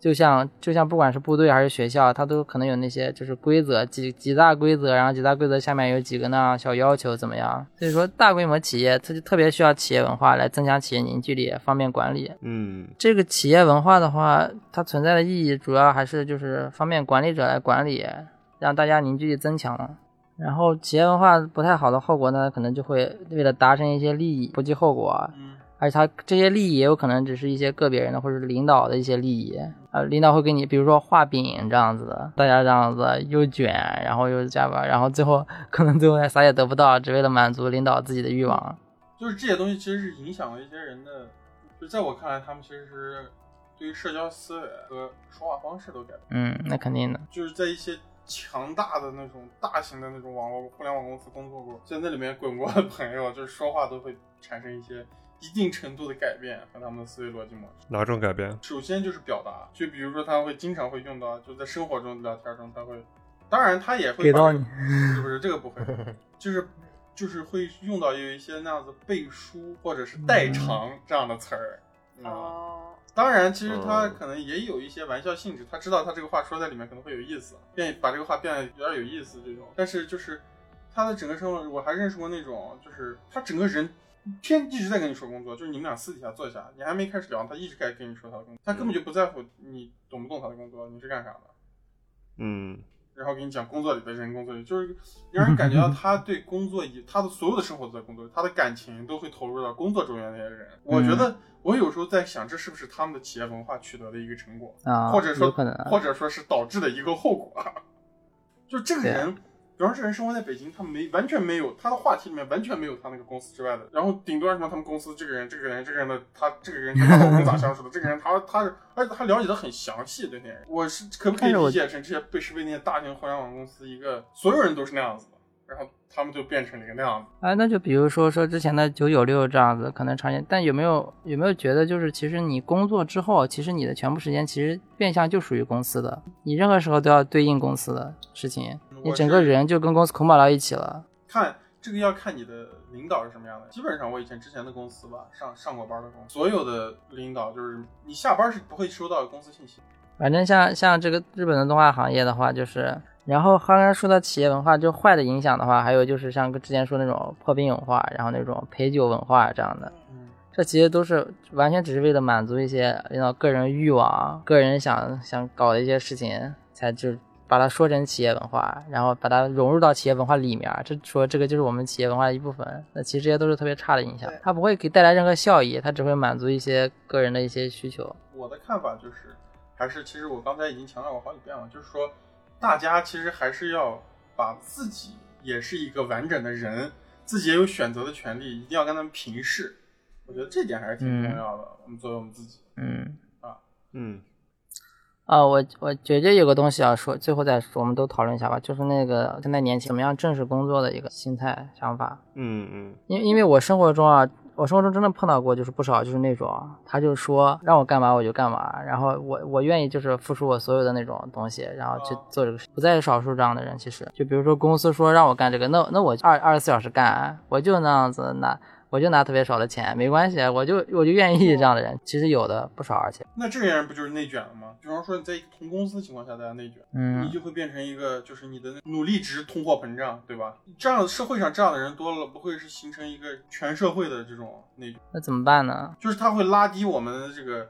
B: 就像就像不管是部队还是学校，它都可能有那些就是规则几几大规则，然后几大规则下面有几个呢小要求怎么样？所以说大规模企业它就特别需要企业文化来增强企业凝聚力，方便管理。
C: 嗯，
B: 这个企业文化的话，它存在的意义主要还是就是方便管理者来管理，让大家凝聚力增强了。然后企业文化不太好的后果呢，可能就会为了达成一些利益不计后果，
A: 嗯，
B: 而且它这些利益也有可能只是一些个别人的或者是领导的一些利益。呃，领导会给你，比如说画饼这样子的，大家这样子又卷，然后又加班，然后最后可能最后还啥也得不到，只为了满足领导自己的欲望。
A: 就是这些东西其实是影响了一些人的，就在我看来，他们其实是对于社交思维和说话方式都改变，
B: 嗯，那肯定的。
A: 就是在一些。强大的那种大型的那种网络互联网公司工作过，在那里面滚过的朋友，就是说话都会产生一些一定程度的改变和他们的思维逻辑模式。
C: 哪种改变？
A: 首先就是表达，就比如说他会经常会用到，就在生活中聊天中他会，当然他也会
B: 给到
A: 把这
B: 你
A: 个，是 不是这个 不会，就是就是会用到有一些那样子背书或者是
B: 嗯
A: 代偿这样的词儿啊。
D: 哦，
A: 当然，其实他
C: 嗯
A: 可能也有一些玩笑性质，他知道他这个话说在里面可能会有意思，愿意把这个话变得有点有意思这种。但是就是他的整个生活，我还认识过那种，就是他整个人天一直在跟你说工作，就是你们俩私底下坐下，你还没开始聊，他一直在跟你说他的工作，他根本就不在乎你懂不懂他的工作，你是干啥的。
C: 嗯，
A: 然后给你讲工作里的人，工作里就是让人感觉到他对工作以他的所有的生活都在工作，他的感情都会投入到工作中间那些人。我觉得我有时候在想，这是不是他们的企业文化取得的一个成果，
B: 啊，
A: 或者说
B: 有可能啊啊
A: 或者说是导致的一个后果？就这个人，比方这人生活在北京，他没完全没有他的话题里面完全没有他那个公司之外的，然后顶多什么他们公司这个人、这个人、这个人的他这个人跟他老公咋相处的， 这个人他他而且他了解的很详细对那些人，我是可不可以理解成这些被是被那些大型互联网公司一个所有人都是那样子的，然后他们就变成了一个那样子。
B: 啊，那就比如说说之前的九九六这样子，可能常见，但有没有有没有觉得就是其实你工作之后，其实你的全部时间其实变相就属于公司的，你任何时候都要对应公司的事情，你整个人就跟公司捆绑到一起了。
A: 看这个要看你的领导是什么样的。基本上我以前之前的公司吧，上上过班的公司，所有的领导就是你下班是不会收到公司信息。
B: 反正像像这个日本的动画行业的话，就是，然后刚刚说到企业文化就坏的影响的话，还有就是像之前说那种破冰文化，然后那种陪酒文化这样的，
A: 嗯，
B: 这其实都是完全只是为了满足一些领导个人欲望、啊个人想想搞的一些事情，才就把它说成企业文化，然后把它融入到企业文化里面。这说这个就是我们企业文化的一部分。那其实这些都是特别差的影响
D: 对，
B: 它不会给带来任何效益，它只会满足一些个人的一些需求。
A: 我的看法就是，还是其实我刚才已经强调过好几遍了，就是说，大家其实还是要把自己也是一个完整的人，自己也有选择的权利，一定要跟他们平视。我觉得这点还是挺重要的。我们作为我们自己，
B: 嗯。
C: 嗯，
B: 啊，我我觉得有个东西要说，最后再说，我们都讨论一下吧，就是那个现在年轻人怎么样正式工作的一个心态想法。
C: 嗯嗯，
B: 因因为我生活中啊，我生活中真的碰到过，就是不少就是那种，他就说让我干嘛我就干嘛，然后我我愿意就是付出我所有的那种东西，然后去
A: 哦
B: 做这个事。不在少数这样的人，其实就比如说公司说让我干这个，那那我二二十四小时干，我就那样子拿，我就拿特别少的钱，没关系，啊我就我就愿
A: 哦
B: 意这样的人，其实有的不少，而且
A: 那这个人不就是内卷了吗？比方说你在一个同公司的情况下，大家内卷，
B: 嗯
A: 你就会变成一个就是你的努力值通货膨胀，对吧？这样社会上这样的人多了，不会是形成一个全社会的这种内卷，
B: 那怎么办呢？
A: 就是它会拉低我们的这个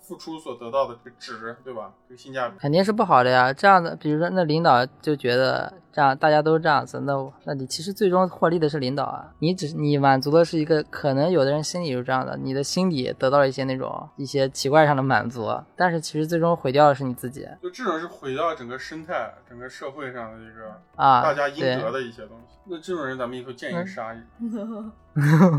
A: 付出所得到的这个值，对吧？这个性价比。
B: 肯定是不好的呀。这样的，比如说那领导就觉得这样大家都这样子，那我那你其实最终获利的是领导啊。你只你满足的是一个可能有的人心里就是这样的，你的心理得到了一些那种一些奇怪上的满足，但是其实最终毁掉的是你自己
A: 就这种是毁掉整个生态、整个社会上的一个
B: 啊。
A: 大家应
B: 对
A: 得的一些东西。那这种人，咱们以后见一个
B: 嗯
A: 杀一个，
D: 嗯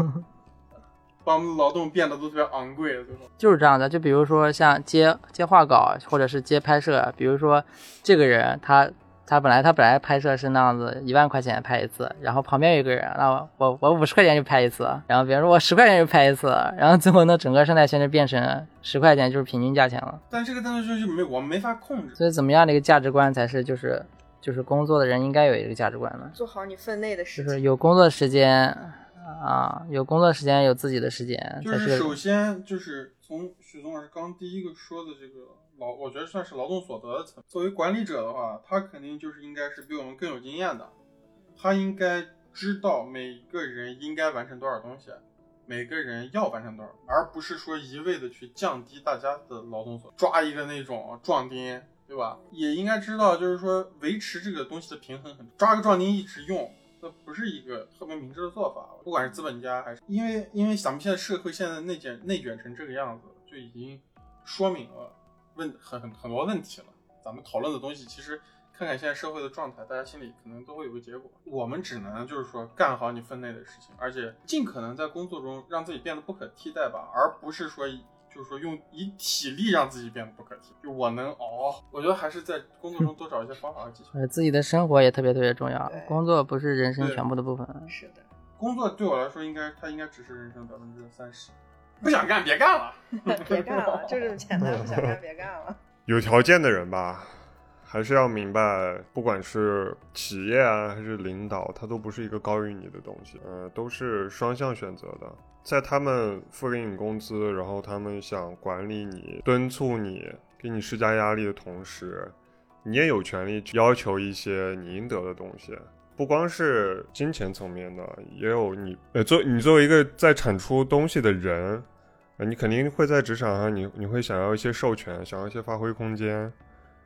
A: 把我们劳动变得都特别昂贵，对吧？
B: 就是这样的。就比如说像接接画稿，或者是接拍摄，比如说这个人他。他本来他本来拍摄是那样子，一万块钱拍一次，然后旁边有一个人，那我我我五十块钱就拍一次，然后别人说我十块钱就拍一次，然后最后呢整个生态圈就变成十块钱就是平均价钱了。
A: 但这个东西就没我们没法控制。
B: 所以怎么样的一个价值观才是就是就是工作的人应该有一个价值观呢？
D: 做好你分内的
B: 就
D: 事
B: 是
D: 情。
B: 有工作时间啊，有工作时间有自己的时间，
A: 就
B: 才
A: 是
B: 是
A: 首先就是从许总老师刚第一个说的这个劳，我觉得算是劳动所得的层面。作为管理者的话，他肯定就是应该是比我们更有经验的，他应该知道每个人应该完成多少东西，每个人要完成多少，而不是说一味的去降低大家的劳动所得，抓一个那种壮丁。对吧？也应该知道，就是说维持这个东西的平衡很，抓个壮丁一直用，那不是一个特别明智的做法，不管是资本家还是因为因为咱们现在社会现在内卷内卷成这个样子，就已经说明了问很很很多问题了。咱们讨论的东西，其实看看现在社会的状态，大家心里可能都会有个结果。我们只能就是说干好你分内的事情，而且尽可能在工作中让自己变得不可替代吧，而不是说以就是说用以体力让自己变得不可替。就我能熬，我觉得还是在工作中多找一些方法和技巧。
B: 呃，自己的生活也特别特别重要
D: 对，
B: 工作不是人生
A: 对
B: 全部的部分。
D: 是的，
A: 工作对我来说，应该它应该只是人生百分之三十。不想干别干了，
D: 别干了，就这么简单，不想干别干了。
C: 有条件的人吧，还是要明白，不管是企业啊还是领导，它都不是一个高于你的东西，呃，都是双向选择的。在他们付给你工资，然后他们想管理你、敦促你、给你施加压力的同时，你也有权利去要求一些你应得的东西。不光是金钱层面的，也有你呃，作你作为一个在产出东西的人，呃，你肯定会在职场上，你你会想要一些授权，想要一些发挥空间，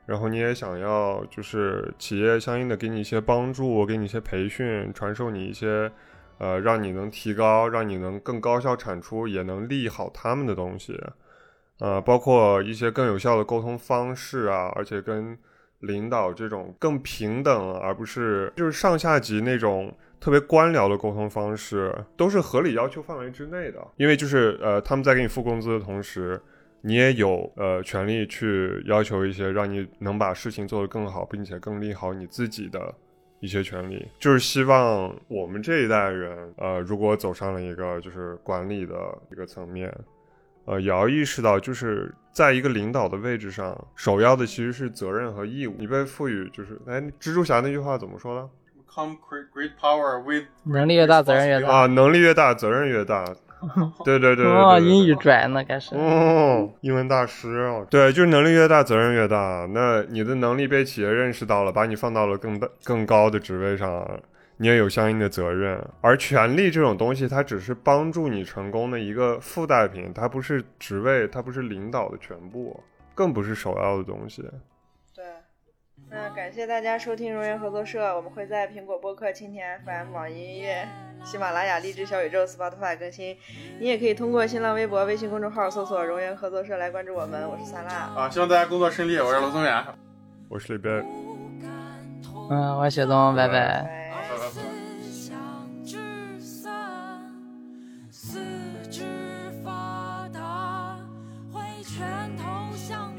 C: 然后你也想要就是企业相应的给你一些帮助，给你一些培训，传授你一些呃，让你能提高，让你能更高效产出，也能利好他们的东西，呃，包括一些更有效的沟通方式啊，而且跟领导这种更平等，而不是就是上下级那种特别官僚的沟通方式，都是合理要求范围之内的。因为就是呃，他们在给你付工资的同时，你也有呃权利去要求一些让你能把事情做得更好，并且更利好你自己的一些权利，就是希望我们这一代人，呃，如果走上了一个就是管理的一个层面，呃，也要意识到，就是在一个领导的位置上，首要的其实是责任和义务。你被赋予就是，哎，蜘蛛侠那句话怎么说呢？
A: Come great great power with
B: 能力越大责任越大
C: 啊，能力越大，责任 越大。对对对对对
B: 哦，
C: 对
B: 英语拽呢，该是。
C: 哦，英文大师哦，对，就是能力越大，责任越大。那你的能力被企业认识到了，把你放到了更大、更高的职位上，你也有相应的责任。而权力这种东西，它只是帮助你成功的一个附带品，它不是职位，它不是领导的全部，更不是首要的东西。
D: 对，那感谢大家收听荣源合作社，我们会在苹果播客、蜻蜓 FM、网易音乐、喜马拉雅、荔枝小宇宙、Spotify 更新。你也可以通过新浪微博、微信公众号搜索“荣源合作社”来关注我们。我是萨拉，
A: 啊，希望大家工作顺利。我是罗宗远，
C: 我是里边，
B: 嗯，我是雪冬，拜
C: 拜
B: 拜。
D: 拜。
A: 拜拜。
E: 思想之散，四肢发达，挥拳头向